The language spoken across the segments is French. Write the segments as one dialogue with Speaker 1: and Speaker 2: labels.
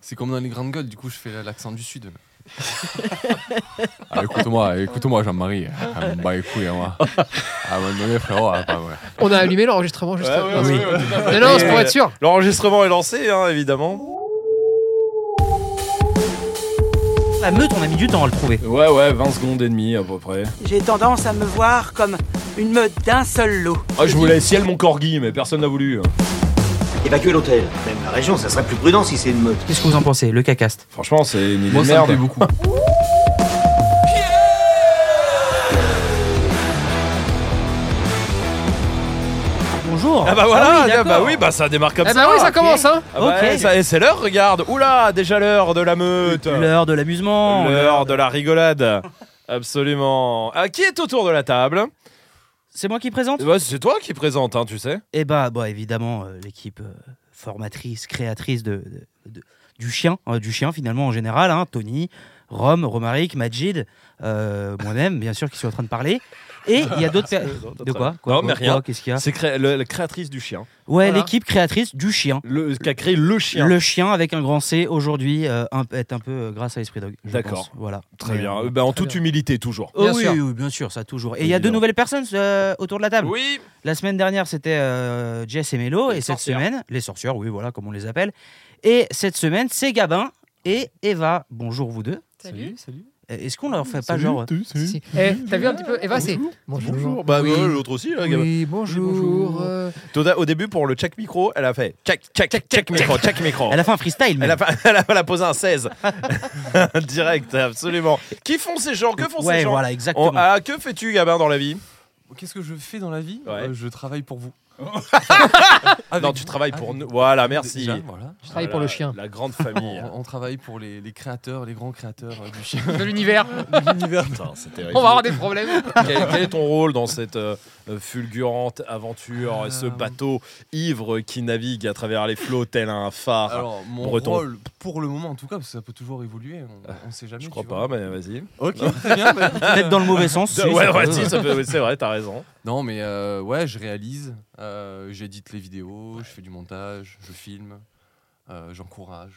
Speaker 1: C'est comme dans les grandes gueules, du coup, je fais l'accent du sud.
Speaker 2: Ah, écoute-moi, écoute-moi, Jean-Marie. Ah, Bah, écoute, moi. À un moment donné, frérot, ah, bah, ouais.
Speaker 3: On a allumé l'enregistrement juste avant.
Speaker 4: Ah
Speaker 5: ouais,
Speaker 3: Non, non, c'est pour être sûr.
Speaker 5: L'enregistrement est lancé, hein, évidemment.
Speaker 6: La meute, on a mis du temps à le trouver.
Speaker 4: Ouais, ouais, 20 secondes et demie à peu près.
Speaker 7: J'ai tendance à me voir comme une meute d'un seul lot.
Speaker 4: Ah, je voulais ciel mon corgi, mais personne n'a voulu. hein.
Speaker 8: Évacuer l'hôtel, même la région, ça serait plus prudent si c'est une meute.
Speaker 6: Qu'est-ce que vous en pensez, le cacaste
Speaker 4: Franchement, c'est une idée
Speaker 1: Moi,
Speaker 4: de
Speaker 1: ça me
Speaker 4: merde.
Speaker 1: plaît beaucoup.
Speaker 6: Bonjour
Speaker 5: Ah bah voilà,
Speaker 6: oui,
Speaker 5: ah
Speaker 6: d'accord.
Speaker 5: bah oui, bah ça démarre comme
Speaker 3: Eh
Speaker 5: ça.
Speaker 3: bah oui, ça
Speaker 5: ok.
Speaker 3: commence, hein.
Speaker 5: Ah bah
Speaker 6: Ok.
Speaker 5: ouais, ça- et c'est l'heure, regarde. Oula, déjà l'heure de la meute.
Speaker 6: L'heure de l'amusement.
Speaker 5: L'heure de la rigolade. Absolument. Ah, qui est autour de la table
Speaker 6: C'est moi qui présente
Speaker 5: Bah, C'est toi qui présente, hein, tu sais.
Speaker 6: Eh bah, bah évidemment, euh, l'équipe euh, formatrice, créatrice de, de- de- du chien, euh, du chien finalement en général, hein, Tony, Rome, Romaric, Majid, euh, moi-même bien sûr qui suis en train de parler. Et il y a d'autres... per- De quoi, quoi
Speaker 5: Non,
Speaker 6: quoi,
Speaker 5: mais rien.
Speaker 6: quoi, Qu'est-ce qu'il y a
Speaker 5: C'est cré- le- la créatrice du chien.
Speaker 6: Ouais,
Speaker 3: Voilà.
Speaker 6: l'équipe créatrice du chien.
Speaker 5: Le, qui a créé le chien.
Speaker 6: Le chien avec un grand C aujourd'hui euh, un- est un peu euh, grâce à Esprit Dog. je
Speaker 5: D'accord.
Speaker 6: pense. Voilà.
Speaker 5: Très
Speaker 6: Mais,
Speaker 5: bien.
Speaker 6: euh,
Speaker 5: Euh, bah, en toute
Speaker 3: bien.
Speaker 5: humilité, toujours.
Speaker 6: oh
Speaker 3: Bien
Speaker 6: oui,
Speaker 3: sûr.
Speaker 6: oui, bien sûr, ça toujours. Et il y a deux
Speaker 5: Évidemment.
Speaker 6: nouvelles personnes euh, autour de la table.
Speaker 5: Oui.
Speaker 6: La semaine dernière, c'était euh, Jess et Mello,
Speaker 5: Les
Speaker 6: et cette
Speaker 5: sorcières.
Speaker 6: semaine, les sorcières, oui, voilà, comme on les appelle. Et cette semaine, c'est Gabin et Eva. Bonjour, vous deux.
Speaker 9: Salut.
Speaker 6: Euh, Est-ce qu'on leur fait pas genre. euh,
Speaker 3: Si. Eh, t'as vu un petit peu Eva, c'est. Bonjour.
Speaker 5: Bah,
Speaker 3: Oui.
Speaker 5: euh, l'autre aussi, là, Gab.
Speaker 3: Oui, bonjour. euh,
Speaker 5: Toda, au début, pour le check micro, elle a fait check, check, check, check micro, check micro.
Speaker 6: Elle a fait un freestyle,
Speaker 5: Elle
Speaker 6: même.
Speaker 5: a, fa- elle a- elle a posé un 16. Direct, absolument. Qui font ces gens Que font
Speaker 6: ouais,
Speaker 5: ces gens
Speaker 6: voilà,
Speaker 5: On-
Speaker 6: exactement.
Speaker 5: ah, Que fais-tu, Gabin, dans la vie
Speaker 1: Qu'est-ce que je fais dans la vie
Speaker 5: Ouais.
Speaker 1: Euh, Je travaille pour vous. Ah,
Speaker 5: Non, tu travailles pour
Speaker 1: avec-
Speaker 5: nous. Voilà, merci.
Speaker 1: Déjà, voilà.
Speaker 3: Je travaille pour le
Speaker 5: Voilà,
Speaker 3: chien.
Speaker 5: La grande famille.
Speaker 1: On, on travaille pour les, les créateurs, les grands créateurs euh, du chien.
Speaker 3: De l'univers.
Speaker 5: Putain, c'est terrible.
Speaker 3: On va avoir des problèmes.
Speaker 5: quel, quel est ton rôle dans cette euh, euh, fulgurante aventure,
Speaker 1: Euh,
Speaker 5: ce bateau ivre qui navigue à travers les flots tel un phare
Speaker 1: Alors, mon
Speaker 5: breton.
Speaker 1: rôle, pour le moment en tout cas, parce que ça peut toujours évoluer, on, on sait jamais.
Speaker 5: Je
Speaker 1: tu
Speaker 5: crois
Speaker 1: vois.
Speaker 5: pas, mais vas-y.
Speaker 1: Ok, très bien. bah, écoute,
Speaker 6: Peut-être dans le mauvais sens. si,
Speaker 5: ouais,
Speaker 6: ça
Speaker 5: ouais,
Speaker 6: peut.
Speaker 5: si, ça peut- oui, c'est vrai, t'as raison.
Speaker 1: Non, mais euh, ouais, je réalise, euh, j'édite les vidéos, je fais du montage, je filme, euh, j'encourage,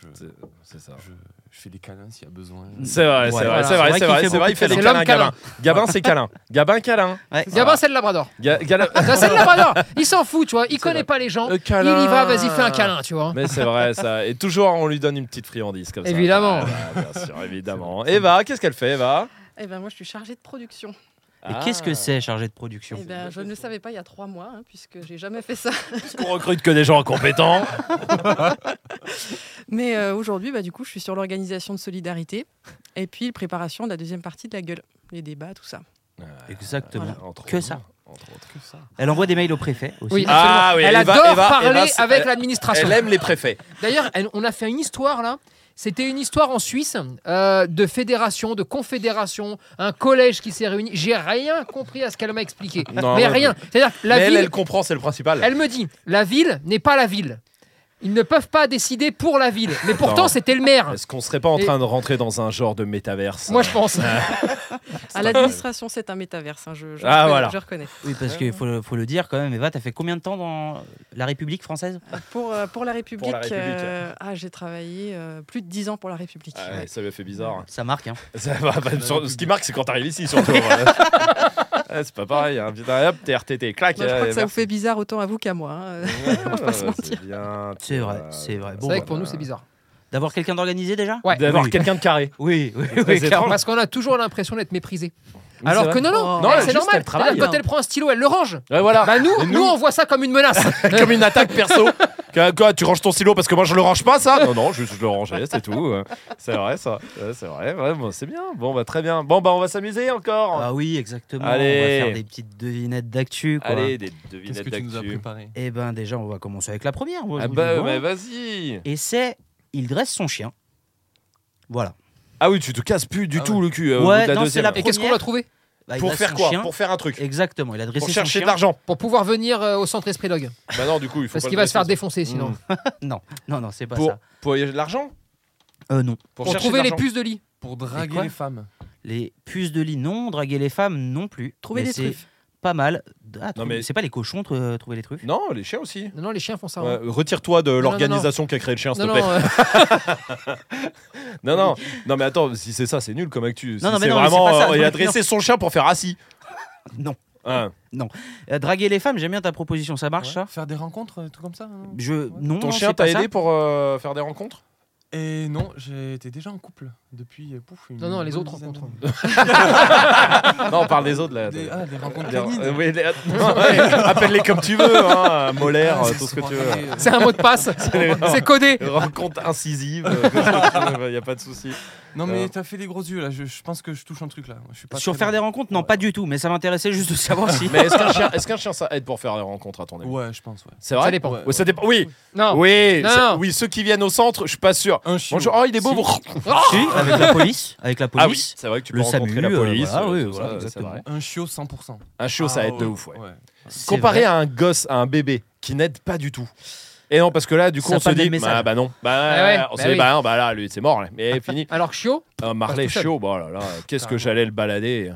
Speaker 1: je,
Speaker 5: C'est- C'est ça.
Speaker 1: je- je fais des câlins s'il y a besoin.
Speaker 5: C'est vrai, c'est
Speaker 6: Ouais.
Speaker 5: vrai, c'est vrai,
Speaker 6: Voilà. C'est
Speaker 5: c'est
Speaker 6: vrai
Speaker 5: vrai,
Speaker 6: qu'il fait
Speaker 5: c'est vrai, il fait
Speaker 6: beaucoup
Speaker 3: de
Speaker 5: des câlins,
Speaker 3: câlins.
Speaker 5: Gabin. Gabin, c'est câlin. Gabin, câlin.
Speaker 6: Ouais.
Speaker 3: Gabin, c'est le Labrador.
Speaker 5: Ga- gala-
Speaker 3: Ça, C'est le Labrador. Il s'en fout, tu vois. Il connaît pas les gens.
Speaker 5: Euh,
Speaker 3: Il
Speaker 5: câlin.
Speaker 3: y va, vas-y, fais un câlin, tu vois.
Speaker 5: Mais c'est vrai, ça. Et toujours, on lui donne une petite friandise comme ça.
Speaker 3: Évidemment.
Speaker 5: Ah, bien sûr, évidemment. Eva, qu'est-ce qu'elle fait, Eva
Speaker 9: Eh ben moi je suis chargée de production.
Speaker 6: Ah. Et qu'est-ce
Speaker 5: Ah.
Speaker 6: que c'est, chargé de production
Speaker 9: Eh ben je ne le savais pas il y a trois mois hein, puisque j'ai jamais fait ça.
Speaker 5: qu'on recrute que des gens compétents
Speaker 9: Mais euh, aujourd'hui bah, du coup je suis sur l'organisation de solidarité et puis préparation de la deuxième partie de la gueule, les débats tout ça.
Speaker 6: Exactement.
Speaker 9: Voilà.
Speaker 5: Entre
Speaker 6: Que
Speaker 5: autres.
Speaker 6: ça.
Speaker 5: Entre autres.
Speaker 1: Que ça.
Speaker 6: Elle envoie des mails au préfet aussi.
Speaker 3: Oui,
Speaker 5: Ah,
Speaker 3: absolument.
Speaker 5: oui,
Speaker 3: elle
Speaker 5: Eva-
Speaker 3: adore
Speaker 5: Eva-
Speaker 3: parler
Speaker 5: Eva, c'est-
Speaker 3: avec
Speaker 5: elle-
Speaker 3: l'administration.
Speaker 5: Elle aime les préfets.
Speaker 3: D'ailleurs, elle- on a fait une histoire là. C'était une histoire en Suisse euh, de fédération, de confédération, un collège qui s'est réuni. J'ai rien compris à ce qu'elle m'a expliqué.
Speaker 5: Non,
Speaker 3: mais
Speaker 5: ouais,
Speaker 3: rien. C'est-à-dire que la
Speaker 5: mais elle,
Speaker 3: ville,
Speaker 5: elle comprend, c'est le principal.
Speaker 3: elle me dit, la ville n'est pas la ville. Ils ne peuvent pas décider pour la ville. Mais pourtant,
Speaker 5: Attends.
Speaker 3: c'était le maire.
Speaker 5: Est-ce qu'on serait pas en
Speaker 3: Et-
Speaker 5: train de rentrer dans un genre de métaverse
Speaker 3: Moi, je pense.
Speaker 9: À l'administration c'est un métaverse, hein, je, je
Speaker 5: Ah,
Speaker 9: reconnais,
Speaker 5: voilà.
Speaker 9: je reconnais.
Speaker 6: Oui, parce qu'il faut, faut le dire quand même. Eva, t'as fait combien de temps dans la République française
Speaker 9: Pour, euh, pour la République,
Speaker 5: République.
Speaker 9: euh, ah, j'ai travaillé euh, plus de dix ans pour la République.
Speaker 5: Ah ouais,
Speaker 9: ouais.
Speaker 5: Ça lui a fait bizarre.
Speaker 6: Ça marque, hein.
Speaker 5: Ça va, bah, sur- ce qui marque, c'est quand t'arrives ici, surtout. Ah, c'est pas pareil. hein. Putain, hop, t'es RTT, clac.
Speaker 9: Non, je
Speaker 5: euh,
Speaker 9: crois que ça vous
Speaker 5: merci.
Speaker 9: fait bizarre autant à vous qu'à moi. hein.
Speaker 5: on
Speaker 9: va pas se mentir.
Speaker 6: C'est vrai, c'est vrai.
Speaker 3: C'est
Speaker 6: Bon,
Speaker 3: vrai que pour
Speaker 5: bah.
Speaker 3: nous, c'est bizarre.
Speaker 6: D'avoir quelqu'un d'organisé déjà
Speaker 3: Ouais.
Speaker 5: D'avoir
Speaker 6: Oui.
Speaker 5: quelqu'un de carré.
Speaker 6: Oui, oui,
Speaker 5: Très
Speaker 6: oui.
Speaker 5: étrange.
Speaker 6: clairement.
Speaker 3: Parce qu'on a toujours l'impression d'être méprisé. Alors
Speaker 5: c'est
Speaker 3: que non,
Speaker 9: Oh.
Speaker 3: non,
Speaker 5: Non,
Speaker 3: elle,
Speaker 5: elle,
Speaker 3: c'est
Speaker 5: juste,
Speaker 3: normal.
Speaker 5: elle travaille,
Speaker 3: C'est-à-dire, Quand
Speaker 9: hein.
Speaker 3: elle prend un stylo, elle le range.
Speaker 5: Ouais, voilà.
Speaker 3: Bah nous,
Speaker 5: Et
Speaker 3: nous, on voit ça comme une menace.
Speaker 5: comme une attaque perso. Que- quoi, tu ranges ton stylo parce que moi je le range pas ça Non, non, juste je le rangeais, c'est tout. Euh, C'est vrai ça. Ouais, c'est vrai, ouais, bon, c'est bien. Bon, bah très bien. Bon, bah on va s'amuser encore.
Speaker 6: Ah oui, exactement.
Speaker 5: Allez.
Speaker 6: On va faire des petites devinettes d'actu. quoi.
Speaker 5: Allez, des
Speaker 1: Qu'est-ce
Speaker 5: devinettes
Speaker 1: que tu nous as
Speaker 5: d'actu.
Speaker 1: préparé
Speaker 6: Eh ben déjà, on va commencer avec la première. moi, je
Speaker 5: Ah
Speaker 6: vous
Speaker 5: bah,
Speaker 6: dis,
Speaker 5: bah,
Speaker 6: voilà.
Speaker 5: vas-y.
Speaker 6: Et c'est, il dresse son chien. Voilà.
Speaker 5: Ah oui, tu te casses plus du
Speaker 1: Ah
Speaker 5: tout le cul. euh, au
Speaker 6: Ouais,
Speaker 5: bout de la
Speaker 6: non, c'est
Speaker 5: deuxième.
Speaker 6: la
Speaker 3: Et qu'est-ce qu'on va trouver
Speaker 6: Bah, il
Speaker 5: Pour
Speaker 6: dresse
Speaker 5: faire
Speaker 6: son
Speaker 5: quoi
Speaker 6: chien.
Speaker 5: Pour faire un truc.
Speaker 6: Exactement, il a dressé
Speaker 5: Pour
Speaker 6: son
Speaker 5: chercher de
Speaker 6: chien.
Speaker 5: l'argent.
Speaker 3: Pour pouvoir venir euh, au centre Esprit Log.
Speaker 5: Bah non, du coup, il faut
Speaker 3: Parce
Speaker 5: pas
Speaker 3: qu'il va se faire
Speaker 5: dresser.
Speaker 3: défoncer sinon.
Speaker 5: Mm.
Speaker 6: Non, non, non, c'est pas
Speaker 5: Pour,
Speaker 6: ça.
Speaker 5: pour y- de l'argent
Speaker 6: Euh, non.
Speaker 3: Pour
Speaker 5: chercher
Speaker 3: trouver
Speaker 5: de
Speaker 3: les
Speaker 5: l'argent.
Speaker 3: puces de lit.
Speaker 1: Pour
Speaker 6: quoi
Speaker 1: draguer les femmes.
Speaker 6: Les puces de lit, non. Draguer les femmes, non plus.
Speaker 9: Trouver
Speaker 6: Mais
Speaker 9: des
Speaker 6: c'est
Speaker 9: truffes.
Speaker 6: pas mal. Ah, trouver-
Speaker 5: mais-
Speaker 6: C'est pas les cochons tr- trouver les truffes
Speaker 5: Non, les chiens aussi.
Speaker 3: Non, non, les chiens font ça.
Speaker 5: Ouais,
Speaker 3: hein.
Speaker 5: Retire-toi de
Speaker 3: non,
Speaker 5: l'organisation qui a créé le chien, s'il
Speaker 3: Non,
Speaker 5: te
Speaker 3: non,
Speaker 5: plaît.
Speaker 3: euh,
Speaker 5: Non, non, non, mais attends, si c'est ça, c'est nul comme actu. Si
Speaker 6: euh, non, mais
Speaker 5: c'est
Speaker 6: non, mais c'est
Speaker 5: vraiment,
Speaker 6: pas ça,
Speaker 5: euh,
Speaker 6: non,
Speaker 5: il
Speaker 6: mais
Speaker 5: a dressé son chien pour faire assis.
Speaker 6: Non.
Speaker 5: Hein.
Speaker 6: Euh, Draguer les femmes, j'aime bien ta proposition, ça marche ça
Speaker 1: Faire des rencontres, euh, tout comme ça hein
Speaker 6: Je non.
Speaker 5: Ton
Speaker 6: non,
Speaker 5: chien
Speaker 6: c'est pas
Speaker 5: t'a
Speaker 6: ça.
Speaker 5: aidé pour euh, faire des rencontres
Speaker 1: Et non, j'étais déjà en couple depuis. euh, pouf, une
Speaker 3: Non, non, les
Speaker 1: bonne
Speaker 3: autres
Speaker 1: dizaine
Speaker 3: rencontres.
Speaker 1: d'années.
Speaker 5: Non, on parle des autres là.
Speaker 1: Des, ah, des rencontres
Speaker 5: Des-
Speaker 1: canines.
Speaker 5: euh, oui, des- non, ouais, Appelle-les comme tu veux, hein, molaire,
Speaker 1: Ah,
Speaker 5: euh,
Speaker 1: c'est
Speaker 5: tout ce que
Speaker 1: souvent
Speaker 5: tu veux.
Speaker 1: arrivé, euh.
Speaker 3: C'est un mot de passe. C'est codé.
Speaker 5: Rencontre incisive, euh, il n'y a pas de souci.
Speaker 1: Non,
Speaker 5: Euh.
Speaker 1: mais t'as fait des gros yeux là, je, je pense que je touche un truc là. Je suis pas
Speaker 6: Sur
Speaker 1: très
Speaker 6: faire des
Speaker 1: bon.
Speaker 6: rencontres, non, pas du tout. Mais ça m'intéressait juste de savoir si.
Speaker 5: Mais est-ce qu'un chien, est-ce qu'un chien, ça aide pour faire des rencontres à ton avis
Speaker 1: Ouais, je pense, ouais.
Speaker 5: C'est vrai
Speaker 3: Ça dépend. Ah.
Speaker 5: Ouais, ouais, ça dépend. Oui,
Speaker 3: Non.
Speaker 5: oui,
Speaker 3: Non,
Speaker 5: ça-
Speaker 3: non.
Speaker 5: oui, ceux qui viennent au centre, je suis pas sûr.
Speaker 1: Un chiot.
Speaker 5: Bonjour, oh, il est beau.
Speaker 6: Si.
Speaker 5: vous-
Speaker 6: Si, avec la police, avec la
Speaker 5: Ah oui,
Speaker 6: police.
Speaker 5: c'est vrai que tu peux
Speaker 6: Le
Speaker 5: rencontrer
Speaker 6: SAMU,
Speaker 5: la
Speaker 6: euh,
Speaker 5: police.
Speaker 6: voilà,
Speaker 5: euh,
Speaker 6: oui,
Speaker 5: tout
Speaker 6: voilà,
Speaker 5: ça, c'est
Speaker 6: exactement.
Speaker 5: vrai.
Speaker 1: Un chiot 100%.
Speaker 5: Un chiot,
Speaker 1: Ah,
Speaker 5: ça aide de
Speaker 1: ouais,
Speaker 5: ouf. ouais.
Speaker 6: c'est
Speaker 5: Comparé
Speaker 6: vrai.
Speaker 5: à un gosse, à un bébé qui n'aide pas du tout. Et non, parce que là, du coup,
Speaker 6: Ça a
Speaker 5: on se
Speaker 6: pas le
Speaker 5: dit,
Speaker 6: même
Speaker 5: bah,
Speaker 6: message.
Speaker 5: bah non, bah,
Speaker 3: Ah ouais,
Speaker 5: on
Speaker 3: bah
Speaker 5: se dit,
Speaker 3: oui.
Speaker 5: bah non, bah là, lui, c'est mort, là. mais fini.
Speaker 3: Alors que chiot,
Speaker 5: Un
Speaker 3: Passe
Speaker 5: Marley
Speaker 3: tout seul.
Speaker 5: chaud, bon, là, là, qu'est-ce que j'allais le balader.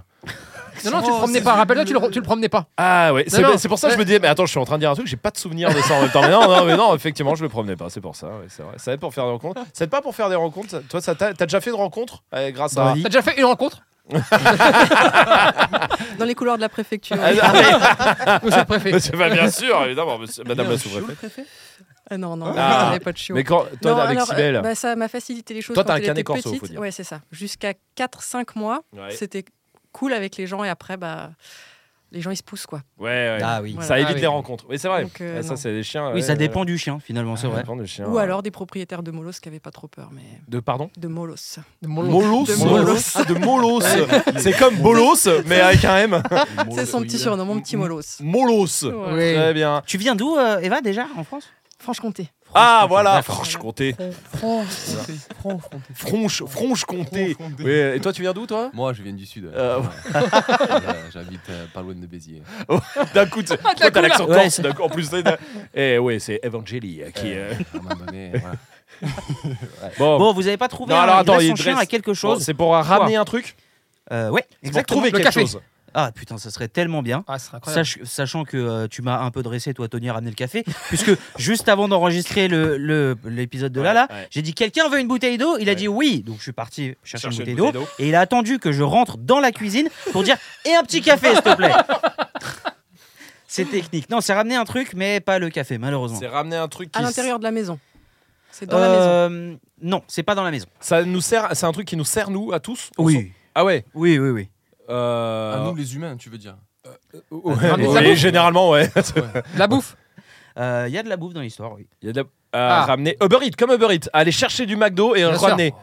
Speaker 3: non, non, tu le
Speaker 1: Oh,
Speaker 3: promenais
Speaker 1: c'est
Speaker 3: pas.
Speaker 1: du
Speaker 3: Rappelle-toi, tu le,
Speaker 1: bleu.
Speaker 3: tu le promenais pas.
Speaker 5: Ah ouais, c'est
Speaker 3: non.
Speaker 5: c'est pour ça que je me disais, mais attends, je suis en train de dire un truc, j'ai pas de souvenir de ça en même temps. Mais non, non, mais non, effectivement, je le promenais pas, c'est pour ça, ouais, c'est vrai. Ça aide pour faire des rencontres. Ça aide pas pour faire des rencontres. ça- Toi, ça t'a t'as déjà fait une rencontre euh, grâce à.
Speaker 3: T'as déjà fait une rencontre
Speaker 9: Dans les couloirs de la préfecture.
Speaker 5: Ah, ah,
Speaker 3: Monsieur le préfet.
Speaker 5: mais- c'est pas bien sûr, évidemment, monsieur- madame la sous-préfète.
Speaker 9: Ah non, non,
Speaker 5: Ah.
Speaker 9: j'avais pas de chiot.
Speaker 5: Mais quand, toi,
Speaker 9: Non,
Speaker 5: avec
Speaker 9: alors,
Speaker 5: Sibel.
Speaker 9: euh, bah, Ça m'a facilité les choses.
Speaker 5: Toi, t'as
Speaker 9: quand
Speaker 5: un
Speaker 9: elle
Speaker 5: canet
Speaker 9: était
Speaker 5: corso, faut
Speaker 9: petite.
Speaker 5: dire.
Speaker 9: Ouais, c'est ça. Jusqu'à 4-5 mois,
Speaker 5: Ouais,
Speaker 9: c'était cool avec les gens et après, bah, les gens ils se poussent quoi.
Speaker 5: ouais, ouais.
Speaker 6: Ah oui.
Speaker 9: Voilà.
Speaker 5: Ça évite
Speaker 3: Ah oui.
Speaker 5: les rencontres. Oui, c'est vrai.
Speaker 9: Donc, euh,
Speaker 5: Ah, ça,
Speaker 9: non.
Speaker 5: c'est des chiens. ouais,
Speaker 6: Oui, ça
Speaker 5: ouais,
Speaker 6: dépend du chien finalement, c'est
Speaker 5: ouais. Ça
Speaker 6: vrai.
Speaker 5: dépend du chien.
Speaker 9: Ou alors des propriétaires de molosses qui n'avaient pas trop peur, mais
Speaker 5: De pardon
Speaker 9: de molosses.
Speaker 5: Molos.
Speaker 9: De Molos.
Speaker 5: Ah, de Molos. C'est comme Bolos, mais avec un M.
Speaker 9: C'est son
Speaker 1: hein.
Speaker 9: petit surnom, mon petit molos.
Speaker 5: Molos.
Speaker 9: Voilà.
Speaker 3: Oui.
Speaker 5: Très bien.
Speaker 6: Tu viens d'où, euh, Eva, déjà, en France
Speaker 9: Franche-Comté.
Speaker 5: Ah, voilà. Franche-Comté.
Speaker 1: Franc, franc,
Speaker 5: Franche, Franche-Comté.
Speaker 1: franc,
Speaker 5: Oui, et toi, tu viens d'où, toi
Speaker 1: Moi, je viens du sud.
Speaker 5: Euh, ouais.
Speaker 1: Euh, J'habite euh, pas loin de Béziers.
Speaker 5: D'un coup, tu- toi, t'as l'accent
Speaker 6: Ouais,
Speaker 5: corse.
Speaker 6: c'est-
Speaker 5: d'un coup, En plus, t'as- et ouais, c'est Evangeli qui. euh,
Speaker 1: À un moment donné, voilà.
Speaker 5: Bon,
Speaker 6: Bon, vous avez pas trouvé
Speaker 5: Oh. Non,
Speaker 6: un-
Speaker 5: alors,
Speaker 6: il
Speaker 5: attends,
Speaker 6: reste
Speaker 5: il
Speaker 6: son chien
Speaker 5: dresse-
Speaker 6: à quelque
Speaker 5: bon,
Speaker 6: chose
Speaker 5: c'est pour euh, ramener un truc
Speaker 6: Euh, Ouais,
Speaker 5: Pour
Speaker 6: exactement.
Speaker 5: trouver
Speaker 3: Le
Speaker 5: quelque
Speaker 3: café.
Speaker 5: chose.
Speaker 6: Ah putain, ça serait tellement bien.
Speaker 3: Ah, c'est incroyable.
Speaker 6: Sach- sachant que euh, tu m'as un peu dressé, toi, Tony, à ramener le café, puisque juste avant d'enregistrer le- le- l'épisode de là, là,
Speaker 5: Ouais, ouais.
Speaker 6: j'ai dit quelqu'un veut une bouteille d'eau. Il a
Speaker 5: Ouais.
Speaker 6: dit oui, donc je suis parti chercher
Speaker 5: Chercher
Speaker 6: une bouteille
Speaker 5: une
Speaker 6: d'eau.
Speaker 5: bouteille d'eau.
Speaker 6: Et il a attendu que je rentre dans la cuisine pour dire et un petit café, s'il te plaît. C'est technique. Non, c'est ramener un truc, mais pas le café, malheureusement.
Speaker 5: C'est ramener un truc qui.
Speaker 9: À
Speaker 5: s-
Speaker 9: l'intérieur de la maison. C'est dans la maison.
Speaker 6: Euh, Non, c'est pas dans la maison.
Speaker 5: Ça nous sert. C'est un truc qui nous sert nous à tous. on s'en-
Speaker 6: Oui,
Speaker 5: Ah ouais.
Speaker 6: oui, oui, oui.
Speaker 5: Euh,
Speaker 1: À Ah, nous, les humains, tu veux dire
Speaker 5: Ouais,
Speaker 3: Ramener de
Speaker 5: oui,
Speaker 3: la bouffe.
Speaker 5: généralement, ouais.
Speaker 3: De La bouffe.
Speaker 6: Euh, Il y a de la bouffe dans l'histoire, oui.
Speaker 5: Il y a de la-
Speaker 3: Ah.
Speaker 5: à ramener Uber Eats, comme Uber Eats. Aller chercher du McDo et
Speaker 3: Bien sûr.
Speaker 5: ramener.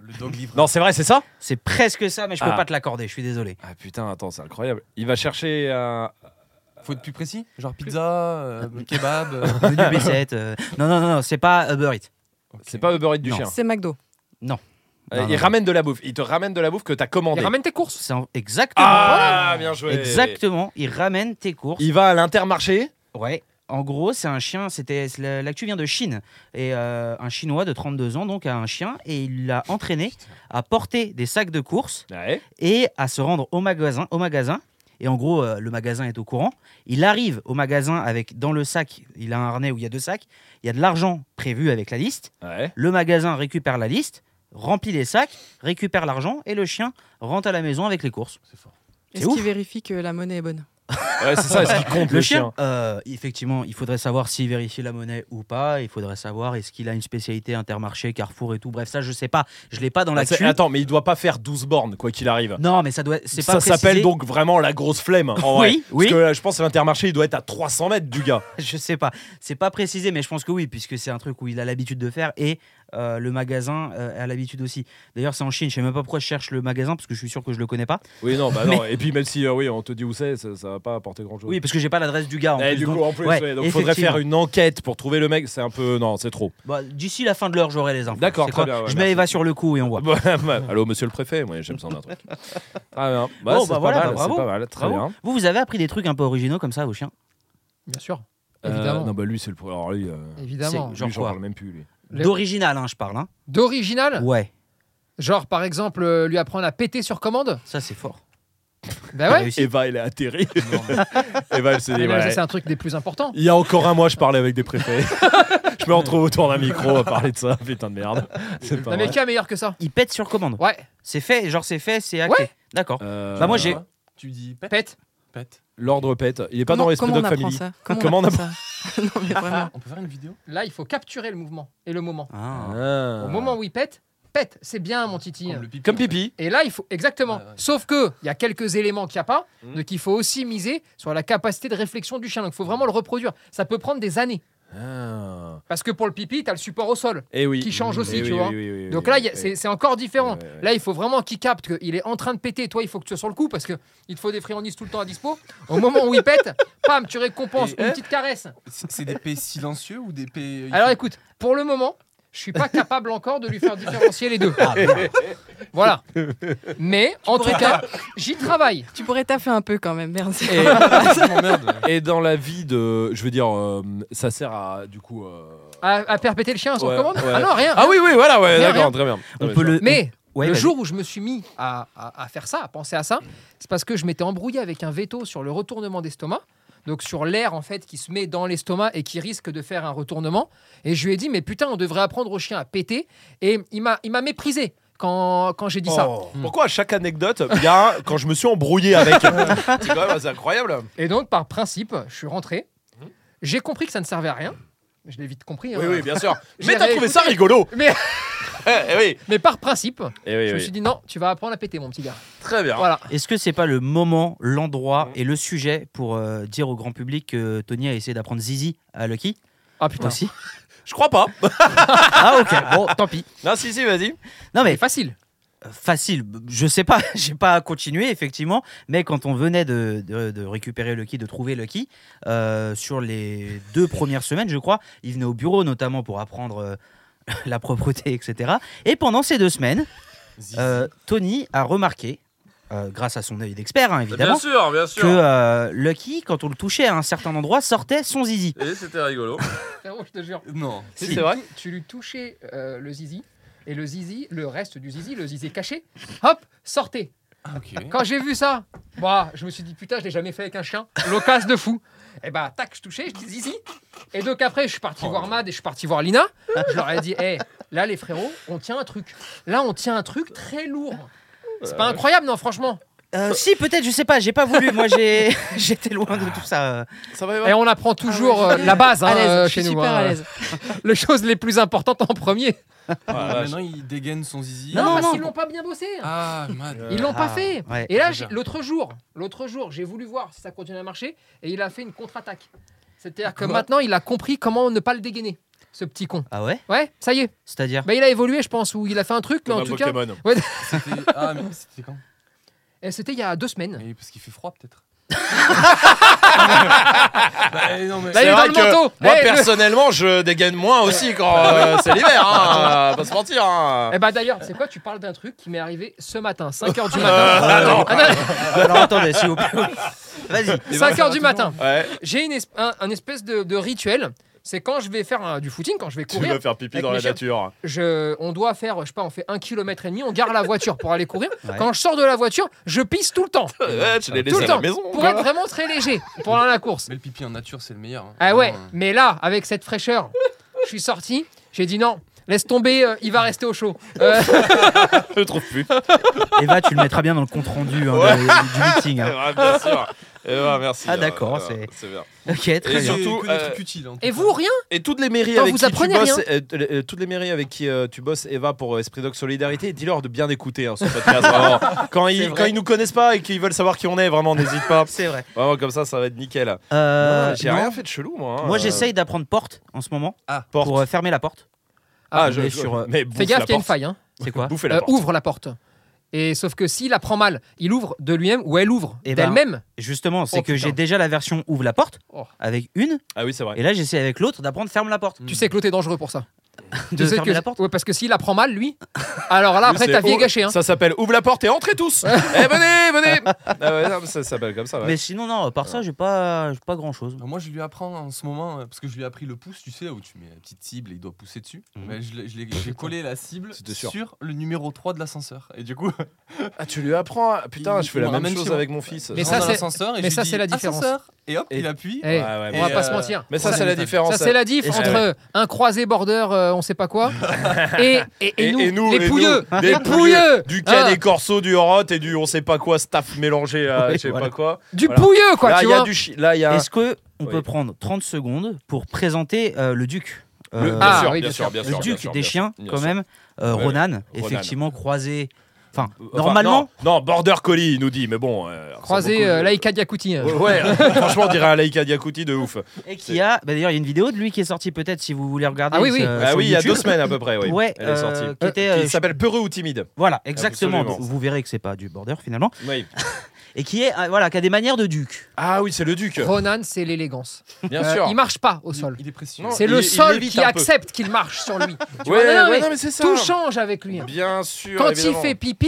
Speaker 1: Le dog livre.
Speaker 5: Non, c'est vrai, c'est ça
Speaker 6: C'est presque ça, mais je peux
Speaker 5: Ah.
Speaker 6: pas te l'accorder. Je suis désolé.
Speaker 5: Ah putain, attends, c'est incroyable. Il va chercher un.
Speaker 1: Faut être plus précis Genre pizza, euh, kebab. euh,
Speaker 6: Menu B7. euh, Non, non, non, non, c'est pas Uber Eats.
Speaker 5: C'est pas Uber Eats du
Speaker 6: Non.
Speaker 5: chien.
Speaker 9: C'est McDo.
Speaker 5: Euh,
Speaker 6: Non,
Speaker 5: il
Speaker 6: non.
Speaker 5: ramène de la bouffe. Il te ramène de la bouffe que t'as
Speaker 3: Et
Speaker 5: commandée.
Speaker 3: ramène tes courses.
Speaker 6: C'est en- exactement.
Speaker 5: Ah, bien joué.
Speaker 6: Exactement, il ramène tes courses.
Speaker 5: Il va à l'intermarché.
Speaker 6: Ouais. En gros, c'est un chien, c'était la- l'actu vient de Chine. Et euh, un Chinois de 32 ans donc a un chien et il l'a entraîné à porter des sacs de courses
Speaker 5: Ouais.
Speaker 6: et à se rendre au magasin. Au magasin. Et en gros, euh, le magasin est au courant. Il arrive au magasin avec dans le sac, il a un harnais où il y a deux sacs, il y a de l'argent prévu avec la liste.
Speaker 5: Ouais.
Speaker 6: Le magasin récupère la liste, remplit les sacs, récupère l'argent et le chien rentre à la maison avec les courses. C'est
Speaker 9: Est-ce
Speaker 6: ouf.
Speaker 9: qu'ils vérifient que la monnaie est bonne
Speaker 5: Ouais, c'est ça, ce qui compte le, chien.
Speaker 6: euh, effectivement, il faudrait savoir s'il vérifie la monnaie ou pas. Il faudrait savoir est-ce qu'il a une spécialité Intermarché, Carrefour et tout. Bref, ça, je sais pas. Je l'ai pas dans la
Speaker 5: Ah, c'est- Attends, mais il doit pas faire 12 bornes, quoi qu'il arrive.
Speaker 6: Non, mais ça doit. C'est pas
Speaker 5: Ça s'appelle
Speaker 6: précisé.
Speaker 5: donc vraiment la grosse flemme. En vrai.
Speaker 6: Oui,
Speaker 5: Parce
Speaker 6: oui.
Speaker 5: que là, je pense que l'intermarché, il doit être à 300 mètres du gars.
Speaker 6: Je sais pas. C'est pas précisé, mais je pense que oui, puisque c'est un truc où il a l'habitude de faire et euh, le magasin euh, a l'habitude aussi. D'ailleurs, c'est en Chine. Je sais même pas pourquoi je cherche le magasin parce que je suis sûr que je le connais pas.
Speaker 5: Oui, non, bah non. Et puis, même si euh, oui, on te dit où c'est, ça, ça va pas apporter grand chose.
Speaker 6: Oui, parce que j'ai pas l'adresse du gars. en
Speaker 5: Eh,
Speaker 6: plus,
Speaker 5: du
Speaker 6: donc-
Speaker 5: coup, en plus,
Speaker 6: ouais,
Speaker 5: ouais, donc faudrait
Speaker 6: effectivement.
Speaker 5: faire une enquête pour trouver le mec. C'est un peu. Non, c'est trop.
Speaker 6: Bah, D'ici la fin de l'heure, j'aurai les infos.
Speaker 5: D'accord,
Speaker 6: C'est
Speaker 5: très
Speaker 6: quoi
Speaker 5: bien, ouais,
Speaker 6: je
Speaker 5: merci.
Speaker 6: mets Eva sur le coup et on voit.
Speaker 5: Bah, bah, Allô, monsieur le préfet, moi j'ai besoin d'un truc. Ah, bien.
Speaker 6: Bon,
Speaker 5: c'est
Speaker 6: bah
Speaker 5: pas
Speaker 6: voilà,
Speaker 5: mal,
Speaker 6: bah,
Speaker 5: c'est
Speaker 6: bravo.
Speaker 5: pas mal, très
Speaker 6: Bravo.
Speaker 5: bien.
Speaker 6: Vous, vous avez appris des trucs un peu originaux comme ça aux chiens
Speaker 3: Bien sûr.
Speaker 5: Euh,
Speaker 3: Évidemment.
Speaker 5: non, bah lui, c'est le. Alors lui, euh,
Speaker 3: Évidemment.
Speaker 6: c'est-
Speaker 5: lui
Speaker 6: Genre
Speaker 5: j'en
Speaker 6: quoi
Speaker 5: parle même plus, lui.
Speaker 3: Les-
Speaker 6: D'original, hein, je parle. hein.
Speaker 3: D'original
Speaker 6: Ouais,
Speaker 3: Genre, par exemple, euh, lui apprendre à péter sur commande
Speaker 6: ça c'est fort.
Speaker 3: Bah ouais. Ah,
Speaker 6: Réussi.
Speaker 5: Eva, elle est atterrie. Eva, elle s'est dit,
Speaker 3: Mais ça,
Speaker 5: ouais.
Speaker 3: c'est un truc des plus importants.
Speaker 5: Il y a encore un mois, je parlais avec des préfets. je me retrouve autour d'un micro à parler de ça. Putain de merde. C'est pas
Speaker 3: Non, mais
Speaker 5: vrai.
Speaker 3: qui a meilleur que ça
Speaker 6: Il pète sur commande.
Speaker 3: Ouais,
Speaker 6: C'est fait, genre c'est fait, c'est acté.
Speaker 3: Ouais.
Speaker 6: D'accord.
Speaker 4: Euh,
Speaker 6: Bah moi j'ai.
Speaker 1: Tu dis pète,
Speaker 3: pète.
Speaker 1: pète.
Speaker 5: L'ordre pète. Il est pas dans les
Speaker 9: comment
Speaker 5: Dog
Speaker 9: on apprend
Speaker 5: Family.
Speaker 9: ça Comment,
Speaker 5: Comment on
Speaker 9: on apprend ça Non, mais vraiment.
Speaker 1: On peut faire une vidéo
Speaker 3: Là, il faut capturer le mouvement et le moment.
Speaker 6: Ah.
Speaker 5: Ah.
Speaker 3: Au moment où il pète, pète. C'est bien, mon titi.
Speaker 1: le pipi.
Speaker 5: Comme pipi.
Speaker 3: Et là, il faut exactement.
Speaker 1: Ouais, ouais.
Speaker 3: Sauf que il y a quelques éléments qu'il n'y a pas, donc il faut aussi miser sur la capacité de réflexion du chien. Donc il faut vraiment le reproduire. Ça peut prendre des années, parce que pour le pipi, tu as le support au sol.
Speaker 5: Et oui.
Speaker 3: Qui change aussi,
Speaker 5: Ah. Eh
Speaker 3: tu
Speaker 5: oui,
Speaker 3: vois.
Speaker 5: oui, oui, oui, oui,
Speaker 3: Donc là, il y a-
Speaker 5: oui.
Speaker 3: c'est c'est encore différent.
Speaker 5: Ouais, ouais, ouais.
Speaker 3: Là, il faut vraiment qu'il capte qu'il est en train de péter. Toi, il faut que tu sois sur le coup parce que il te faut des friandises tout le temps à dispo. Au moment où il pète, pam, tu récompenses
Speaker 1: Et,
Speaker 3: une
Speaker 1: eh
Speaker 3: petite caresse.
Speaker 1: C'est c'est des P silencieux ou des euh, P.
Speaker 3: Alors écoute, pour le moment, je suis pas capable encore de lui faire différencier les deux. voilà. Mais en tout cas, j'y travaille.
Speaker 9: Tu pourrais taffer un peu quand même, merci.
Speaker 5: Et,
Speaker 1: je m'emmerde.
Speaker 5: et dans la vie de. Je veux dire, euh, ça sert à. Du coup. euh,
Speaker 3: À, à perpéter le chien sans
Speaker 5: Ouais,
Speaker 3: commande
Speaker 5: ouais.
Speaker 3: Ah non, rien.
Speaker 5: Ah oui, oui, voilà, ouais,
Speaker 3: Rien, rien.
Speaker 5: d'accord, très bien.
Speaker 6: On
Speaker 5: Ouais,
Speaker 6: peut
Speaker 5: ça
Speaker 6: le.
Speaker 3: Mais
Speaker 6: Ouais,
Speaker 3: le
Speaker 6: vas-y.
Speaker 3: jour où je me suis mis à, à- à faire ça, à penser à ça, c'est parce que je m'étais embrouillé avec un veto sur le retournement d'estomac. Donc sur l'air en fait qui se met dans l'estomac et qui risque de faire un retournement. Et je lui ai dit mais putain on devrait apprendre au chien à péter. Et il m'a il m'a méprisé quand, quand j'ai dit ça.
Speaker 5: Oh. Pourquoi à chaque anecdote, il y a un, quand je me suis embrouillé avec. c'est quand même assez incroyable.
Speaker 3: Et donc par principe je suis rentré. J'ai compris que ça ne servait à rien. Je l'ai vite compris. hein.
Speaker 5: Oui, oui, bien sûr.
Speaker 3: J'ai
Speaker 5: Mais t'as trouvé
Speaker 3: réécouté.
Speaker 5: ça rigolo.
Speaker 3: Mais-
Speaker 5: Eh, eh oui.
Speaker 3: Mais par principe,
Speaker 5: Eh
Speaker 3: je
Speaker 5: oui,
Speaker 3: me
Speaker 5: oui.
Speaker 3: suis dit non tu vas apprendre à péter mon petit gars.
Speaker 5: Très bien.
Speaker 3: Voilà.
Speaker 6: Est-ce que c'est pas le moment, l'endroit et le sujet pour euh, dire au grand public que Tony a essayé d'apprendre Zizi à Lucky
Speaker 3: Ah putain.
Speaker 6: aussi
Speaker 5: Je crois pas.
Speaker 6: Ah ok, bon tant pis.
Speaker 5: Non, si, si, vas-y.
Speaker 6: Non mais
Speaker 3: C'est facile.
Speaker 6: facile, je sais pas, j'ai pas continué effectivement, mais quand on venait de, de, de récupérer Lucky, de trouver Lucky, euh, sur les deux premières semaines, je crois, il venait au bureau notamment pour apprendre euh, la propreté, etc. Et pendant ces deux semaines, euh, Tony a remarqué, euh, grâce à son œil d'expert hein, évidemment,
Speaker 4: sûr, bien
Speaker 6: que euh, Lucky, quand on le touchait à un certain endroit, sortait son zizi.
Speaker 4: Et c'était rigolo.
Speaker 3: Frérot, je te jure.
Speaker 1: Non.
Speaker 3: Tu
Speaker 6: Si.
Speaker 3: lui
Speaker 5: C'est vrai.
Speaker 3: tou- Tu lui touchais euh, le zizi et le zizi, le reste du zizi, le zizi caché, hop, sortez.
Speaker 1: Ah, ok.
Speaker 3: Quand j'ai vu ça, bah, je me suis dit putain, je l'ai jamais fait avec un chien, l'occasion de fou. Et bah, tac, je touchais, je dis zizi. Et donc après, je suis
Speaker 6: Oh
Speaker 3: parti voir Mad et je suis parti voir Lina. Je leur ai dit, hé, là les frérots, on tient un truc. Là, on tient un truc très lourd. C'est pas incroyable, non, franchement.
Speaker 6: Euh, si, peut-être, je sais pas, j'ai pas voulu, moi j'ai- j'étais loin de tout ça. euh.
Speaker 5: Ça va,
Speaker 3: Et on apprend toujours
Speaker 9: Ah ouais,
Speaker 3: euh, la base
Speaker 9: à
Speaker 3: hein,
Speaker 9: l'aise,
Speaker 3: euh,
Speaker 9: je
Speaker 3: chez
Speaker 9: suis
Speaker 3: nous.
Speaker 9: super
Speaker 3: hein.
Speaker 9: à l'aise.
Speaker 3: Les choses les plus importantes en premier.
Speaker 5: Ah,
Speaker 1: Donc, maintenant, il dégaine son zizi.
Speaker 6: Non,
Speaker 3: parce
Speaker 6: non.
Speaker 3: qu'ils l'ont pas bien bossé. hein.
Speaker 1: Ah, mad.
Speaker 3: Ils l'ont pas
Speaker 6: Ah,
Speaker 3: fait.
Speaker 6: ouais.
Speaker 3: Et là,
Speaker 1: Déjà.
Speaker 3: j'ai- l'autre jour, l'autre jour, j'ai voulu voir si ça continuait à marcher et il a fait une contre-attaque. C'est-à-dire que maintenant, il a compris comment ne pas le dégainer, ce petit con.
Speaker 6: Ah ouais
Speaker 3: Ouais, ça y est.
Speaker 6: C'est-à-dire
Speaker 3: Bah, il a évolué, je pense, ou il a fait un truc, mais en tout cas.
Speaker 1: C'était- Ah, mais c'était quand
Speaker 3: Et C'était il y a deux semaines.
Speaker 1: Mais Parce qu'il fait froid, peut-être. Bah, non, mais-
Speaker 3: Là, il est dans
Speaker 5: vrai
Speaker 3: le
Speaker 5: que
Speaker 3: manteau.
Speaker 5: Moi,
Speaker 3: Eh,
Speaker 5: personnellement, je dégaine moins aussi quand euh, c'est l'hiver. Hein, euh, pas se mentir. Hein.
Speaker 3: Eh bah d'ailleurs, c'est quoi Tu parles d'un truc qui m'est arrivé ce matin, 5h du matin.
Speaker 5: non.
Speaker 3: Ah, non,
Speaker 6: Euh, Alors attendez, s'il vous plaît. Vas-y.
Speaker 3: 5 heures du matin.
Speaker 5: Ouais,
Speaker 3: J'ai une es- un, un espèce de, de rituel. C'est quand je vais faire un- du footing, quand je vais
Speaker 5: tu
Speaker 3: courir,
Speaker 5: vas faire pipi
Speaker 3: Avec
Speaker 5: dans la
Speaker 3: Michel.
Speaker 5: nature.
Speaker 3: je, on doit faire, je sais pas, on fait un kilomètre et demi, on gare la voiture pour aller courir.
Speaker 6: Ouais.
Speaker 3: Quand je sors de la voiture, je pisse tout le temps,
Speaker 5: Ouais, tu les
Speaker 3: Eh ben, tout le
Speaker 5: laisses à la
Speaker 3: temps,
Speaker 5: maison.
Speaker 3: pour
Speaker 5: quoi.
Speaker 3: être vraiment très léger pour aller à la course.
Speaker 1: Mais le pipi en nature, c'est le meilleur. hein.
Speaker 3: Ah ouais,
Speaker 5: Mm.
Speaker 1: Vraiment, hein.
Speaker 3: mais là, avec cette fraîcheur, je suis sorti, j'ai dit non, laisse tomber, euh, il va rester au chaud. Euh,
Speaker 5: Je le trouve plus.
Speaker 6: Eva, bah, tu le mettras bien dans le compte rendu hein,
Speaker 5: Ouais.
Speaker 6: de- du meeting. hein.
Speaker 5: Ouais, bien sûr. Eh ben, merci.
Speaker 6: Ah, d'accord,
Speaker 5: Euh,
Speaker 6: c'est-
Speaker 5: c'est bien.
Speaker 6: Ok,
Speaker 5: Et
Speaker 6: très bien.
Speaker 5: surtout,
Speaker 1: Que des
Speaker 5: euh,
Speaker 1: trucs utiles, en tout
Speaker 3: et
Speaker 1: cas.
Speaker 3: vous, rien
Speaker 5: Et toutes les mairies
Speaker 3: Putain,
Speaker 5: avec
Speaker 3: vous
Speaker 5: qui tu
Speaker 3: apprenez
Speaker 5: bosses,
Speaker 3: rien.
Speaker 5: euh, t- euh, toutes les mairies avec qui euh, tu bosses, Eva pour euh, Esprit Dog Solidarité, dis-leur de bien écouter hein, ce podcast. vraiment. quand ils quand ils nous connaissent pas et qu'ils veulent savoir qui on est, vraiment n'hésite pas.
Speaker 6: C'est vrai.
Speaker 5: Vraiment comme ça, ça va être nickel.
Speaker 6: Euh,
Speaker 5: J'ai
Speaker 6: non.
Speaker 5: rien fait de chelou moi. hein.
Speaker 6: Moi,
Speaker 5: Euh,
Speaker 6: j'essaye d'apprendre porte en ce moment
Speaker 5: porte.
Speaker 6: pour euh, fermer la porte.
Speaker 5: Ah,
Speaker 6: on
Speaker 5: je,
Speaker 6: est
Speaker 5: je-
Speaker 6: sur, euh,
Speaker 5: mais bouffe
Speaker 3: Fais gaffe,
Speaker 5: la
Speaker 3: il y a une
Speaker 5: porte.
Speaker 3: faille. hein.
Speaker 6: C'est quoi
Speaker 5: Bouffez la
Speaker 3: Euh,
Speaker 5: porte.
Speaker 3: ouvre la porte. Et sauf que s'il la prend mal, il ouvre de lui-même ou elle ouvre
Speaker 6: Eh ben.
Speaker 3: d'elle-même.
Speaker 6: Justement, c'est
Speaker 3: Oh,
Speaker 6: que
Speaker 3: putain.
Speaker 6: j'ai déjà la version ouvre la porte
Speaker 3: Oh.
Speaker 6: avec une,
Speaker 5: Ah oui, c'est vrai.
Speaker 6: et là, j'essaie avec l'autre d'apprendre ferme la porte.
Speaker 5: mm. Hmm.
Speaker 3: Tu sais que l'autre est dangereux pour ça.
Speaker 6: de
Speaker 3: Tu sais
Speaker 6: fermer
Speaker 3: que-
Speaker 6: la porte
Speaker 3: ouais, parce que s'il apprend mal, lui, alors là,
Speaker 5: Lui,
Speaker 3: après,
Speaker 5: c'est-
Speaker 3: ta vie
Speaker 5: oh,
Speaker 3: est gâchée. hein.
Speaker 5: Ça s'appelle Ouvre la porte et entrez tous Eh, venez, venez Ah ouais, non, mais Ça s'appelle comme ça, ouais.
Speaker 6: Mais sinon, non, par ça, j'ai pas, j'ai pas grand chose.
Speaker 1: Alors Bah, moi, je lui apprends en ce moment, euh, parce que je lui ai appris le pouce, tu sais, où tu mets la petite cible et il doit pousser dessus.
Speaker 6: Mhm.
Speaker 1: Mais je l'ai- je l'ai- j'ai collé la cible
Speaker 5: C'était sûr.
Speaker 1: sur le numéro 3 de l'ascenseur. Et du coup,
Speaker 5: Ah, tu lui apprends ah, Putain,
Speaker 1: Il-
Speaker 5: je fais
Speaker 1: il
Speaker 5: la
Speaker 1: me
Speaker 5: même
Speaker 1: ramène
Speaker 5: chose hein.
Speaker 1: chez moi.
Speaker 5: avec mon fils.
Speaker 3: Mais
Speaker 1: je
Speaker 3: ça,
Speaker 1: rentre dans
Speaker 3: c'est-
Speaker 1: l'ascenseur et
Speaker 3: mais
Speaker 1: je
Speaker 3: ça,
Speaker 1: lui
Speaker 3: c'est
Speaker 1: dis,
Speaker 3: la différence.
Speaker 1: Ascenseur Et hop,
Speaker 5: Et-
Speaker 1: il appuie.
Speaker 3: Eh,
Speaker 5: Ouais, ouais,
Speaker 3: on
Speaker 5: mais,
Speaker 3: va pas
Speaker 1: euh,
Speaker 3: se mentir.
Speaker 5: Mais ça,
Speaker 3: Ça,
Speaker 5: c'est la différence. hein.
Speaker 3: Ça, c'est la diff
Speaker 6: Et-
Speaker 3: entre un croisé border, euh, on sait pas quoi, et, et, et nous, les
Speaker 5: et
Speaker 3: pouilleux. Ah,
Speaker 5: nous,
Speaker 3: les
Speaker 5: les
Speaker 3: pouilleux.
Speaker 5: Du
Speaker 3: Hein,
Speaker 5: Canet Corso, du Horot et du on sait pas quoi, staff mélangé à
Speaker 6: Oui,
Speaker 5: je sais
Speaker 6: voilà.
Speaker 5: pas quoi.
Speaker 3: du
Speaker 5: Voilà.
Speaker 3: pouilleux, quoi,
Speaker 5: là,
Speaker 3: tu
Speaker 5: il y a
Speaker 3: vois.
Speaker 5: du chi- Là, il y a.
Speaker 6: Est-ce que on
Speaker 5: Oui.
Speaker 6: peut prendre 30 secondes pour présenter euh, le duc
Speaker 5: Le-
Speaker 6: Euh,
Speaker 5: Bien
Speaker 3: Ah,
Speaker 5: sûr,
Speaker 3: oui,
Speaker 5: bien
Speaker 3: bien
Speaker 5: sûr, bien
Speaker 6: le
Speaker 5: sûr. bien
Speaker 6: duc
Speaker 5: sûr,
Speaker 6: des
Speaker 5: bien sûr.
Speaker 6: chiens,
Speaker 5: bien
Speaker 6: quand
Speaker 5: sûr.
Speaker 6: même. Euh,
Speaker 5: Ouais,
Speaker 6: Ronan, effectivement, croisé. Enfin, normalement,
Speaker 5: non, non, Border Collie, il nous dit, mais bon. euh,
Speaker 3: Croisé
Speaker 5: ressemble
Speaker 3: euh,
Speaker 5: beaucoup-
Speaker 3: Laïka Diakouti. hein.
Speaker 5: Ouais, ouais, franchement, on dirait un Laïka Diakouti de ouf.
Speaker 6: et qui a. bah, D'ailleurs, il y a une vidéo de lui qui est sortie, peut-être, si vous voulez regarder.
Speaker 3: Ah oui, oui.
Speaker 6: euh,
Speaker 5: ah
Speaker 6: sur
Speaker 5: oui, il y a
Speaker 6: YouTube.
Speaker 5: deux semaines à peu près, oui.
Speaker 6: Ouais,
Speaker 5: elle est
Speaker 6: euh,
Speaker 5: sortie.
Speaker 6: qui était, euh,
Speaker 5: Qui s'appelle Peureux ou Timide.
Speaker 6: Voilà, exactement.
Speaker 5: Absolument.
Speaker 6: Donc, vous verrez que c'est pas du border finalement,
Speaker 5: Oui.
Speaker 6: et qui est euh, voilà, qui a des manières de duc.
Speaker 5: Ah oui, c'est le duc.
Speaker 3: Ronan, c'est l'élégance.
Speaker 5: Bien
Speaker 3: Euh,
Speaker 5: sûr.
Speaker 3: Il marche pas au
Speaker 1: Il-
Speaker 3: sol.
Speaker 1: Il, est précieux.
Speaker 5: Non,
Speaker 3: C'est
Speaker 5: il-
Speaker 3: le
Speaker 5: il
Speaker 3: sol
Speaker 5: évite
Speaker 3: qui
Speaker 5: un peu.
Speaker 3: accepte qu'il marche sur lui. Tu vois,
Speaker 5: Ouais,
Speaker 3: non, non,
Speaker 5: ouais,
Speaker 3: mais
Speaker 5: non, mais c'est ça.
Speaker 3: Tout change avec lui. hein.
Speaker 5: Bien sûr.
Speaker 3: Quand
Speaker 5: évidemment.
Speaker 3: il fait pipi,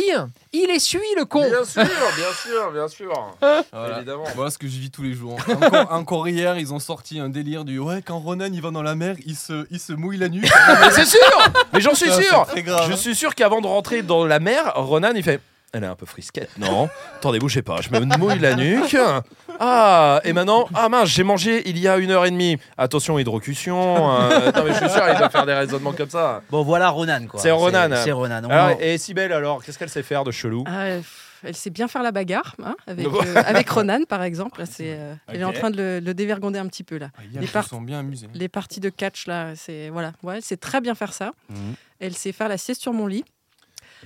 Speaker 3: il essuie le con.
Speaker 5: Bien sûr, bien sûr, bien sûr.
Speaker 1: Voilà.
Speaker 5: Évidemment.
Speaker 1: Voilà ce que je vis tous les jours. Encore, encore hier, ils ont sorti un délire du ouais, quand Ronan il va dans la mer, il se, il se mouille la nuque.
Speaker 5: Mais c'est sûr Mais j'en suis
Speaker 1: Ça,
Speaker 5: sûr
Speaker 1: Euh, c'est très grave.
Speaker 5: Je suis sûr qu'avant de rentrer dans la mer, Ronan il fait Elle est un peu frisquette, non Attendez, bougez pas, je me mouille la nuque. Ah, et maintenant, ah mince, j'ai mangé il y a une heure et demie. Attention, hydrocution. euh, non, mais je suis sûr, il va faire des raisonnements comme ça.
Speaker 6: Bon, voilà Ronan quoi.
Speaker 5: C'est Ronan.
Speaker 6: C'est Ronan. On
Speaker 5: Alors,
Speaker 6: en-
Speaker 5: et Sibelle, alors, qu'est-ce qu'elle sait faire de chelou
Speaker 9: Ah, euh, pff, elle sait bien faire la bagarre, hein, avec,
Speaker 5: Bon.
Speaker 9: euh, avec Ronan par exemple. Là, c'est, euh, Elle est en
Speaker 5: Ok.
Speaker 9: train de le, le dévergonder un petit peu là.
Speaker 1: Ah, hier,
Speaker 9: Les
Speaker 1: je me
Speaker 9: parcs.
Speaker 1: sens bien amusé.
Speaker 9: Les parties de catch là, c'est voilà, ouais, elle sait très bien faire ça.
Speaker 6: Mhm.
Speaker 9: Elle sait faire la sieste sur mon lit.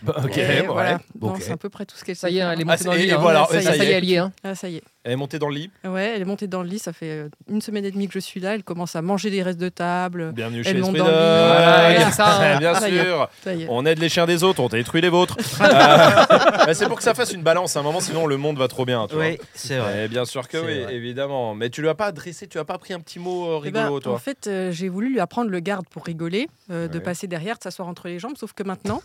Speaker 5: Bah, Ok,
Speaker 9: Et
Speaker 5: ouais.
Speaker 9: voilà. Non,
Speaker 5: Ok.
Speaker 9: c'est à peu près tout ce qu'elle sait.
Speaker 3: Ça y est,
Speaker 9: faire.
Speaker 3: elle est
Speaker 5: Ah,
Speaker 3: montée
Speaker 5: c'est-
Speaker 3: dans le
Speaker 5: et
Speaker 3: lit. hein.
Speaker 5: voilà,
Speaker 3: Ça y est, ça y est, elle y est. hein.
Speaker 9: Ah, ça y est.
Speaker 5: Elle est montée dans le lit.
Speaker 9: Ouais, elle est montée dans le lit. Ça fait euh, une semaine et demie que je suis là. Elle commence à manger les restes de table.
Speaker 5: Bienvenue
Speaker 9: Elle
Speaker 5: chez
Speaker 9: monte
Speaker 5: Esprit
Speaker 9: dans le lit.
Speaker 3: Voilà,
Speaker 5: Dog.
Speaker 3: c'est ça, hein.
Speaker 5: Ah, Bien
Speaker 9: Ah, Ça y est.
Speaker 5: sûr.
Speaker 9: Ça y est.
Speaker 5: On aide les chiens des autres, on détruit les vôtres. Euh, bah, c'est pour que ça fasse une balance à un moment, sinon le monde va trop bien. tu vois.
Speaker 6: Oui, c'est vrai.
Speaker 5: Eh bien sûr que
Speaker 6: C'est
Speaker 5: oui,
Speaker 6: vrai.
Speaker 5: évidemment. Mais tu lui as pas adressé, tu as pas pris un petit mot euh,
Speaker 9: Eh ben,
Speaker 5: rigolo,
Speaker 9: en
Speaker 5: toi.
Speaker 9: fait, euh, j'ai voulu lui apprendre le garde pour rigoler, euh, de
Speaker 5: Ouais.
Speaker 9: passer derrière, de s'asseoir entre les jambes, sauf que maintenant,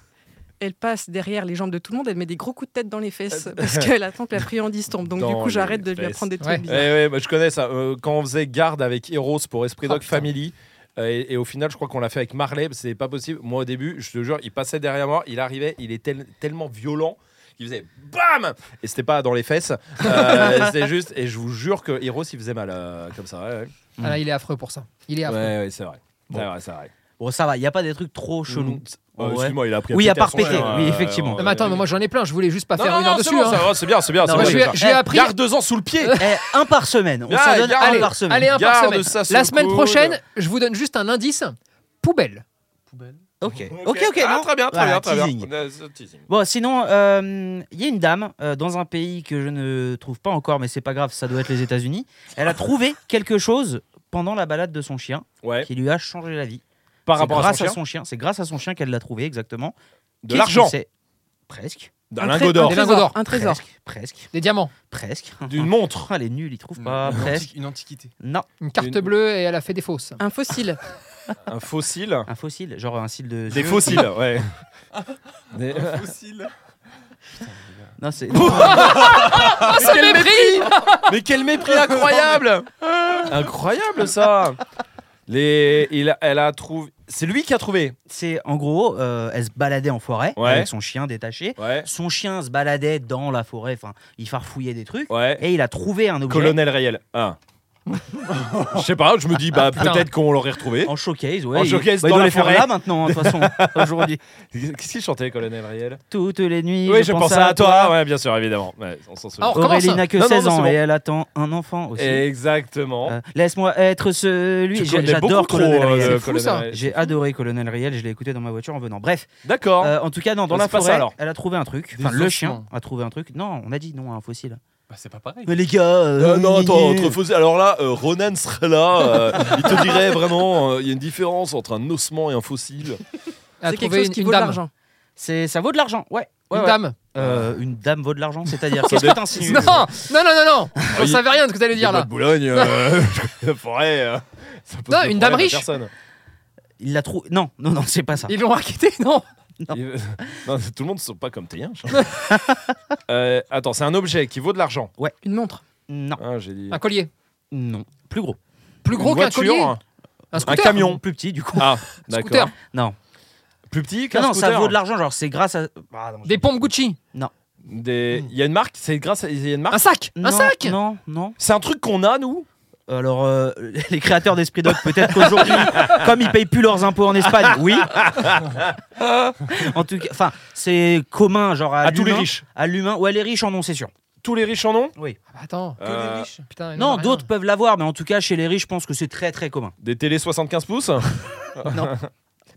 Speaker 9: elle passe derrière les jambes de tout le monde, elle met des gros coups de tête dans les fesses parce qu'elle attend que la friandise tombe. Donc du
Speaker 5: Dans
Speaker 9: coup, j'arrête de
Speaker 5: les
Speaker 9: lui
Speaker 5: fesses.
Speaker 9: apprendre des trucs
Speaker 3: Ouais.
Speaker 5: Eh
Speaker 9: bizarres.
Speaker 5: ouais, bah, je connais ça. Euh, quand on faisait garde avec Heroes pour Esprit
Speaker 3: Oh,
Speaker 5: Dog
Speaker 3: putain.
Speaker 5: Family. euh, Et, et au final, je crois qu'on l'a fait avec Marley, c'est pas possible. Moi, au début, je te jure, il passait derrière moi, il arrivait, il est tel- tellement violent qu'il faisait BAM Et c'était pas dans les fesses, euh, c'était juste. Et je vous jure que Heroes, il faisait mal euh, comme ça. Ouais, ouais.
Speaker 3: Ah là, il est affreux pour ça. Il est
Speaker 5: Ouais,
Speaker 3: affreux.
Speaker 5: ouais, c'est vrai.
Speaker 6: Bon. Oh,
Speaker 5: C'est vrai, c'est vrai.
Speaker 6: Bon, ça va. Il y a pas des trucs trop chelous.
Speaker 5: Euh,
Speaker 6: Ouais.
Speaker 5: Excuse-moi, il a appris
Speaker 6: Oui, à
Speaker 5: péter
Speaker 6: part
Speaker 5: son
Speaker 6: péter,
Speaker 5: chien,
Speaker 6: oui,
Speaker 5: euh,
Speaker 6: effectivement.
Speaker 5: euh,
Speaker 3: Non, mais attends, mais moi j'en ai plein, je voulais juste pas
Speaker 5: Non,
Speaker 3: faire
Speaker 5: non,
Speaker 3: une heure
Speaker 5: non,
Speaker 3: dessus.
Speaker 5: C'est bon,
Speaker 3: hein.
Speaker 5: ça va, c'est bien, c'est bien.
Speaker 6: Non,
Speaker 5: c'est
Speaker 6: mais
Speaker 5: bien,
Speaker 6: je
Speaker 5: c'est
Speaker 6: vais-
Speaker 5: bien.
Speaker 3: J'ai appris.
Speaker 5: Garde-en sous le pied.
Speaker 6: Eh, un par semaine. On
Speaker 5: Mm. Ah,
Speaker 6: s'en donne
Speaker 5: garde-
Speaker 6: un
Speaker 3: Allez,
Speaker 6: par semaine.
Speaker 3: Allez, un par
Speaker 5: Garde
Speaker 3: semaine.
Speaker 5: ça sous
Speaker 3: La
Speaker 5: le
Speaker 3: semaine
Speaker 5: coude.
Speaker 3: prochaine, je vous donne juste un indice poubelle.
Speaker 1: Poubelle.
Speaker 6: Ok, ok, ok.
Speaker 5: Ah,
Speaker 6: non.
Speaker 5: très bien, très
Speaker 6: Voilà,
Speaker 5: bien, très bien.
Speaker 6: teasing.
Speaker 5: Euh, c'est teasing.
Speaker 6: Bon, sinon, euh, il y a une dame euh, dans un pays que je ne trouve pas encore, mais c'est pas grave, ça doit être les États-Unis. Elle a trouvé quelque chose pendant la balade de son chien
Speaker 5: Ouais.
Speaker 6: qui lui a changé la vie.
Speaker 5: Par
Speaker 6: C'est
Speaker 5: rapport à
Speaker 6: grâce
Speaker 5: son chien,
Speaker 6: C'est grâce à son chien qu'elle l'a trouvé, exactement.
Speaker 5: de
Speaker 6: Qu'est-ce
Speaker 5: l'argent,
Speaker 6: que c'est Presque.
Speaker 5: d'un
Speaker 9: Un
Speaker 5: lingot
Speaker 9: tré-
Speaker 5: d'or,
Speaker 3: Des
Speaker 9: Un
Speaker 3: lingots d'or.
Speaker 9: trésor. Un trésor.
Speaker 6: Presque. Presque.
Speaker 3: Des diamants,
Speaker 6: Presque.
Speaker 5: d'une montre.
Speaker 6: Ah, elle est nulle, il trouve
Speaker 1: Une,
Speaker 5: Bah,
Speaker 6: pas.
Speaker 1: une
Speaker 6: Presque.
Speaker 1: antiqui- une antiquité.
Speaker 6: Non,
Speaker 3: une carte
Speaker 5: Une-
Speaker 3: bleue et elle a fait des fausses.
Speaker 9: Un fossile.
Speaker 5: Un fossile.
Speaker 6: un fossile, genre un cil de.
Speaker 5: Des fossiles, ouais. Des-
Speaker 1: Fossile.
Speaker 6: Non, c'est.
Speaker 3: Ah, ce mépris
Speaker 5: Mais quel mépris incroyable Incroyable ça Les... Il a- Elle a trouvé. C'est lui qui a trouvé.
Speaker 6: c'est en gros, euh, elle se baladait en forêt
Speaker 5: Ouais.
Speaker 6: avec son chien détaché.
Speaker 5: Ouais.
Speaker 6: Son chien se baladait dans la forêt, enfin, il farfouillait des trucs.
Speaker 5: Ouais.
Speaker 6: Et il a trouvé un objet
Speaker 5: Colonel Riel. Ah. Je sais pas, je me dis, bah peut-être qu'on l'aurait retrouvé.
Speaker 6: en showcase. Ouais,
Speaker 5: En
Speaker 6: il-
Speaker 5: showcase
Speaker 6: bah, il
Speaker 5: dans
Speaker 6: doit
Speaker 5: la
Speaker 6: les faire
Speaker 5: forêt.
Speaker 6: là maintenant, hein, de toute façon, aujourd'hui.
Speaker 5: Qu'est-ce qu'il chantait, Colonel Riel
Speaker 6: Toutes les nuits.
Speaker 5: Oui, je pense à toi, Oh, ouais, bien sûr, évidemment. Ouais, on s'en souvient.
Speaker 3: Alors, On recommence.
Speaker 6: Aurélie n'a que
Speaker 5: Non, non,
Speaker 6: 16
Speaker 5: non,
Speaker 6: ans
Speaker 5: c'est bon.
Speaker 6: et elle attend un enfant aussi.
Speaker 5: Exactement.
Speaker 6: Euh, Laisse-moi être celui.
Speaker 5: Tu
Speaker 6: J'ai-
Speaker 5: connais
Speaker 6: J'adore
Speaker 5: beaucoup
Speaker 6: Colonel
Speaker 5: trop, euh,
Speaker 6: Riel.
Speaker 5: le
Speaker 3: fou,
Speaker 5: Colonel
Speaker 3: ça.
Speaker 5: Riel.
Speaker 6: J'ai adoré Colonel Riel, je l'ai écouté dans ma voiture en venant. Bref,
Speaker 5: D'accord.
Speaker 6: euh, en tout cas, non, dans
Speaker 5: Non,
Speaker 6: la
Speaker 5: c'est pas ça,
Speaker 6: forêt,
Speaker 5: alors.
Speaker 6: elle a trouvé un truc.
Speaker 1: Des
Speaker 6: Enfin, le
Speaker 1: ossements.
Speaker 6: chien a trouvé un truc. Non, on a dit non à un fossile.
Speaker 1: Bah, c'est pas pareil.
Speaker 6: Mais les gars.
Speaker 5: Euh, non, attends, entre faux- alors là, euh, Ronan serait là, euh, il te dirait vraiment, euh, il y a une différence entre un ossement et un
Speaker 3: Elle
Speaker 5: fossile.
Speaker 3: a
Speaker 9: C'est quelque
Speaker 3: trouvé
Speaker 9: chose
Speaker 3: une,
Speaker 9: qui
Speaker 3: une
Speaker 9: vaut de
Speaker 3: dame.
Speaker 9: l'argent.
Speaker 6: C'est ça vaut de l'argent, ouais. ouais,
Speaker 3: une
Speaker 6: ouais.
Speaker 3: dame.
Speaker 6: Euh, une dame vaut de l'argent, c'est-à-dire qu'est-ce que t'insinues
Speaker 3: Non, non, non, non, non. Je
Speaker 5: il-
Speaker 3: savais rien de ce que t'allais
Speaker 5: Les
Speaker 3: dire
Speaker 5: bois
Speaker 3: là.
Speaker 5: de Boulogne, euh, la forêt, euh, ça pose
Speaker 3: Non,
Speaker 5: de
Speaker 3: une
Speaker 5: problème
Speaker 3: dame
Speaker 5: à
Speaker 3: riche.
Speaker 5: personne.
Speaker 6: Il l'a trouvé. Non, non, non, c'est pas ça.
Speaker 3: Ils l'ont raquetté, non
Speaker 5: Il- Non, tout le monde ne sont pas comme Théinche. euh, attends, c'est un objet qui vaut de l'argent.
Speaker 9: Une montre.
Speaker 6: Non,
Speaker 5: Hein, j'ai dit.
Speaker 3: Un collier.
Speaker 6: non. Plus gros.
Speaker 3: Plus gros
Speaker 5: Une
Speaker 3: qu'un
Speaker 5: voiture,
Speaker 3: collier. Un
Speaker 5: un
Speaker 3: scooter.
Speaker 5: camion.
Speaker 6: Plus petit, du coup.
Speaker 5: Ah,
Speaker 3: Scooter.
Speaker 5: d'accord.
Speaker 6: Non.
Speaker 5: Plus petit
Speaker 6: Non,
Speaker 5: qu'un
Speaker 6: non,
Speaker 5: scooter.
Speaker 6: ça vaut de l'argent. Genre, c'est grâce à. Ah, non,
Speaker 3: Des pompes Gucci.
Speaker 5: Des- Il y a une marque. C'est grâce. à- Il y a une marque.
Speaker 3: Un sac.
Speaker 6: Non,
Speaker 3: un sac.
Speaker 6: Non, non.
Speaker 5: C'est un truc qu'on a nous.
Speaker 6: Alors, euh, les créateurs d'Esprit Dog, peut-être qu'aujourd'hui, comme ils payent plus leurs impôts en Espagne, oui. en tout cas, enfin, c'est commun, genre à,
Speaker 3: Ah,
Speaker 5: À tous les
Speaker 6: l'humain-
Speaker 5: riches.
Speaker 6: À l'humain, ouais, les riches en ont, c'est sûr.
Speaker 5: Tous les riches en ont.
Speaker 3: Ah bah attends.
Speaker 5: Que les Euh, riches.
Speaker 3: Putain, il en
Speaker 6: Non,
Speaker 3: a rien.
Speaker 6: d'autres peuvent l'avoir, mais en tout cas, chez les riches, je pense que c'est très très commun.
Speaker 5: Des télé 75 pouces.
Speaker 6: Ah,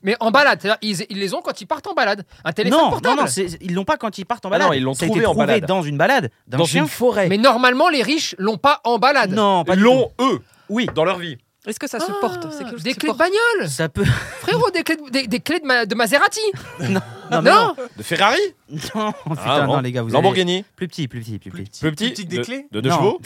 Speaker 3: Mais en balade, c'est-à-dire, ils, ils les ont quand ils partent en balade. Un téléphone
Speaker 6: non,
Speaker 3: portable.
Speaker 6: non, non, c'est- ils l'ont pas quand ils partent en
Speaker 5: Ah non,
Speaker 6: balade.
Speaker 5: ils l'ont
Speaker 6: Ça a été
Speaker 5: trouvé en balade.
Speaker 6: dans une balade, d'un
Speaker 5: dans
Speaker 6: chien.
Speaker 5: une forêt.
Speaker 3: Mais normalement, les riches l'ont pas en balade.
Speaker 6: Non, pas du
Speaker 5: L'ont eux.
Speaker 6: Oui.
Speaker 5: Dans leur vie.
Speaker 9: Est-ce que ça
Speaker 3: Ah,
Speaker 9: se porte C'est quelque chose
Speaker 3: des
Speaker 9: qui
Speaker 3: clés
Speaker 9: se
Speaker 3: de
Speaker 9: porte.
Speaker 6: tout.
Speaker 3: bagnole.
Speaker 6: Ça peut.
Speaker 3: Frérot, des clés de, des, des clés de, ma- de Maserati.
Speaker 6: Non, mais non,
Speaker 3: non,
Speaker 5: De Ferrari.
Speaker 6: non, putain,
Speaker 5: Ah, bon.
Speaker 6: non, les gars, vous avez
Speaker 5: Lamborghini.
Speaker 6: plus petit, plus petit, plus petit.
Speaker 5: Plus petit.
Speaker 1: Plus petit que des
Speaker 5: de-
Speaker 1: clés
Speaker 5: De deux
Speaker 6: Non.
Speaker 5: chevaux.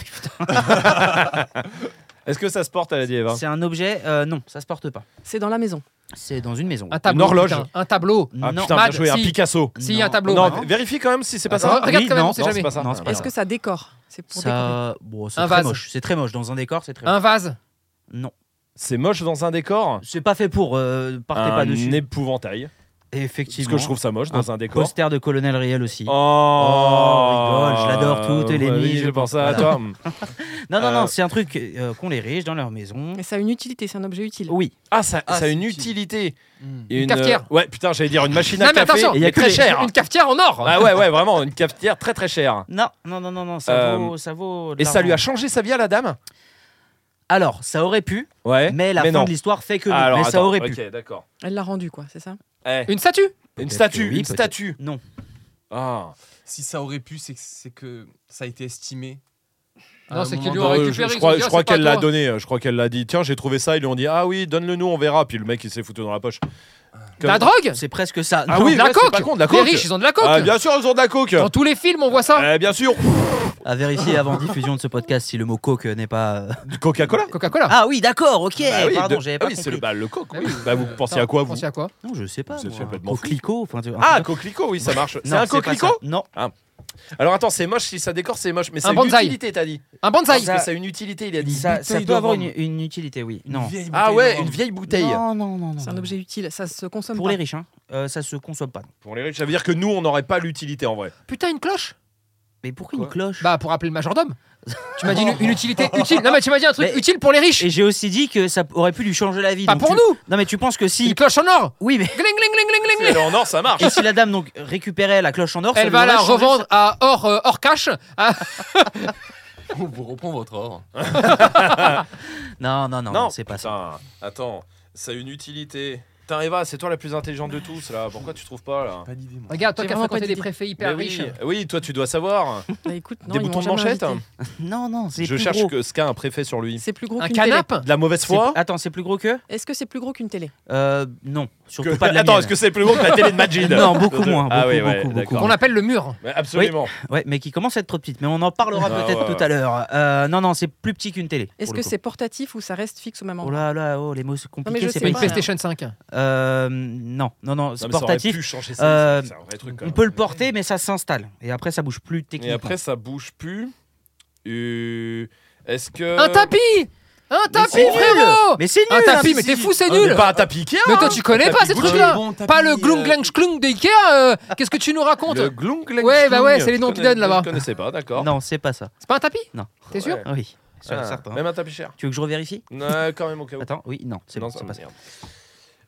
Speaker 5: Est-ce que ça se porte à la Dieva
Speaker 6: C'est un objet. euh, non, ça se porte pas.
Speaker 9: C'est dans la maison.
Speaker 6: C'est dans une maison.
Speaker 3: un tableau.
Speaker 5: horloge.
Speaker 3: putain, un tableau.
Speaker 5: Ah
Speaker 6: non,
Speaker 5: putain, bien
Speaker 3: Mad,
Speaker 5: joué, un
Speaker 3: si.
Speaker 5: Picasso.
Speaker 3: Si, un tableau.
Speaker 6: Ah
Speaker 5: Non,
Speaker 3: maintenant.
Speaker 5: v- vérifie quand même si c'est pas
Speaker 3: Attends,
Speaker 5: ça.
Speaker 3: Regarde
Speaker 6: Oui,
Speaker 3: quand même,
Speaker 6: non,
Speaker 3: on sait
Speaker 5: non,
Speaker 3: jamais.
Speaker 5: c'est pas ça.
Speaker 6: Non, c'est pas
Speaker 5: Ah,
Speaker 9: Est-ce que ça décore C'est pour décorer.
Speaker 6: Ça, bon, c'est
Speaker 3: Un
Speaker 6: très
Speaker 3: vase.
Speaker 6: moche. C'est très moche dans un décor. C'est très.
Speaker 3: Un vase.
Speaker 6: Non,
Speaker 5: C'est moche dans un décor.
Speaker 6: c'est pas fait pour. euh, partez
Speaker 5: un
Speaker 6: pas dessus.
Speaker 5: épouvantail. Parce
Speaker 6: Effectivement.
Speaker 5: que je trouve ça moche dans un décor.
Speaker 6: Poster de Colonel Riel aussi.
Speaker 5: Oh,
Speaker 6: Oh,
Speaker 5: euh,
Speaker 6: rigole, je l'adore toutes les
Speaker 5: ouais,
Speaker 6: nuits,
Speaker 5: oui,
Speaker 6: je
Speaker 5: Je
Speaker 6: pense.
Speaker 5: pense à
Speaker 6: Voilà.
Speaker 5: toi.
Speaker 6: non, non, non,
Speaker 5: euh,
Speaker 6: c'est un truc euh, qu'ont les riches dans leur maison.
Speaker 9: Mais ça a une utilité, c'est un objet utile.
Speaker 6: Oui.
Speaker 5: Ah, ça,
Speaker 1: Ah,
Speaker 5: ça a
Speaker 1: c'est
Speaker 5: une
Speaker 1: utile.
Speaker 5: utilité.
Speaker 1: Hmm.
Speaker 5: Et
Speaker 3: Une cafetière.
Speaker 5: euh, Ouais, putain, j'allais dire une machine à
Speaker 3: Non, mais
Speaker 5: café.
Speaker 3: attention,
Speaker 5: et
Speaker 6: il y a que
Speaker 5: très
Speaker 6: les-
Speaker 5: cher.
Speaker 3: Une cafetière en or.
Speaker 5: Ah ouais, ouais, vraiment, une cafetière très très chère.
Speaker 6: Non, non, non, non, non, ça
Speaker 5: Euh,
Speaker 6: vaut, ça vaut. de
Speaker 5: Et ça lui a
Speaker 6: l'argent.
Speaker 5: changé sa vie à la dame
Speaker 6: Alors, ça aurait pu,
Speaker 5: Ouais.
Speaker 6: mais la fin
Speaker 5: Eh, non.
Speaker 6: de l'histoire fait que non.
Speaker 5: Ah, alors,
Speaker 6: mais ça
Speaker 5: attends,
Speaker 6: aurait pu.
Speaker 5: Ok, d'accord.
Speaker 9: Elle l'a rendu, quoi, c'est ça
Speaker 5: Eh,
Speaker 3: Une statue.
Speaker 5: Une
Speaker 6: Peut-être
Speaker 5: statue,
Speaker 6: que oui,
Speaker 5: une
Speaker 6: peut-être.
Speaker 5: statue.
Speaker 6: Non.
Speaker 5: Ah.
Speaker 1: Si ça aurait pu, c'est que- c'est que ça a été estimé. à
Speaker 3: Non,
Speaker 1: un
Speaker 3: c'est qu'ils
Speaker 1: moment
Speaker 3: lui
Speaker 1: donné.
Speaker 3: ont récupéré.
Speaker 5: Euh, je, je
Speaker 3: ils ont
Speaker 5: crois,
Speaker 3: dit,
Speaker 5: je
Speaker 3: ah,
Speaker 5: crois
Speaker 3: c'est pas
Speaker 5: qu'elle l'a
Speaker 3: toi.
Speaker 5: donné. euh, Je crois qu'elle l'a dit. Tiens, j'ai trouvé ça. Ils lui ont dit Ah oui, donne-le nous, on verra. Puis le mec, il s'est foutu dans la poche.
Speaker 3: De La drogue.
Speaker 6: C'est presque ça.
Speaker 5: Ah
Speaker 6: Non.
Speaker 5: oui,
Speaker 3: de la
Speaker 5: ouais, c'est
Speaker 3: coke.
Speaker 5: pas con, de la
Speaker 3: Les
Speaker 5: coke.
Speaker 3: riches, ils ont de la coke.
Speaker 5: Ah, bien sûr, ils ont de la coke.
Speaker 3: Dans tous les films, on voit ça.
Speaker 5: Eh, bien sûr.
Speaker 6: À vérifier avant diffusion de ce podcast si le mot coke n'est pas.
Speaker 5: Du Coca-Cola.
Speaker 3: Coca-Cola.
Speaker 6: Ah oui, d'accord, ok.
Speaker 5: Bah oui,
Speaker 6: Pardon,
Speaker 5: de-
Speaker 6: j'avais
Speaker 5: ah
Speaker 6: pas
Speaker 5: oui, c'est
Speaker 6: compris.
Speaker 5: le, bah, le coke.
Speaker 3: Ah
Speaker 5: oui.
Speaker 3: oui.
Speaker 5: Bah, vous pensiez à quoi vous
Speaker 3: Pensez à quoi
Speaker 6: Non, je sais pas.
Speaker 5: Vous êtes
Speaker 6: moi.
Speaker 5: complètement fous.
Speaker 6: Coquelicot, enfin, tu-
Speaker 5: Ah, coquelicot, oui, ça marche. C'est
Speaker 6: Non,
Speaker 5: un
Speaker 6: pas ça.
Speaker 5: coquelicot
Speaker 6: Non.
Speaker 5: Alors attends, c'est moche, si ça décore, c'est moche. Mais c'est
Speaker 3: Un
Speaker 5: une
Speaker 3: bonsaï.
Speaker 5: utilité, t'as dit.
Speaker 3: Un bonsaï.
Speaker 5: Parce que c'est une utilité, il a dit.
Speaker 6: Ça, ça
Speaker 1: bouteille
Speaker 6: peut avoir
Speaker 1: de
Speaker 6: une, une utilité, oui.
Speaker 1: Une
Speaker 6: Non.
Speaker 1: vieille
Speaker 5: Ah
Speaker 1: bouteille
Speaker 5: ouais,
Speaker 1: d'orange.
Speaker 5: une vieille bouteille.
Speaker 6: Non, non, non, non.
Speaker 9: C'est un
Speaker 3: Mmh.
Speaker 6: non.
Speaker 9: objet utile, ça se consomme
Speaker 6: Pour
Speaker 9: pas.
Speaker 6: les riches, hein. Euh, ça se consomme pas.
Speaker 5: Pour les riches, ça veut dire que nous, on n'aurait pas l'utilité en vrai.
Speaker 3: Putain, une cloche.
Speaker 6: Mais pourquoi
Speaker 5: Quoi
Speaker 6: une cloche
Speaker 3: Bah, pour appeler le majordome. tu m'as dit une, une utilité utile. Non, mais tu m'as dit un truc
Speaker 6: Mais-
Speaker 3: utile pour les riches.
Speaker 6: Et j'ai aussi dit que ça aurait pu lui changer la vie.
Speaker 3: Pas
Speaker 6: donc
Speaker 3: pour
Speaker 6: tu-
Speaker 3: nous.
Speaker 6: Non, mais tu penses que si.
Speaker 3: Une cloche en or.
Speaker 6: Oui, mais.
Speaker 3: Gling, gling, gling, gling, gling,
Speaker 5: Si elle est en or, ça marche.
Speaker 6: Et si la dame donc récupérait la cloche en or, ça
Speaker 3: Elle
Speaker 6: lui
Speaker 3: va
Speaker 6: aurait
Speaker 3: la
Speaker 6: changé
Speaker 3: revendre à hors, euh, hors cash. Ah,
Speaker 1: On vous reprend votre or.
Speaker 6: sa- Non, non, non, non, c'est pas ça.
Speaker 5: putain, Attends, ça a une utilité. Putain, Eva, c'est toi la plus intelligente de tous là. Pourquoi tu trouves pas là
Speaker 1: Pas d'idée, moi.
Speaker 3: regarde, toi
Speaker 9: J'ai
Speaker 3: qui as
Speaker 9: vraiment
Speaker 3: fréquenté des
Speaker 9: pas d'idée.
Speaker 3: préfets hyper
Speaker 5: Mais oui,
Speaker 3: riches.
Speaker 5: oui, toi tu dois savoir.
Speaker 9: Bah, écoute, non,
Speaker 5: Des
Speaker 9: ils m'ont
Speaker 5: boutons de
Speaker 9: jamais
Speaker 5: manchette hein.
Speaker 9: invité.
Speaker 6: Non, non, c'est
Speaker 5: Je
Speaker 6: plus
Speaker 5: cherche
Speaker 6: gros.
Speaker 5: que ce qu'a un préfet sur lui.
Speaker 9: C'est plus gros
Speaker 3: Un
Speaker 9: qu'une télé.
Speaker 3: canapé.
Speaker 5: De la mauvaise
Speaker 6: C'est-
Speaker 5: foi
Speaker 6: Attends, c'est plus gros que
Speaker 9: Est-ce que c'est plus gros qu'une télé
Speaker 6: euh, Non, surtout
Speaker 5: Que-
Speaker 6: pas de la
Speaker 5: Attends,
Speaker 6: mienne.
Speaker 5: est-ce que c'est plus gros que la télé de Majid
Speaker 6: Non, beaucoup
Speaker 5: De-
Speaker 6: moins,
Speaker 5: Ah
Speaker 6: beaucoup,
Speaker 5: oui, ouais,
Speaker 6: beaucoup, beaucoup.
Speaker 5: d'accord.
Speaker 3: Qu'on appelle le mur.
Speaker 5: Mais Absolument.
Speaker 6: Ouais, mais qui commence à être trop petite. Mais on en parlera
Speaker 5: Ah,
Speaker 6: peut-être
Speaker 5: ouais.
Speaker 6: tout à l'heure. Euh, non, non, c'est plus petit qu'une télé.
Speaker 9: Est-ce
Speaker 6: pour
Speaker 9: que
Speaker 6: le coup.
Speaker 9: c'est portatif ou ça reste fixe au même
Speaker 6: Oh là
Speaker 9: endroit
Speaker 6: là, oh les mots sont compliqués,
Speaker 9: je
Speaker 6: c'est
Speaker 9: sais
Speaker 3: Pas
Speaker 6: pas.
Speaker 3: une
Speaker 9: pas.
Speaker 3: PlayStation 5.
Speaker 6: Euh, non, non, non,
Speaker 5: Non,
Speaker 6: c'est
Speaker 5: mais ça aurait
Speaker 6: portatif.
Speaker 5: pu changer sa
Speaker 6: Euh,
Speaker 5: vie, ça, c'est un vrai truc, quand
Speaker 6: On
Speaker 5: même.
Speaker 6: peut le porter, mais ça s'installe. Et après, ça bouge plus
Speaker 5: Et
Speaker 6: techniquement.
Speaker 5: après, ça bouge plus. Euh, Est-ce que.
Speaker 3: Un tapis Un tapis,
Speaker 6: c'est nul
Speaker 3: frérot
Speaker 6: mais c'est nul
Speaker 3: Un
Speaker 6: hein,
Speaker 3: tapis,
Speaker 6: mais
Speaker 3: mais
Speaker 6: c'est-
Speaker 3: t'es fou, c'est
Speaker 5: Ah, mais
Speaker 3: nul
Speaker 5: Pas un tapis Ikea
Speaker 3: Mais toi, tu connais pas ces
Speaker 1: Gucci,
Speaker 3: trucs-là
Speaker 1: bon, tapis,
Speaker 3: Pas le glung
Speaker 1: euh,
Speaker 3: glang schlung d'Ikea euh, Qu'est-ce que tu nous racontes
Speaker 5: Le glung glung
Speaker 3: Ouais, bah ouais,
Speaker 5: glung.
Speaker 3: c'est les noms
Speaker 5: Je
Speaker 3: qu'ils
Speaker 5: connais-
Speaker 3: donnent là-bas.
Speaker 5: Je connaissais pas, d'accord.
Speaker 6: Non, c'est pas ça.
Speaker 3: C'est pas un tapis
Speaker 6: Non.
Speaker 3: T'es sûr
Speaker 5: Ouais.
Speaker 6: Ah Oui, c'est
Speaker 5: Ah,
Speaker 6: certain.
Speaker 5: Même un tapis cher.
Speaker 6: Tu veux que je revérifie
Speaker 5: Non, quand même, au cas où.
Speaker 6: Attends, oui, non, c'est
Speaker 5: Non,
Speaker 6: bon, c'est pas ça.
Speaker 5: merde.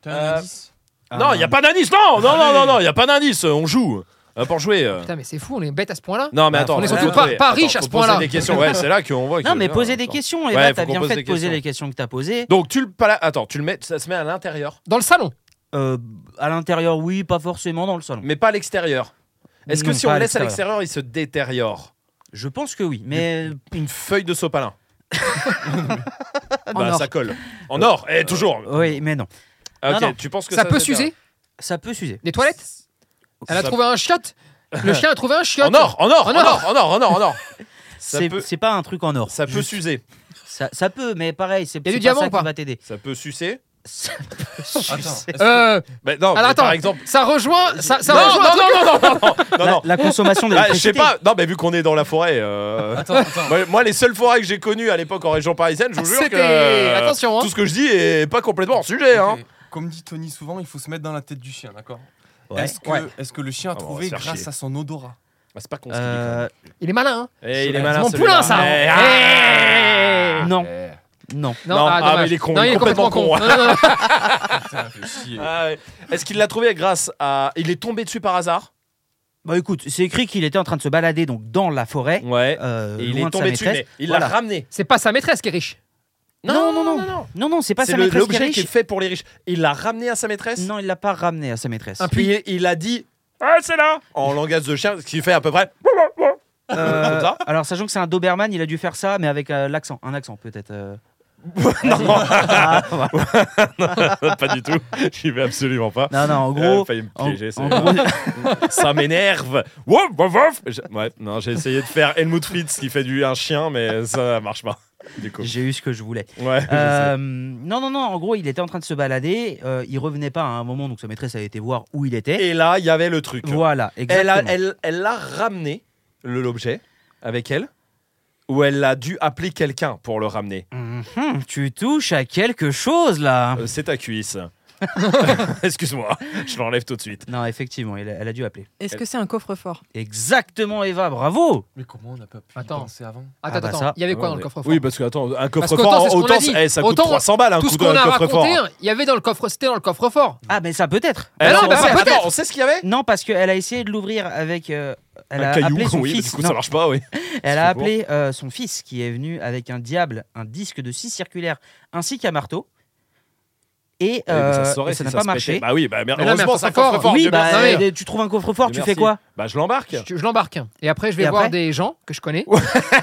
Speaker 1: T'as
Speaker 5: Euh,
Speaker 1: un indice
Speaker 6: Ah,
Speaker 5: Non, il n'y a pas d'indice, non Non, non,
Speaker 1: Allez.
Speaker 5: non, non, il n'y a pas d'indice, on joue. Euh, pour jouer. euh.
Speaker 3: Putain, mais c'est fou, on est bête à ce point-là.
Speaker 5: Non, mais
Speaker 6: Bah,
Speaker 5: attends,
Speaker 6: on est
Speaker 5: faut
Speaker 6: surtout
Speaker 3: pas-
Speaker 5: trouver.
Speaker 3: pas
Speaker 5: Attends,
Speaker 3: riche à
Speaker 5: faut
Speaker 3: ce point-là.
Speaker 5: poser des questions, ouais, c'est là qu'on voit. que- Ah,
Speaker 6: Non, mais poser des
Speaker 5: attends.
Speaker 6: questions. Et
Speaker 5: Ouais,
Speaker 6: là,
Speaker 5: faut
Speaker 6: t'as
Speaker 5: qu'on
Speaker 6: bien
Speaker 5: pose
Speaker 6: fait
Speaker 5: des
Speaker 6: de poser
Speaker 5: questions.
Speaker 6: les questions que t'as posées.
Speaker 5: Donc, tu le. pala- Attends, tu le mets, ça se met à l'intérieur,
Speaker 3: Dans le salon.
Speaker 6: Euh, à l'intérieur, oui, pas forcément dans le salon.
Speaker 5: mais pas à l'extérieur. Est-ce que
Speaker 6: Non,
Speaker 5: si on
Speaker 6: pas
Speaker 5: le laisse à l'extérieur, il se détériore
Speaker 6: Je pense que oui, mais
Speaker 5: Une feuille de sopalin.
Speaker 9: En
Speaker 5: bah,
Speaker 9: or.
Speaker 5: ça colle. En or, eh, toujours.
Speaker 6: oui, mais non.
Speaker 5: Ah,
Speaker 6: Non,
Speaker 5: Ok,
Speaker 6: non.
Speaker 5: tu penses que ça,
Speaker 3: Ça peut
Speaker 5: se détériore
Speaker 3: s'user
Speaker 6: Ça peut s'user.
Speaker 3: Des toilettes Elle a
Speaker 5: Ça-
Speaker 3: trouvé un chiotte Le chien a trouvé un chiotte
Speaker 5: En or, en or,
Speaker 3: En
Speaker 5: en or, en or, en or, en or. Ça
Speaker 6: C'est
Speaker 5: peut-
Speaker 6: c'est pas un truc en or.
Speaker 5: Ça peut
Speaker 6: Juste-
Speaker 5: s'user.
Speaker 6: Ça, ça peut, mais pareil, c'est
Speaker 3: Y a
Speaker 6: c'est
Speaker 3: du
Speaker 6: pas
Speaker 3: diamant
Speaker 6: ça
Speaker 3: ou pas
Speaker 6: qui va t'aider.
Speaker 5: Ça peut sucer.
Speaker 6: sucer.
Speaker 3: Euh,
Speaker 5: Bah, non,
Speaker 3: alors
Speaker 5: mais
Speaker 3: attends,
Speaker 5: par exemple.
Speaker 3: ça rejoint. Ça, ça
Speaker 5: Non, non,
Speaker 3: rejoint un truc-
Speaker 5: non, non, non, non, non,
Speaker 6: La-
Speaker 5: non.
Speaker 6: La consommation
Speaker 5: Ah, je sais
Speaker 6: d'électricité.
Speaker 5: pas. Non, mais vu qu'on est dans la forêt. euh,
Speaker 1: Attends, attends.
Speaker 5: moi, moi, les seules forêts que j'ai connues à l'époque en région parisienne, je vous jure que.
Speaker 3: C'était. Attention, hein.
Speaker 5: Tout ce que je dis est pas complètement hors sujet. Hein.
Speaker 1: Ok. Comme dit Tony souvent, il faut se mettre dans la tête du chien, d'accord
Speaker 6: Ouais.
Speaker 1: Est-ce que,
Speaker 3: Ouais.
Speaker 1: est-ce que le chien a
Speaker 5: Ah bon, on va
Speaker 1: trouvé
Speaker 5: se faire
Speaker 1: grâce
Speaker 5: chier.
Speaker 1: à son odorat
Speaker 5: Bah, c'est pas con. ce qu'il dit, quand même.
Speaker 6: Euh,
Speaker 3: Il est malin, hein.
Speaker 5: Eh, il
Speaker 3: C'est
Speaker 5: est malin.
Speaker 3: mon
Speaker 5: celui-là.
Speaker 3: poulain, ça.
Speaker 5: Eh,
Speaker 3: Eh.
Speaker 5: ah.
Speaker 6: non, non.
Speaker 3: Non,
Speaker 5: Non,
Speaker 3: ah,
Speaker 5: ah,
Speaker 3: dommage.
Speaker 5: mais il est con,
Speaker 3: Non,
Speaker 5: il est complètement con.
Speaker 3: Non, non, non.
Speaker 1: Putain, fait chier.
Speaker 5: Ah ouais. Est-ce qu'il l'a trouvé grâce à. Il est tombé dessus par hasard
Speaker 6: Bah écoute, c'est écrit qu'il était en train de se balader donc dans la forêt.
Speaker 5: Ouais.
Speaker 6: euh,
Speaker 5: Et il
Speaker 6: loin
Speaker 5: est
Speaker 6: de sa
Speaker 5: tombé dessus, mais
Speaker 6: maîtresse.
Speaker 5: il
Speaker 6: Voilà.
Speaker 5: l'a ramené.
Speaker 3: C'est pas sa maîtresse qui est riche.
Speaker 6: Non, non, non, non, non, c'est pas
Speaker 5: C'est
Speaker 6: sa
Speaker 5: le-
Speaker 6: maîtresse qui est
Speaker 5: l'objet qui est
Speaker 6: riche.
Speaker 5: fait pour les riches. Il l'a ramené à sa maîtresse
Speaker 6: Non, il l'a pas ramené à sa maîtresse.
Speaker 3: Un puits.
Speaker 5: Puis il, il a dit Ah, c'est là En langage de chien, ce qui fait à peu près.
Speaker 6: Euh,
Speaker 5: Comme ça
Speaker 6: alors sachant que c'est un Doberman, il a dû faire ça, mais avec euh, l'accent, un accent peut-être. euh.
Speaker 5: non,
Speaker 6: Ah, voilà.
Speaker 5: pas du tout. J'y vais absolument pas.
Speaker 6: non, non, en
Speaker 5: Euh,
Speaker 6: gros,
Speaker 5: failli me
Speaker 6: en-
Speaker 5: piéger, c'est-
Speaker 6: en gros-
Speaker 5: ça m'énerve. Wouf, wouf, wouf. Je- Ouais, non, j'ai essayé de faire Helmut Fritz qui fait du un chien, mais ça marche pas. Du coup,
Speaker 6: j'ai eu ce que je voulais.
Speaker 5: ouais. je sais.
Speaker 6: Euh, non, non, non. En gros, il était en train de se balader. euh, il revenait pas à un moment, donc sa maîtresse avait été voir où il était.
Speaker 5: Et là, il y avait le truc.
Speaker 6: Voilà,
Speaker 5: elle
Speaker 6: exactement.
Speaker 5: a, elle, elle l'a ramené le- l'objet avec elle, ou elle a dû appeler quelqu'un pour le ramener.
Speaker 6: Mhm, tu touches à quelque chose là.
Speaker 5: Euh, c'est ta cuisse. Excuse-moi, je l'enlève tout de suite.
Speaker 6: Non, effectivement, elle a, elle a dû appeler.
Speaker 9: Est-ce que c'est un coffre-fort
Speaker 6: Exactement, Eva, bravo.
Speaker 1: Mais comment on n'a pas pu y
Speaker 3: Attends.
Speaker 1: penser avant
Speaker 3: Attends,
Speaker 6: Ah bah
Speaker 3: attends.
Speaker 6: ça.
Speaker 3: Il y avait quoi dans le coffre-fort
Speaker 4: Oui, parce que attends, un
Speaker 3: qu'autant,
Speaker 4: coffre-fort,
Speaker 3: c'est ce qu'on a
Speaker 4: autant,
Speaker 3: dit.
Speaker 4: eh, ça coûte
Speaker 3: Autant,
Speaker 5: 300 balles bah, un
Speaker 3: Tout
Speaker 5: coup
Speaker 3: ce
Speaker 5: de
Speaker 3: qu'on a
Speaker 5: coffre-fort.
Speaker 3: raconté, hein, il y avait dans le coffre. C'était dans le coffre-fort.
Speaker 6: Ah, mais ça peut-être.
Speaker 5: Eh,
Speaker 3: non,
Speaker 5: on
Speaker 3: bah,
Speaker 5: sait-
Speaker 3: peut-être.
Speaker 5: attends, on sait ce qu'il y avait
Speaker 6: Non, parce qu'elle a essayé de l'ouvrir avec. euh, elle
Speaker 5: Un
Speaker 6: a
Speaker 5: caillou,
Speaker 6: appelé son
Speaker 5: oui, mais
Speaker 6: fils.
Speaker 5: du coup
Speaker 6: Non,
Speaker 5: ça marche pas, oui.
Speaker 6: elle a
Speaker 5: c'est pour.
Speaker 6: appelé euh, son fils qui est venu avec un diable, un disque de scie circulaire ainsi qu'un marteau. Et,
Speaker 5: Oui, mais
Speaker 6: euh,
Speaker 5: se Eh ben, saurait
Speaker 6: et ça
Speaker 5: si
Speaker 6: n'a
Speaker 5: se
Speaker 6: pas
Speaker 5: pétait.
Speaker 6: marché.
Speaker 5: Bah oui, bah, mais
Speaker 3: Mais là, mais un
Speaker 5: heureusement, c'est un
Speaker 3: coffre-fort.
Speaker 5: coffre-fort.
Speaker 6: oui,
Speaker 5: Dieu
Speaker 6: bah,
Speaker 5: merci.
Speaker 6: euh, tu trouves un coffre-fort, tu
Speaker 5: Merci.
Speaker 6: fais quoi
Speaker 5: Bah, je l'embarque.
Speaker 3: Je, je l'embarque. hein. Et après, je vais
Speaker 6: Et
Speaker 3: voir
Speaker 6: après
Speaker 3: des gens que je connais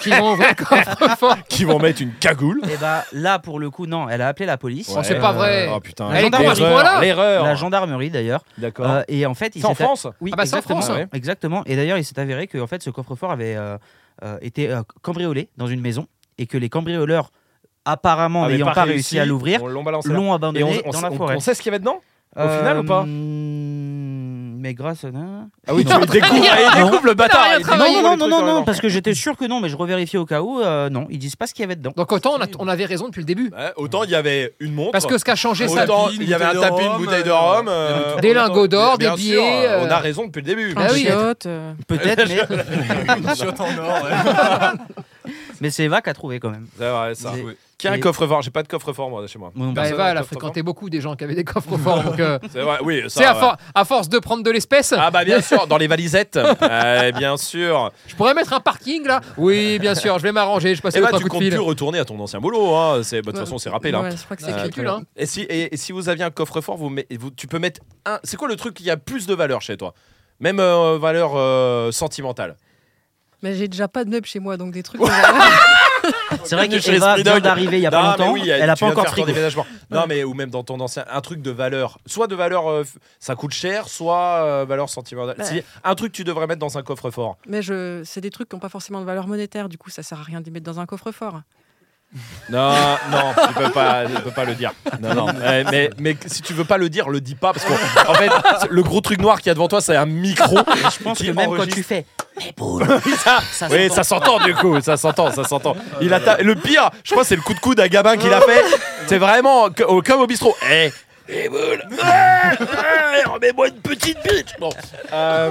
Speaker 3: qui vont ouvrir le coffre-fort.
Speaker 5: Qui vont mettre une cagoule.
Speaker 6: Et bah là, pour le coup, non, elle a appelé la police,
Speaker 3: Oh, c'est pas vrai.
Speaker 5: Oh putain,
Speaker 6: Elle est con à ce
Speaker 3: point-là.
Speaker 5: l'erreur.
Speaker 6: la
Speaker 5: L'erreur.
Speaker 6: gendarmerie d'ailleurs.
Speaker 5: D'accord.
Speaker 6: Euh, et en fait, il
Speaker 5: C'est en
Speaker 6: s'est-
Speaker 5: France
Speaker 6: Oui,
Speaker 3: Ah bah, c'est en
Speaker 6: exactement.
Speaker 3: France,
Speaker 5: ouais.
Speaker 6: exactement. Et d'ailleurs, il s'est avéré que en fait, ce coffre-fort avait euh, euh, été euh, cambriolé dans une maison et que les cambrioleurs, apparemment
Speaker 5: Ah, mais
Speaker 6: n'ayant pas, réussi à l'ouvrir,
Speaker 5: On l'ont balancé. là.
Speaker 6: l'ont
Speaker 5: Et on,
Speaker 6: abandonné
Speaker 5: on-
Speaker 6: dans la
Speaker 5: on-
Speaker 6: forêt.
Speaker 5: on sait ce qu'il y avait dedans au final ou pas
Speaker 6: Euh, Mais grâce à...
Speaker 5: Ah oui, tu me découvres, il découvre le
Speaker 3: rien
Speaker 5: bâtard. il
Speaker 6: Non,
Speaker 3: travaillé.
Speaker 5: découvre le
Speaker 6: non, non, non,
Speaker 5: truc
Speaker 6: non,
Speaker 5: en
Speaker 6: non,
Speaker 5: même temps.
Speaker 6: parce que j'étais sûr que non, mais je revérifiais au cas où. euh, non, ils disent pas ce qu'il y avait dedans.
Speaker 3: Donc autant on, a- on avait raison depuis le début.
Speaker 5: Ouais, Autant il y avait une montre.
Speaker 3: Parce que ce qu'a changé, ça.
Speaker 5: autant
Speaker 1: tapis, une
Speaker 5: il y avait un
Speaker 1: bouteille de
Speaker 5: tapis, une
Speaker 1: rhum,
Speaker 5: bouteille de
Speaker 1: euh,
Speaker 5: rhum,
Speaker 1: il y avait
Speaker 5: euh,
Speaker 1: tout.
Speaker 3: Des lingots d'or,
Speaker 5: bien
Speaker 3: des
Speaker 5: sûr,
Speaker 3: billets,
Speaker 5: euh, On
Speaker 3: euh,
Speaker 5: a raison depuis le début.
Speaker 9: Un
Speaker 3: Ah oui,
Speaker 9: chiotte, euh,
Speaker 6: Peut-être, mais,
Speaker 1: Une chiotte en or, ouais.
Speaker 6: mais c'est Eva qui a trouvé quand même.
Speaker 5: C'est vrai, ça.
Speaker 6: C'est-
Speaker 1: joué.
Speaker 5: Qui a un
Speaker 6: Et-
Speaker 5: coffre-fort J'ai pas de coffre-fort moi chez moi.
Speaker 6: Moi non
Speaker 3: Bah,
Speaker 6: plus.
Speaker 5: Personne n'a
Speaker 3: Eva, elle a
Speaker 5: de coffre-fort.
Speaker 3: fréquenté beaucoup des gens qui avaient des coffres-forts. donc, euh,
Speaker 5: C'est vrai, oui.
Speaker 3: c'est
Speaker 5: ça,
Speaker 3: à,
Speaker 5: ouais.
Speaker 3: for- à force de prendre de l'espèce.
Speaker 5: Ah bah bien sûr, dans les valisettes. Euh, bien sûr.
Speaker 3: Je pourrais mettre un parking là Oui, bien sûr, je vais m'arranger, je passe
Speaker 5: Et
Speaker 3: le
Speaker 5: bah
Speaker 3: trois
Speaker 5: tu
Speaker 3: coups de
Speaker 5: comptes plus
Speaker 3: fil.
Speaker 5: retourner à ton ancien boulot. hein. C'est- bah, De toute
Speaker 9: Ouais.
Speaker 5: façon, c'est rappelé là.
Speaker 9: ouais, je crois que c'est
Speaker 3: C'est
Speaker 5: Euh,
Speaker 9: culte.
Speaker 3: ridicule, hein.
Speaker 5: Et si, et, et si vous aviez un coffre-fort, vous, met- vous- tu peux mettre un. C'est quoi le truc qui a plus de valeur chez toi Même euh, valeur euh, sentimentale.
Speaker 9: Mais j'ai déjà pas de meubles chez moi, donc des trucs.
Speaker 6: C'est vrai
Speaker 5: Chez
Speaker 6: qu'Eva
Speaker 5: Esprit
Speaker 6: vient
Speaker 5: Dog.
Speaker 6: d'arriver il y a pas
Speaker 5: Non, mais
Speaker 6: longtemps.
Speaker 5: oui,
Speaker 6: elle a
Speaker 5: tu
Speaker 6: pas
Speaker 5: viens de
Speaker 6: encore de
Speaker 5: faire ton
Speaker 6: frigo.
Speaker 5: déménagement. Non, mais ou même dans ton ancien, un truc de valeur. Soit de valeur, euh, f- ça coûte cher, soit euh, valeur sentimentale.
Speaker 9: Ouais.
Speaker 5: Si, un truc que tu devrais mettre dans un coffre-fort.
Speaker 9: Mais je, c'est des trucs qui n'ont pas forcément de valeur monétaire, du coup ça sert à rien d'y mettre dans un coffre-fort.
Speaker 5: Non, non, tu peux pas, tu peux pas le dire. Non, non. Eh, mais, mais si tu veux pas le dire, le dis pas parce qu'en en fait, le gros truc noir qu'il y a devant toi, c'est un micro.
Speaker 6: Je pense
Speaker 5: qui
Speaker 6: que même quand
Speaker 5: enregistre.
Speaker 6: tu fais. Mais boule,
Speaker 5: Ça,
Speaker 6: ça
Speaker 5: oui,
Speaker 6: s'entend.
Speaker 5: ça s'entend du coup, ça s'entend, ça s'entend. Il a ta- Le pire, je crois, que c'est le coup de coude à Gabin qu'il a fait. C'est vraiment que- au- comme au bistrot. Eh, eh, boule. Eh, eh, remets-moi une petite bite. Bon, euh,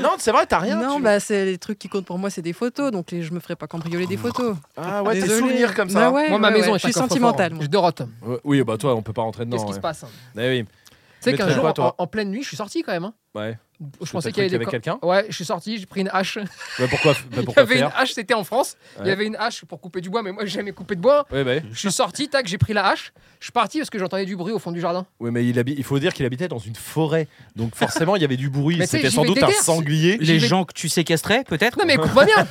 Speaker 5: non, c'est vrai, t'as rien.
Speaker 9: non,
Speaker 5: tu-
Speaker 9: bah c'est les trucs qui comptent pour moi, c'est des photos, donc les- je me ferai pas cambrioler des photos.
Speaker 5: Ah ouais, tes
Speaker 9: Désolée.
Speaker 5: souvenirs comme
Speaker 9: Bah
Speaker 5: ça.
Speaker 9: ouais,
Speaker 3: Moi, ma
Speaker 9: ouais,
Speaker 3: maison
Speaker 9: ouais,
Speaker 3: est
Speaker 9: Je suis
Speaker 3: un coffre-fort.
Speaker 9: sentimentale. moi.
Speaker 3: Je dorote.
Speaker 4: Euh, Oui, bah toi, on peut pas rentrer dedans.
Speaker 3: Qu'est-ce qui
Speaker 4: ouais.
Speaker 3: se passe hein
Speaker 5: Eh oui.
Speaker 3: Tu sais
Speaker 5: Mais
Speaker 3: qu'un
Speaker 5: t'as
Speaker 3: jour,
Speaker 5: quoi, toi
Speaker 3: en, en pleine nuit, je suis sorti quand même. hein.
Speaker 5: Ouais.
Speaker 3: Je pensais qu'il y avait des.
Speaker 5: avec quelqu'un.
Speaker 3: co- Ouais, je suis sorti, j'ai pris une hache.
Speaker 5: Ouais, pourquoi, bah,
Speaker 3: Il y
Speaker 5: pourquoi
Speaker 3: avait une
Speaker 5: faire
Speaker 3: hache, c'était en France. Il y
Speaker 5: Ouais.
Speaker 3: avait une hache pour couper du bois, mais moi, j'ai jamais coupé de bois.
Speaker 5: Ouais, bah, ouais.
Speaker 3: Je suis sorti, tac, j'ai pris la hache. Je suis parti parce que j'entendais du bruit au fond du jardin.
Speaker 5: Ouais, mais il, habi- il faut dire qu'il habitait dans une forêt, donc forcément il y avait du bruit.
Speaker 3: Mais tu sais,
Speaker 5: C'était
Speaker 3: j'y
Speaker 5: sans
Speaker 3: vais
Speaker 5: doute un
Speaker 3: dégueu, c'est-
Speaker 5: sanglier.
Speaker 6: Les
Speaker 3: vais.
Speaker 6: gens que tu séquestrais, peut-être
Speaker 3: Non, mais écoute-moi bien.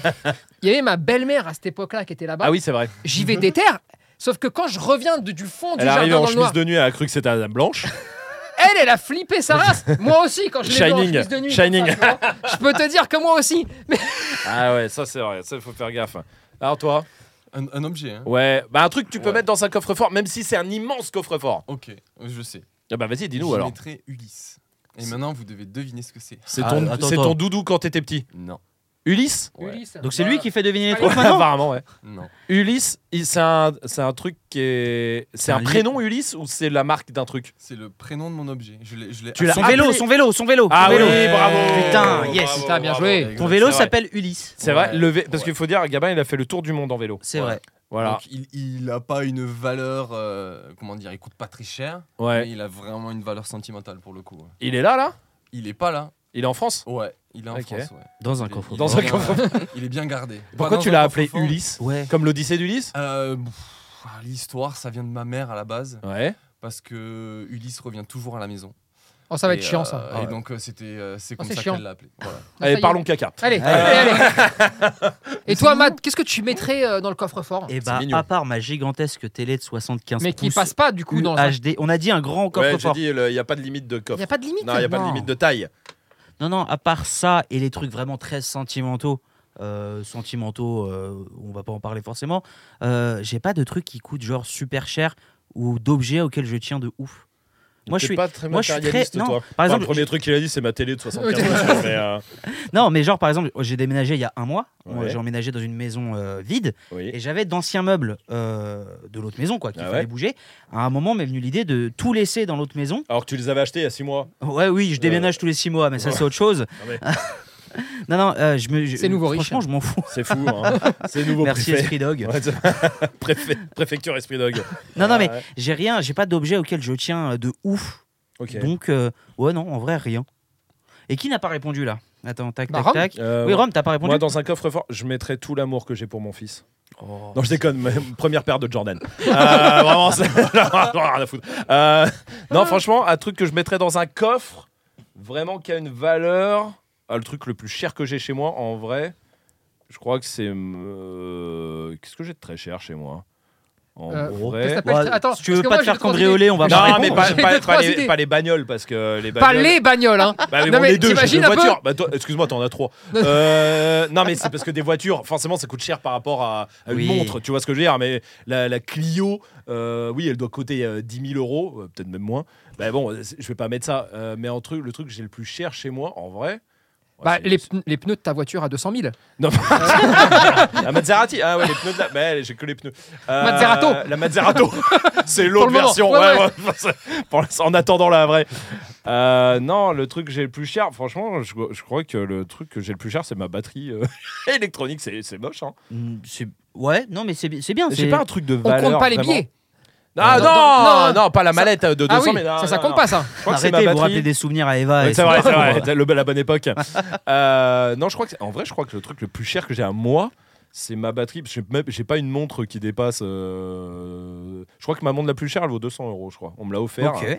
Speaker 3: Il y avait ma belle-mère à cette époque-là qui était là-bas.
Speaker 5: Ah oui, c'est vrai.
Speaker 3: J'y vais des terres. Sauf que quand je reviens de- du fond du
Speaker 5: Elle est
Speaker 3: jardin
Speaker 5: arrivée
Speaker 3: dans
Speaker 5: en
Speaker 3: le noir,
Speaker 5: chemise de nuit, elle a cru que c'était Adam Blanche.
Speaker 3: elle, elle a flippé sa race. moi aussi, quand je l'ai vue en
Speaker 5: Shining.
Speaker 3: chemise de nuit,
Speaker 5: Shining.
Speaker 3: comme ça, tu vois, je peux te dire que moi aussi.
Speaker 5: Ah ouais, ça c'est vrai, ça faut faire gaffe. hein. Alors toi
Speaker 1: Un, un objet, hein
Speaker 5: Ouais, bah un truc que tu peux
Speaker 1: Ouais.
Speaker 5: mettre dans un coffre-fort, même si c'est un immense coffre-fort.
Speaker 1: Ok, je sais.
Speaker 5: Ah bah vas-y, dis-nous
Speaker 1: Je
Speaker 5: alors.
Speaker 1: mettrai Ulysse. Et maintenant, vous devez deviner ce que c'est.
Speaker 5: C'est
Speaker 6: Ah,
Speaker 5: ton,
Speaker 6: attends,
Speaker 5: c'est ton
Speaker 6: attends.
Speaker 5: doudou quand t'étais petit.
Speaker 1: Non.
Speaker 5: Ulysse
Speaker 1: Ouais.
Speaker 3: Ulysse.
Speaker 6: Donc c'est lui qui fait deviner les
Speaker 3: Ah
Speaker 5: Ouais,
Speaker 6: trucs maintenant
Speaker 5: Apparemment, ouais.
Speaker 1: Non.
Speaker 5: Ulysse, il- c'est un, c'est un truc qui est. C'est
Speaker 6: Un
Speaker 5: un,
Speaker 6: lit.
Speaker 5: prénom Ulysse ou c'est la marque d'un truc
Speaker 1: C'est le prénom de mon objet. Je l'ai. je l'ai-
Speaker 5: Tu l'as
Speaker 6: Son
Speaker 5: appelé-
Speaker 6: vélo, son vélo, son vélo.
Speaker 5: Ah
Speaker 6: son vélo.
Speaker 5: oui, bravo
Speaker 6: Putain, yes.
Speaker 5: Bravo,
Speaker 3: Putain, bien
Speaker 5: bravo.
Speaker 3: joué.
Speaker 6: Ton vélo
Speaker 5: C'est vrai.
Speaker 6: s'appelle Ulysse.
Speaker 5: C'est vrai,
Speaker 1: Ouais.
Speaker 5: le vé- parce
Speaker 1: Ouais.
Speaker 5: qu'il faut dire, Gabin, il a fait le tour du monde en vélo.
Speaker 6: C'est
Speaker 1: Ouais.
Speaker 6: vrai.
Speaker 5: Voilà.
Speaker 1: Donc, il, il a pas une valeur, euh, comment dire, il coûte pas très cher, mais
Speaker 5: ouais.
Speaker 1: il a vraiment une valeur sentimentale pour le coup.
Speaker 5: Il est là, là
Speaker 1: Il est pas là.
Speaker 5: Il est en France
Speaker 1: Ouais, il est en
Speaker 5: Ok.
Speaker 1: France. ouais.
Speaker 6: Dans
Speaker 1: Il
Speaker 6: un
Speaker 1: est- il
Speaker 6: coffre.
Speaker 1: est
Speaker 5: Dans un
Speaker 1: bien- Il est bien gardé. Pas
Speaker 5: Pourquoi
Speaker 1: dans
Speaker 5: tu
Speaker 1: un
Speaker 5: l'as appelé
Speaker 1: coffre-fort.
Speaker 5: Ulysse
Speaker 6: Ouais.
Speaker 5: Comme l'Odyssée d'Ulysse
Speaker 1: Euh, pff, L'histoire, ça vient de ma mère à la base,
Speaker 5: Ouais.
Speaker 1: parce que Ulysse revient toujours à la maison.
Speaker 3: Oh, ça va être
Speaker 1: Et,
Speaker 3: chiant
Speaker 1: euh,
Speaker 3: ça.
Speaker 1: Et
Speaker 5: ouais.
Speaker 1: donc euh, c'était, euh, c'est comme
Speaker 3: c'est
Speaker 1: ça
Speaker 3: chiant.
Speaker 1: qu'elle l'a appelé. Voilà.
Speaker 3: Ça y
Speaker 5: Allez,
Speaker 3: est.
Speaker 5: parlez, parlons caca.
Speaker 3: Allez, allez, allez. Et toi, Matt, qu'est-ce que tu mettrais euh, dans le coffre-fort
Speaker 6: Et bah,
Speaker 5: mignon.
Speaker 6: à part ma gigantesque télé de 75
Speaker 3: Mais
Speaker 6: pouces
Speaker 3: qui passe pas du coup dans le.
Speaker 6: UHD, on a dit un grand coffre-fort.
Speaker 5: dit, il n'y a pas de limite de
Speaker 3: Il n'y
Speaker 5: coffre.
Speaker 3: a pas de limite.
Speaker 5: y
Speaker 6: Non.
Speaker 5: de taille.
Speaker 6: Non, non, à part ça et les trucs vraiment très sentimentaux, euh, sentimentaux, euh, on va pas en parler forcément, euh, j'ai pas de trucs qui coûtent genre super cher ou d'objets auxquels je tiens de ouf. Moi
Speaker 5: T'es
Speaker 6: je suis.
Speaker 5: pas très
Speaker 6: moi, je suis très-
Speaker 5: matérialiste,
Speaker 6: non,
Speaker 5: toi. Enfin,
Speaker 6: Par exemple,
Speaker 5: le premier truc qu'il a dit, c'est ma télé de 75 pouces, mais, euh,
Speaker 6: non, mais genre par exemple, j'ai déménagé il y a un mois. Moi,
Speaker 5: Ouais.
Speaker 6: J'ai emménagé dans une maison euh, vide
Speaker 5: oui.
Speaker 6: et j'avais d'anciens meubles euh, de l'autre maison, quoi, qu'il
Speaker 5: Ah
Speaker 6: fallait
Speaker 5: ouais
Speaker 6: bouger. À un moment, m'est venue l'idée de tout laisser dans l'autre maison.
Speaker 5: Alors que tu les avais achetés il y a 6 mois.
Speaker 6: Ouais, oui, je déménage tous les six mois, mais ça c'est autre chose.
Speaker 5: mais-
Speaker 6: non, non, euh, je me. je-
Speaker 3: C'est nouveau riche.
Speaker 6: Franchement, je m'en fous.
Speaker 5: C'est fou, hein. C'est nouveau
Speaker 6: Merci
Speaker 5: préfet.
Speaker 6: Esprit Dog.
Speaker 5: Ouais, c'est- Préfet- préfecture Esprit Dog.
Speaker 6: Non, non,
Speaker 5: Ah,
Speaker 6: mais
Speaker 5: ouais.
Speaker 6: j'ai rien, j'ai pas d'objet auquel je tiens euh, de ouf.
Speaker 5: Ok.
Speaker 6: Donc, euh, ouais, non, en vrai, rien. Et qui n'a pas répondu là Attends, tac,
Speaker 3: Bah,
Speaker 6: tac,
Speaker 3: Rome.
Speaker 6: tac.
Speaker 5: Euh,
Speaker 6: oui, Rome, t'as pas répondu
Speaker 5: moi, dans un coffre-fort, je mettrais tout l'amour que j'ai pour mon fils. Non, je déconne, mais première paire de Jordan. Euh, vraiment, c'est- j'en ai rien à foutre. Euh, non, franchement, un truc que je mettrais dans un coffre, vraiment qui a une valeur. Ah, le truc le plus cher que j'ai chez moi, en vrai, je crois que c'est. euh, Qu'est-ce que j'ai de très cher chez moi En
Speaker 3: Euh,
Speaker 5: vrai.
Speaker 3: qu'est-ce que t'appelles
Speaker 6: Ouais,
Speaker 3: Attends,
Speaker 6: Bah, si tu veux
Speaker 3: parce que
Speaker 6: pas
Speaker 3: moi,
Speaker 6: te faire
Speaker 3: j'ai trois
Speaker 6: cambrioler,
Speaker 3: idées.
Speaker 6: on va
Speaker 3: J'ai
Speaker 6: pas
Speaker 5: Non,
Speaker 3: trois
Speaker 5: mais
Speaker 6: répondre.
Speaker 5: pas,
Speaker 3: idées.
Speaker 5: pas-
Speaker 3: J'ai
Speaker 5: pas
Speaker 3: trois
Speaker 5: les,
Speaker 3: idées.
Speaker 5: pas les bagnoles, parce que les bagnoles.
Speaker 3: Pas les bagnoles, hein.
Speaker 5: Bah, mais
Speaker 3: Non,
Speaker 5: on
Speaker 3: mais
Speaker 5: est deux, j'ai
Speaker 3: t'imagines
Speaker 5: deux
Speaker 3: un peu
Speaker 5: voitures. Bah, toi, excuse-moi, t'en as trois. Euh, non, mais c'est parce que des voitures, forcément, ça coûte cher par rapport à, à une
Speaker 6: Oui.
Speaker 5: montre. Tu vois ce que je veux dire Mais la, la Clio, euh, oui, elle doit coûter euh, 10 000 euros, euh, peut-être même moins. Bah bon, euh, c'est- je vais pas mettre ça. euh, mais en truc, le truc que j'ai le plus cher chez moi, en vrai. ouais,
Speaker 3: Bah,
Speaker 5: c'est-
Speaker 3: les, pn- les pneus de ta voiture à 200 000.
Speaker 5: Non. la Maserati. Ah ouais, les pneus de la. Bah, j'ai que les pneus. Euh,
Speaker 3: Mazzerato.
Speaker 5: La Mazzerato. C'est
Speaker 3: le
Speaker 5: l'autre
Speaker 3: moment.
Speaker 5: version.
Speaker 3: Ouais,
Speaker 5: Ouais,
Speaker 3: ouais.
Speaker 5: ouais. Enfin, c'est- pour l'instant, en attendant la vraie. Euh, non, le truc que j'ai le plus cher, franchement, je, je crois que le truc que j'ai le plus cher, c'est ma batterie euh, électronique. C'est c'est moche. Hein.
Speaker 6: Mm, c'est- Ouais, non, mais c'est c'est bien.
Speaker 5: J'ai
Speaker 6: c'est-
Speaker 5: pas un truc de
Speaker 3: On
Speaker 5: valeur.
Speaker 3: compte pas les
Speaker 5: Bah, vraiment.
Speaker 3: billets.
Speaker 5: Ah
Speaker 3: Non,
Speaker 5: non,
Speaker 3: non,
Speaker 5: non,
Speaker 3: non.
Speaker 5: pas la mallette euh, de 200,
Speaker 3: Ah oui,
Speaker 5: mais non,
Speaker 3: ça, ça
Speaker 5: non,
Speaker 3: compte
Speaker 5: non.
Speaker 3: pas ça.
Speaker 5: Je crois que c'est ma
Speaker 6: Arrêtez, vous rappelez
Speaker 5: batterie.
Speaker 6: des souvenirs à Eva.
Speaker 5: Ouais,
Speaker 6: Ah, et
Speaker 5: c'est
Speaker 6: son
Speaker 5: vrai, c'est
Speaker 6: parcours.
Speaker 5: vrai, t'as le, la bonne époque. Euh, non, je crois que c'est- en vrai, je crois que le truc le plus cher que j'ai à moi, c'est ma batterie. Parce que j'ai même- j'ai pas une montre qui dépasse. euh, Je crois que ma montre la plus chère, elle vaut 200 euros, je crois. On me l'a offert
Speaker 6: Ok.
Speaker 5: euh,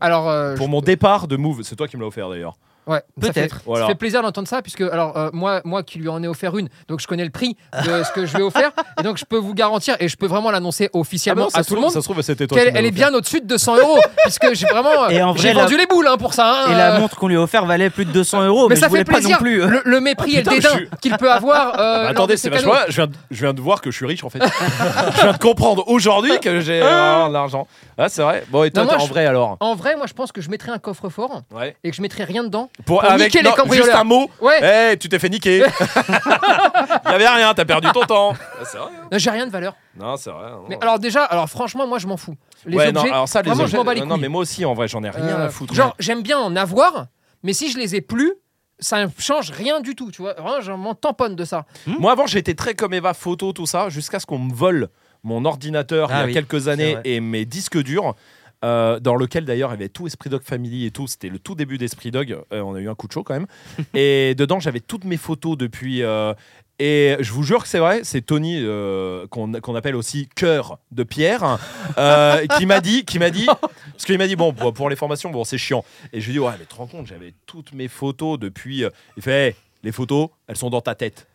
Speaker 3: Alors, euh,
Speaker 5: pour mon départ de Move. C'est toi qui me l'as offert d'ailleurs.
Speaker 3: Ouais, ça
Speaker 6: Peut-être.
Speaker 3: fait-
Speaker 5: Voilà.
Speaker 3: Ça fait plaisir d'entendre ça, puisque alors euh, moi, moi qui lui en ai offert une, donc je connais le prix de ce que je vais offrir, et donc je peux vous garantir, et je peux vraiment l'annoncer
Speaker 5: Ah
Speaker 3: officiellement
Speaker 5: non, ça
Speaker 3: à
Speaker 5: se
Speaker 3: tout le
Speaker 5: trouve-
Speaker 3: monde,
Speaker 5: Ça se trouve, c'était toi. qui
Speaker 3: qu'elle
Speaker 5: me l'as
Speaker 3: elle est
Speaker 5: offert.
Speaker 3: bien euh, au-dessus de 200 euros, puisque j'ai vraiment, euh,
Speaker 6: Et en vrai,
Speaker 3: j'ai
Speaker 6: la-
Speaker 3: vendu les boules hein, pour ça. hein,
Speaker 6: Et la
Speaker 3: euh,
Speaker 6: montre qu'on lui a offerte valait plus de 200 euros, mais,
Speaker 3: mais ça
Speaker 6: je voulais
Speaker 3: fait
Speaker 6: pas non
Speaker 3: plaisir.
Speaker 6: plus.
Speaker 3: Le, le mépris et le
Speaker 5: Ah, Putain,
Speaker 3: dédain
Speaker 5: je suis-
Speaker 3: qu'il peut avoir. euh,
Speaker 5: Bah,
Speaker 3: lors
Speaker 5: attendez,
Speaker 3: de
Speaker 5: c'est
Speaker 3: ses cadeaux.
Speaker 5: vachement. Je viens, de, je viens de voir que je suis riche en fait. je viens de comprendre aujourd'hui que j'ai vraiment de l'argent. Ah, c'est vrai. Bon, et toi,
Speaker 3: Non, moi,
Speaker 5: t'es en
Speaker 3: je-
Speaker 5: vrai alors
Speaker 3: En vrai, moi, je pense que je mettrais un coffre-fort
Speaker 5: Ouais.
Speaker 3: et que je mettrais rien dedans.
Speaker 5: Pour,
Speaker 3: niquer les
Speaker 5: non, juste
Speaker 3: cambrioleurs.
Speaker 5: un mot.
Speaker 3: Ouais,
Speaker 5: Eh, tu t'es fait niquer. Il y avait rien, t'as perdu ton temps. Ah, c'est vrai. hein.
Speaker 3: non, j'ai rien de valeur.
Speaker 5: Non, c'est vrai. hein. non.
Speaker 3: Mais alors déjà, alors franchement, moi, je m'en fous. Les
Speaker 5: Ouais,
Speaker 3: objets,
Speaker 5: non, alors ça, les
Speaker 3: vraiment, je
Speaker 5: objets- euh,
Speaker 3: m'en bats les
Speaker 5: non,
Speaker 3: couilles.
Speaker 5: non, mais moi aussi, en vrai, j'en ai rien
Speaker 3: Euh,
Speaker 5: à foutre.
Speaker 3: Genre, j'aime bien en avoir, mais si je les ai plus, ça ne change rien du tout, tu vois. Vraiment, je m'en tamponne de ça.
Speaker 6: Mhm.
Speaker 5: Moi, avant, j'étais très comme Eva, photo, tout ça, jusqu'à ce qu'on me vole mon ordinateur
Speaker 6: Ah
Speaker 5: il y a
Speaker 6: oui,
Speaker 5: quelques
Speaker 6: c'est
Speaker 5: années
Speaker 6: vrai.
Speaker 5: et mes disques durs. euh, dans lequel d'ailleurs il y avait tout Esprit Dog Family et tout, c'était le tout début d'Esprit Dog, Euh, on a eu un coup de chaud quand même. et dedans j'avais toutes mes photos depuis. euh, et je vous jure que c'est vrai, c'est Tony euh, qu'on qu'on appelle aussi Cœur de Pierre euh, qui m'a dit, qui m'a dit, parce qu'il m'a dit bon pour pour les formations bon c'est chiant. Et je lui ai dit ouais mais te rends compte j'avais toutes mes photos depuis. euh, Il fait Hey, les photos elles sont dans ta tête.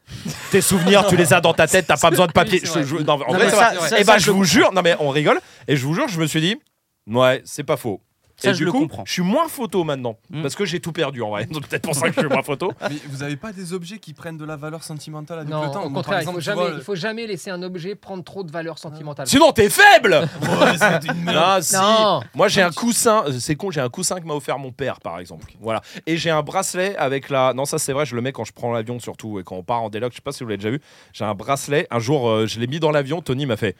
Speaker 5: Tes souvenirs tu les as dans ta tête, t'as pas besoin de papier.
Speaker 3: Oui,
Speaker 5: Je-
Speaker 3: c'est
Speaker 5: je- non, en
Speaker 3: Non,
Speaker 5: vrai, Eh ben,
Speaker 3: mais
Speaker 5: ça
Speaker 3: ça,
Speaker 5: va.
Speaker 3: c'est vrai.
Speaker 5: Eh ben, je vous jure, non mais on rigole, et je vous jure, je me suis dit, ouais, c'est pas faux.
Speaker 6: Ça,
Speaker 5: et
Speaker 6: je
Speaker 5: du
Speaker 6: le
Speaker 5: coup,
Speaker 6: comprends.
Speaker 5: je suis moins photo maintenant.
Speaker 6: Mm.
Speaker 5: Parce que j'ai tout perdu en vrai. Donc, Peut-être pour ça que je suis moins photo.
Speaker 1: Mais vous avez pas des objets qui prennent de la valeur sentimentale avec
Speaker 3: Non,
Speaker 1: le temps
Speaker 3: au
Speaker 1: Par
Speaker 3: contraire, il
Speaker 1: exemple,
Speaker 3: faut,
Speaker 1: tu
Speaker 3: jamais,
Speaker 1: vois,
Speaker 3: il faut jamais laisser un objet prendre trop de valeur sentimentale.
Speaker 5: Sinon, t'es faible
Speaker 1: Ouais, c'est une merde.
Speaker 5: Non, si.
Speaker 3: Non.
Speaker 5: Moi, j'ai un coussin. euh, C'est con, j'ai un coussin que m'a offert mon père, par exemple. Voilà. Et j'ai un bracelet avec la. Non, ça, c'est vrai, je le mets quand je prends l'avion, surtout. Et quand on part en déloc, je sais pas si vous l'avez déjà vu. J'ai un bracelet. Un jour, euh, je l'ai mis dans l'avion. Tony m'a fait.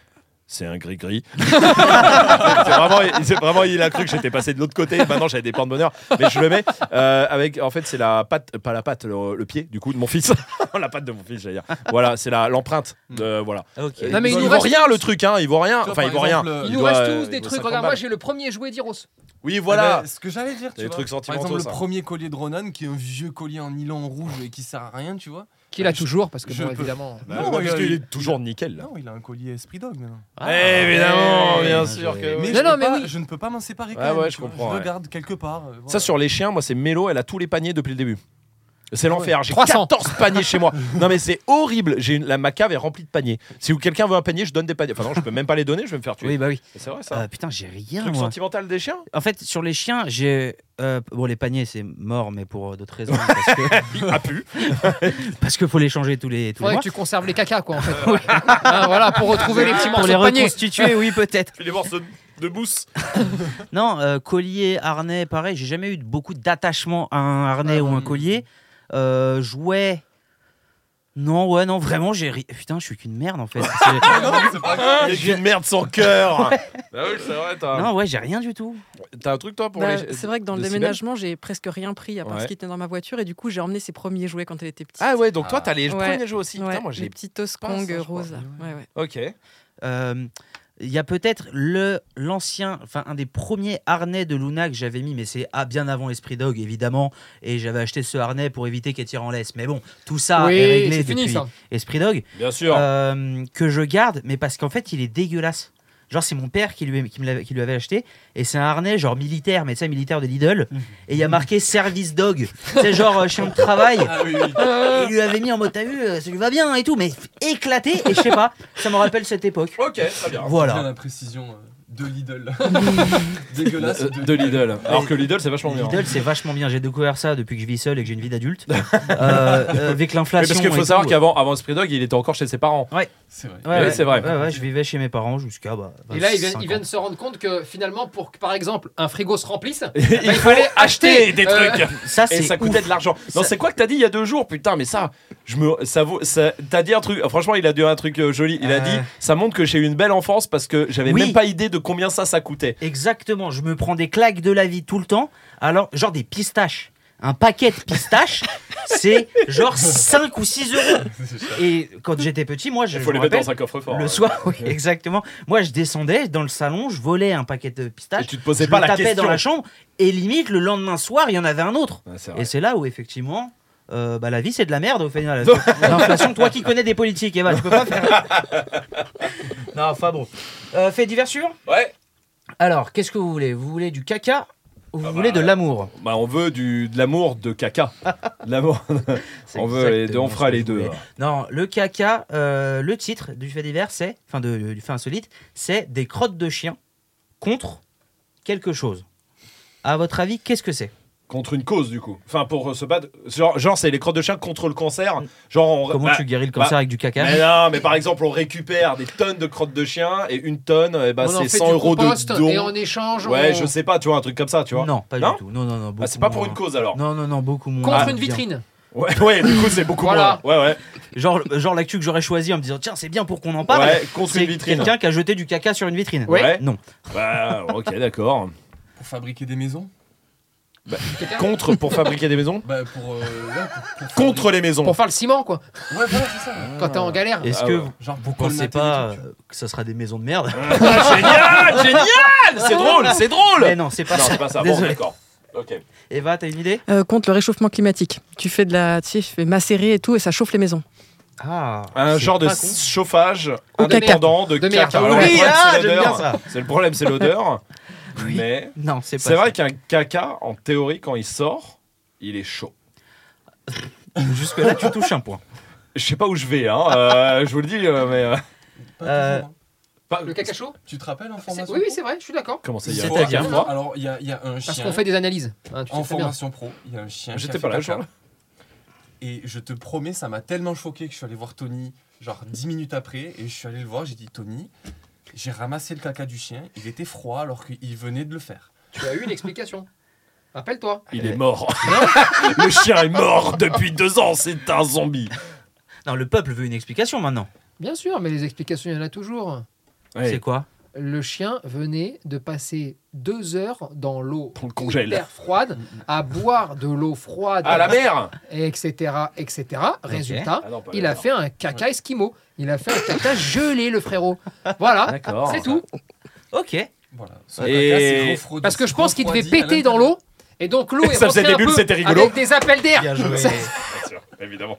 Speaker 5: C'est un gris-gris. c'est vraiment, il- c'est vraiment, il a cru que j'étais passé de l'autre côté. Maintenant, j'avais des plans de bonheur. Mais je le mets euh, avec, en fait, c'est la patte, pas la patte, le, le pied, du coup, de mon fils. la patte de mon fils, j'allais dire. Voilà, c'est la- l'empreinte. de- voilà.
Speaker 6: Ah, Ok.
Speaker 3: Non, mais
Speaker 5: il,
Speaker 3: il nous
Speaker 5: vaut
Speaker 3: reste-
Speaker 5: rien, le truc, hein. Il vaut rien.
Speaker 1: Tu vois,
Speaker 5: Enfin, il
Speaker 1: par
Speaker 5: vaut rien.
Speaker 1: exemple,
Speaker 3: Il,
Speaker 5: Il
Speaker 3: nous
Speaker 5: doit- euh,
Speaker 3: reste tous
Speaker 5: il
Speaker 3: des
Speaker 5: doit
Speaker 3: trucs.
Speaker 5: 50
Speaker 3: Regarde, moi
Speaker 5: balles.
Speaker 3: j'ai le premier jouet d'Iros.
Speaker 5: Oui,
Speaker 1: Voilà,
Speaker 5: voilà.
Speaker 1: ce que j'allais dire, tu
Speaker 5: Eh ben, Des
Speaker 1: vois.
Speaker 5: trucs
Speaker 1: Par
Speaker 5: sentimentaux,
Speaker 1: exemple, le
Speaker 5: ça.
Speaker 1: premier collier de Ronan, qui est un vieux collier en nylon rouge et qui sert à rien, tu vois.
Speaker 3: Qu'il a toujours, parce que
Speaker 1: je
Speaker 3: bon,
Speaker 1: peux-
Speaker 3: évidemment.
Speaker 1: Bah,
Speaker 5: Eh ben, non,
Speaker 1: ouais,
Speaker 5: parce
Speaker 1: il-
Speaker 5: qu'il est toujours nickel. Là.
Speaker 1: Non, il a un collier Esprit Dog maintenant.
Speaker 6: Eh,
Speaker 5: évidemment,
Speaker 3: ouais,
Speaker 5: bien
Speaker 6: ah, ouais,
Speaker 5: sûr
Speaker 6: ouais.
Speaker 5: que.
Speaker 1: Mais,
Speaker 3: Non,
Speaker 1: je,
Speaker 3: non,
Speaker 1: peux
Speaker 3: mais
Speaker 1: pas-
Speaker 3: oui.
Speaker 1: je ne peux pas m'en séparer. Quand
Speaker 5: Euh, Ouais,
Speaker 1: même,
Speaker 5: ouais,
Speaker 1: tu
Speaker 5: je
Speaker 1: vois.
Speaker 5: comprends,
Speaker 1: Je le
Speaker 5: ouais.
Speaker 1: garde quelque part. euh,
Speaker 5: Ça,
Speaker 1: voilà.
Speaker 5: sur les chiens, moi, c'est Mélo, elle a tous les paniers depuis le début. C'est l'enfer, j'ai
Speaker 3: 300.
Speaker 5: 14 paniers chez moi. Non mais c'est horrible, j'ai une... la ma cave est remplie de paniers. Si quelqu'un veut un panier, je donne des paniers. Enfin non, je peux même pas les donner, je vais me faire tuer.
Speaker 6: Oui, bah oui.
Speaker 5: C'est vrai ça.
Speaker 6: Euh, putain, j'ai rien.
Speaker 5: truc
Speaker 6: moi.
Speaker 5: sentimental des chiens
Speaker 6: En fait, sur les chiens, j'ai. euh, bon, les paniers, c'est mort, mais pour euh, d'autres raisons. parce, que,
Speaker 5: Il a pu.
Speaker 6: parce que faut les changer tous les, tous les
Speaker 3: Faudrait
Speaker 6: mois.
Speaker 3: que tu conserves les cacas, quoi, en fait. Hein, voilà, pour retrouver les petits
Speaker 6: Pour
Speaker 3: morceaux
Speaker 6: les
Speaker 3: de panier.
Speaker 6: reconstituer, oui, peut-être.
Speaker 5: Les morceaux de mousse.
Speaker 6: Non, euh, collier, harnais, pareil, j'ai jamais eu de- beaucoup d'attachement à un harnais
Speaker 1: Ah,
Speaker 6: ou un
Speaker 1: hum.
Speaker 6: collier. Euh, jouets. Non, ouais, non, vraiment, j'ai. ri- Putain, je suis qu'une merde en fait. C'est-
Speaker 1: Non, c'est
Speaker 5: Ah,
Speaker 1: pas grave.
Speaker 5: Il y a une merde sans cœur. Bah oui, c'est vrai, t'as
Speaker 6: non, ouais, j'ai rien du tout.
Speaker 5: t'as un truc toi pour
Speaker 9: Bah,
Speaker 5: les
Speaker 9: c'est vrai que dans le
Speaker 5: de Sibelle
Speaker 9: déménagement, j'ai presque rien pris à part
Speaker 5: Ouais.
Speaker 9: ce qui était dans ma voiture et du coup, j'ai emmené ses premiers jouets quand elle était petite.
Speaker 5: Ah ouais, donc toi t'as les
Speaker 9: Ouais.
Speaker 5: premiers jeux aussi.
Speaker 9: Ouais,
Speaker 5: Putain, moi
Speaker 9: les
Speaker 5: j'ai
Speaker 9: petits
Speaker 5: pas, ça,
Speaker 9: Toscong
Speaker 5: je crois. Ah
Speaker 9: roses là. Ouais, ouais.
Speaker 5: OK.
Speaker 6: Euh, Il y a peut-être le l'ancien, enfin un des premiers harnais de Luna que j'avais mis, mais c'est ah, bien avant Esprit Dog évidemment, et j'avais acheté ce harnais pour éviter qu'elle tire en laisse. Mais bon, tout ça
Speaker 3: oui,
Speaker 6: est réglé
Speaker 3: c'est
Speaker 6: depuis
Speaker 3: fini ça.
Speaker 6: Esprit Dog
Speaker 5: Bien sûr.
Speaker 6: euh, que je garde, mais parce qu'en fait il est dégueulasse. Genre c'est mon père qui lui qui me l'avait- qui lui avait acheté, et c'est un harnais genre militaire, mais tu sais militaire de Lidl,
Speaker 3: Mhm.
Speaker 6: et il y a marqué Service Dog, c'est genre euh, chien de travail.
Speaker 1: Ah oui, oui.
Speaker 3: Euh.
Speaker 6: Et il lui avait mis en mode t'as vu, euh, ça lui va bien et tout, mais éclaté et je sais pas, ça me rappelle cette époque.
Speaker 5: OK, très bien.
Speaker 1: Bien
Speaker 6: Voilà.
Speaker 1: la précision euh, de Lidl. Dégueulasse.
Speaker 5: Euh, de Lidl. Alors que Lidl, c'est vachement hein. bien.
Speaker 6: Lidl, c'est vachement bien. J'ai découvert ça depuis que je vis seul et que j'ai une vie d'adulte. Euh, euh, avec
Speaker 5: Oui,
Speaker 6: l'inflation.
Speaker 5: parce qu'il
Speaker 6: et
Speaker 5: faut
Speaker 6: tout.
Speaker 5: savoir qu'avant avant Spray Dog, il était encore chez ses parents.
Speaker 1: C'est vrai.
Speaker 6: Ouais,
Speaker 5: Oui,
Speaker 6: ouais,
Speaker 5: c'est vrai.
Speaker 6: ouais, ouais, je vivais chez mes parents jusqu'à. Bah,
Speaker 3: Et là, ils
Speaker 6: 25
Speaker 3: viennent, ils
Speaker 6: ans.
Speaker 3: viennent se rendre compte que finalement, pour que par exemple un frigo se remplisse,
Speaker 6: Bah,
Speaker 5: il fallait acheter
Speaker 3: acheter,
Speaker 5: des
Speaker 3: euh,
Speaker 5: trucs
Speaker 6: Ça,
Speaker 5: et
Speaker 6: c'est.
Speaker 5: ça coûtait
Speaker 6: ouf.
Speaker 5: de l'argent. Non,
Speaker 6: Ça-
Speaker 5: c'est quoi que t'as dit il y a deux jours Putain, mais ça, je me, ça vaut. ça- t'as dit un truc. Franchement, il a dit un truc euh, joli. Il a
Speaker 6: Euh.
Speaker 5: dit, ça montre que j'ai eu une belle enfance parce que j'avais
Speaker 6: Oui.
Speaker 5: même pas idée de combien ça, ça coûtait.
Speaker 6: Exactement. Je me prends des claques de la vie tout le temps. Alors, genre des pistaches. Un paquet de pistaches, c'est genre 5 ou 6 euros. Et quand j'étais petit, moi, je.
Speaker 5: Il
Speaker 6: je
Speaker 5: faut
Speaker 6: me
Speaker 5: les mettre
Speaker 6: rappelle,
Speaker 5: dans un hein. coffre-fort. euh,
Speaker 6: Le
Speaker 5: ouais.
Speaker 6: soir, oui, exactement. Moi, je descendais dans le salon, je volais un paquet de
Speaker 5: Et
Speaker 6: pistaches.
Speaker 5: tu te posais
Speaker 6: je
Speaker 5: pas
Speaker 6: le
Speaker 5: la
Speaker 6: tapais
Speaker 5: question.
Speaker 6: dans la chambre et limite le lendemain soir il y en avait un autre
Speaker 5: Ouais, c'est vrai.
Speaker 6: et c'est là où effectivement euh, bah, la vie c'est de la merde au final l'inflation toi qui connais des politiques Eva tu peux pas faire non enfin bon Euh, fait divers sur
Speaker 5: Ouais.
Speaker 6: alors qu'est-ce que vous voulez vous voulez du caca ou vous
Speaker 5: Ah bah,
Speaker 6: voulez de
Speaker 5: ouais.
Speaker 6: l'amour
Speaker 5: Bah, on veut du, de l'amour de caca. De l'amour.
Speaker 6: C'est
Speaker 5: on veut les deux.
Speaker 6: exactement
Speaker 5: On
Speaker 6: ce
Speaker 5: fera
Speaker 6: que
Speaker 5: les
Speaker 6: je
Speaker 5: deux. hein.
Speaker 6: voulais. non le caca euh, le titre du fait divers c'est enfin de, du fait insolite c'est des crottes de chien contre quelque chose à votre avis qu'est-ce que c'est
Speaker 5: Contre une cause, du coup. Enfin, pour euh, se battre. Genre, genre, c'est les crottes de chien contre le cancer. Genre, on.
Speaker 6: Mm. comment
Speaker 5: bah,
Speaker 6: tu guéris le cancer
Speaker 5: bah,
Speaker 6: avec du caca
Speaker 5: Mais non, mais par exemple, on récupère des tonnes de crottes de chien et une tonne, eh ben,
Speaker 3: on en
Speaker 5: c'est
Speaker 3: fait
Speaker 5: 100
Speaker 3: du
Speaker 5: euros
Speaker 3: compost
Speaker 5: de don.
Speaker 3: et en échange,
Speaker 5: Ouais,
Speaker 3: on-
Speaker 5: je sais pas, tu vois, un truc comme ça, tu vois.
Speaker 6: Non, pas
Speaker 5: Non
Speaker 6: du tout. Non, non, non.
Speaker 5: Ah, c'est pas
Speaker 6: beaucoup
Speaker 5: pour une
Speaker 6: moins.
Speaker 5: cause alors.
Speaker 6: Non, non, non, beaucoup moins.
Speaker 3: contre
Speaker 6: Ah,
Speaker 3: une
Speaker 6: bien.
Speaker 3: vitrine.
Speaker 5: Ouais, ouais, du coup, c'est beaucoup
Speaker 3: Voilà.
Speaker 5: moins. Ouais, ouais.
Speaker 6: Genre, genre l'actu que j'aurais choisi en me disant tiens, c'est bien pour qu'on en parle.
Speaker 5: Ouais, contre
Speaker 6: c'est
Speaker 5: une vitrine.
Speaker 6: quelqu'un qui a jeté du caca sur une vitrine.
Speaker 5: Ouais. Ouais.
Speaker 6: Non.
Speaker 5: Bah, ok, d'accord.
Speaker 1: Pour fabriquer des maisons
Speaker 3: Quelqu'un
Speaker 5: Contre pour fabriquer des maisons
Speaker 1: Bah, pour. euh, ouais, pour- pour
Speaker 5: Contre les maisons.
Speaker 3: Pour faire le ciment, quoi.
Speaker 1: fabriquer- Ouais, voilà, c'est ça.
Speaker 3: Quand t'es en galère.
Speaker 6: Est-ce
Speaker 5: Ah
Speaker 6: que
Speaker 5: ouais.
Speaker 6: vous
Speaker 1: Genre,
Speaker 6: vous
Speaker 1: pour
Speaker 6: pensez
Speaker 1: colmater
Speaker 6: pas
Speaker 1: les trucs,
Speaker 6: euh, que ça sera des maisons de merde
Speaker 5: Ah, génial, génial C'est drôle, c'est drôle
Speaker 6: Ah. Mais non, c'est pas
Speaker 5: Non,
Speaker 6: ça.
Speaker 5: c'est pas ça. Bon,
Speaker 6: Désolé.
Speaker 5: d'accord. Ok.
Speaker 6: Eva, t'as une idée
Speaker 9: Euh, contre le réchauffement climatique. Tu fais de la, tu sais, tu fais macérer et tout et ça chauffe les maisons.
Speaker 6: Ah.
Speaker 5: Un
Speaker 6: c'est
Speaker 5: genre de
Speaker 6: pas con.
Speaker 5: chauffage
Speaker 9: Ou caca.
Speaker 5: indépendant de,
Speaker 3: De merde.
Speaker 5: caca. Alors,
Speaker 6: Oui,
Speaker 5: le problème,
Speaker 6: ah,
Speaker 5: c'est
Speaker 6: j'aime
Speaker 5: l'odeur.
Speaker 6: bien ça.
Speaker 5: C'est le problème, c'est l'odeur.
Speaker 6: Oui.
Speaker 5: Mais
Speaker 6: Non, c'est pas
Speaker 5: c'est vrai qu'un
Speaker 6: ça.
Speaker 5: caca, en théorie, quand il sort, il est chaud.
Speaker 6: Jusque-là, tu touches un point.
Speaker 5: Je sais pas où je vais, hein. euh, je vous le dis, euh, mais. euh,
Speaker 1: pas
Speaker 6: euh,
Speaker 1: toujours, hein.
Speaker 5: Pas-
Speaker 3: Le caca chaud
Speaker 1: Tu te rappelles en
Speaker 3: c'est-
Speaker 1: formation
Speaker 3: Oui, oui, c'est vrai, je suis d'accord.
Speaker 5: Comment ça, il y
Speaker 1: pro
Speaker 5: a
Speaker 1: Il faut-
Speaker 6: C'est-à-dire
Speaker 1: Alors, il y a, il y a un
Speaker 3: Parce
Speaker 1: chien.
Speaker 3: qu'on fait des analyses. hein, tu sais
Speaker 1: En
Speaker 3: très bien.
Speaker 1: formation pro, il y a un chien. qui a
Speaker 5: J'étais
Speaker 1: fait
Speaker 5: pas là,
Speaker 1: caca.
Speaker 5: Charles.
Speaker 1: Et je te promets, ça m'a tellement choqué que je suis allé voir Tony, genre 10 minutes après, et je suis allé le voir, j'ai dit Tony, j'ai ramassé le caca du chien, il était froid alors qu'il venait de le faire.
Speaker 3: Tu as eu une explication. Rappelle-toi.
Speaker 5: Il est mort. le chien est mort depuis deux ans, c'est un zombie.
Speaker 6: Non, le peuple veut une explication maintenant.
Speaker 3: Bien sûr, mais les explications, il y en a toujours.
Speaker 5: Ouais.
Speaker 6: C'est quoi
Speaker 3: Le chien venait de passer deux heures dans l'eau
Speaker 5: On le congèle.
Speaker 3: hyper froide, à boire de l'eau froide,
Speaker 5: Ah, la mer
Speaker 3: etc., etc. Résultat,
Speaker 5: Ah non, pas la
Speaker 3: il a
Speaker 5: mer.
Speaker 3: fait un caca esquimau. Il a fait un caca gelé, le frérot. Voilà,
Speaker 5: D'accord.
Speaker 3: c'est tout.
Speaker 6: Ok.
Speaker 1: Voilà. Son
Speaker 5: Et-
Speaker 1: caca s'est refroidi-
Speaker 3: Parce que je pense qu'il devait
Speaker 1: refroidi à
Speaker 3: péter dans l'eau. Et donc l'eau est
Speaker 5: Ça faisait
Speaker 3: rentrée
Speaker 5: des
Speaker 3: un
Speaker 5: bulles,
Speaker 3: peu
Speaker 5: c'était rigolo.
Speaker 3: avec des appels d'air.
Speaker 5: Ah.
Speaker 6: Bien joué.
Speaker 5: Bien sûr, évidemment.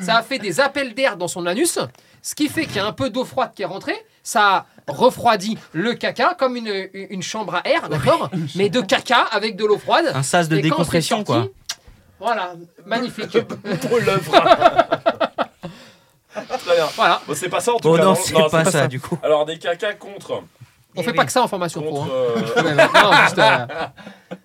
Speaker 3: Ça a fait des appels d'air dans son anus, ce qui fait qu'il y a un peu d'eau froide qui est rentrée. Ça a refroidi le caca comme une, une chambre à air, d'accord Mais de caca avec de l'eau froide.
Speaker 6: Un sas de
Speaker 3: Et quand
Speaker 6: décompression,
Speaker 3: c'est
Speaker 6: quoi.
Speaker 3: sorti, Voilà, magnifique.
Speaker 5: Pour l'œuvre. Très bien.
Speaker 3: voilà,
Speaker 5: Bon, c'est pas ça en tout
Speaker 6: Bon,
Speaker 5: cas.
Speaker 6: Oh, non, c'est pas ça, du coup.
Speaker 5: Alors, des cacas contre.
Speaker 3: on
Speaker 6: Eh
Speaker 3: fait
Speaker 6: oui.
Speaker 3: pas que ça en formation pro.
Speaker 5: contre
Speaker 3: hein.
Speaker 5: euh,
Speaker 3: Ouais, ouais, non, juste, euh,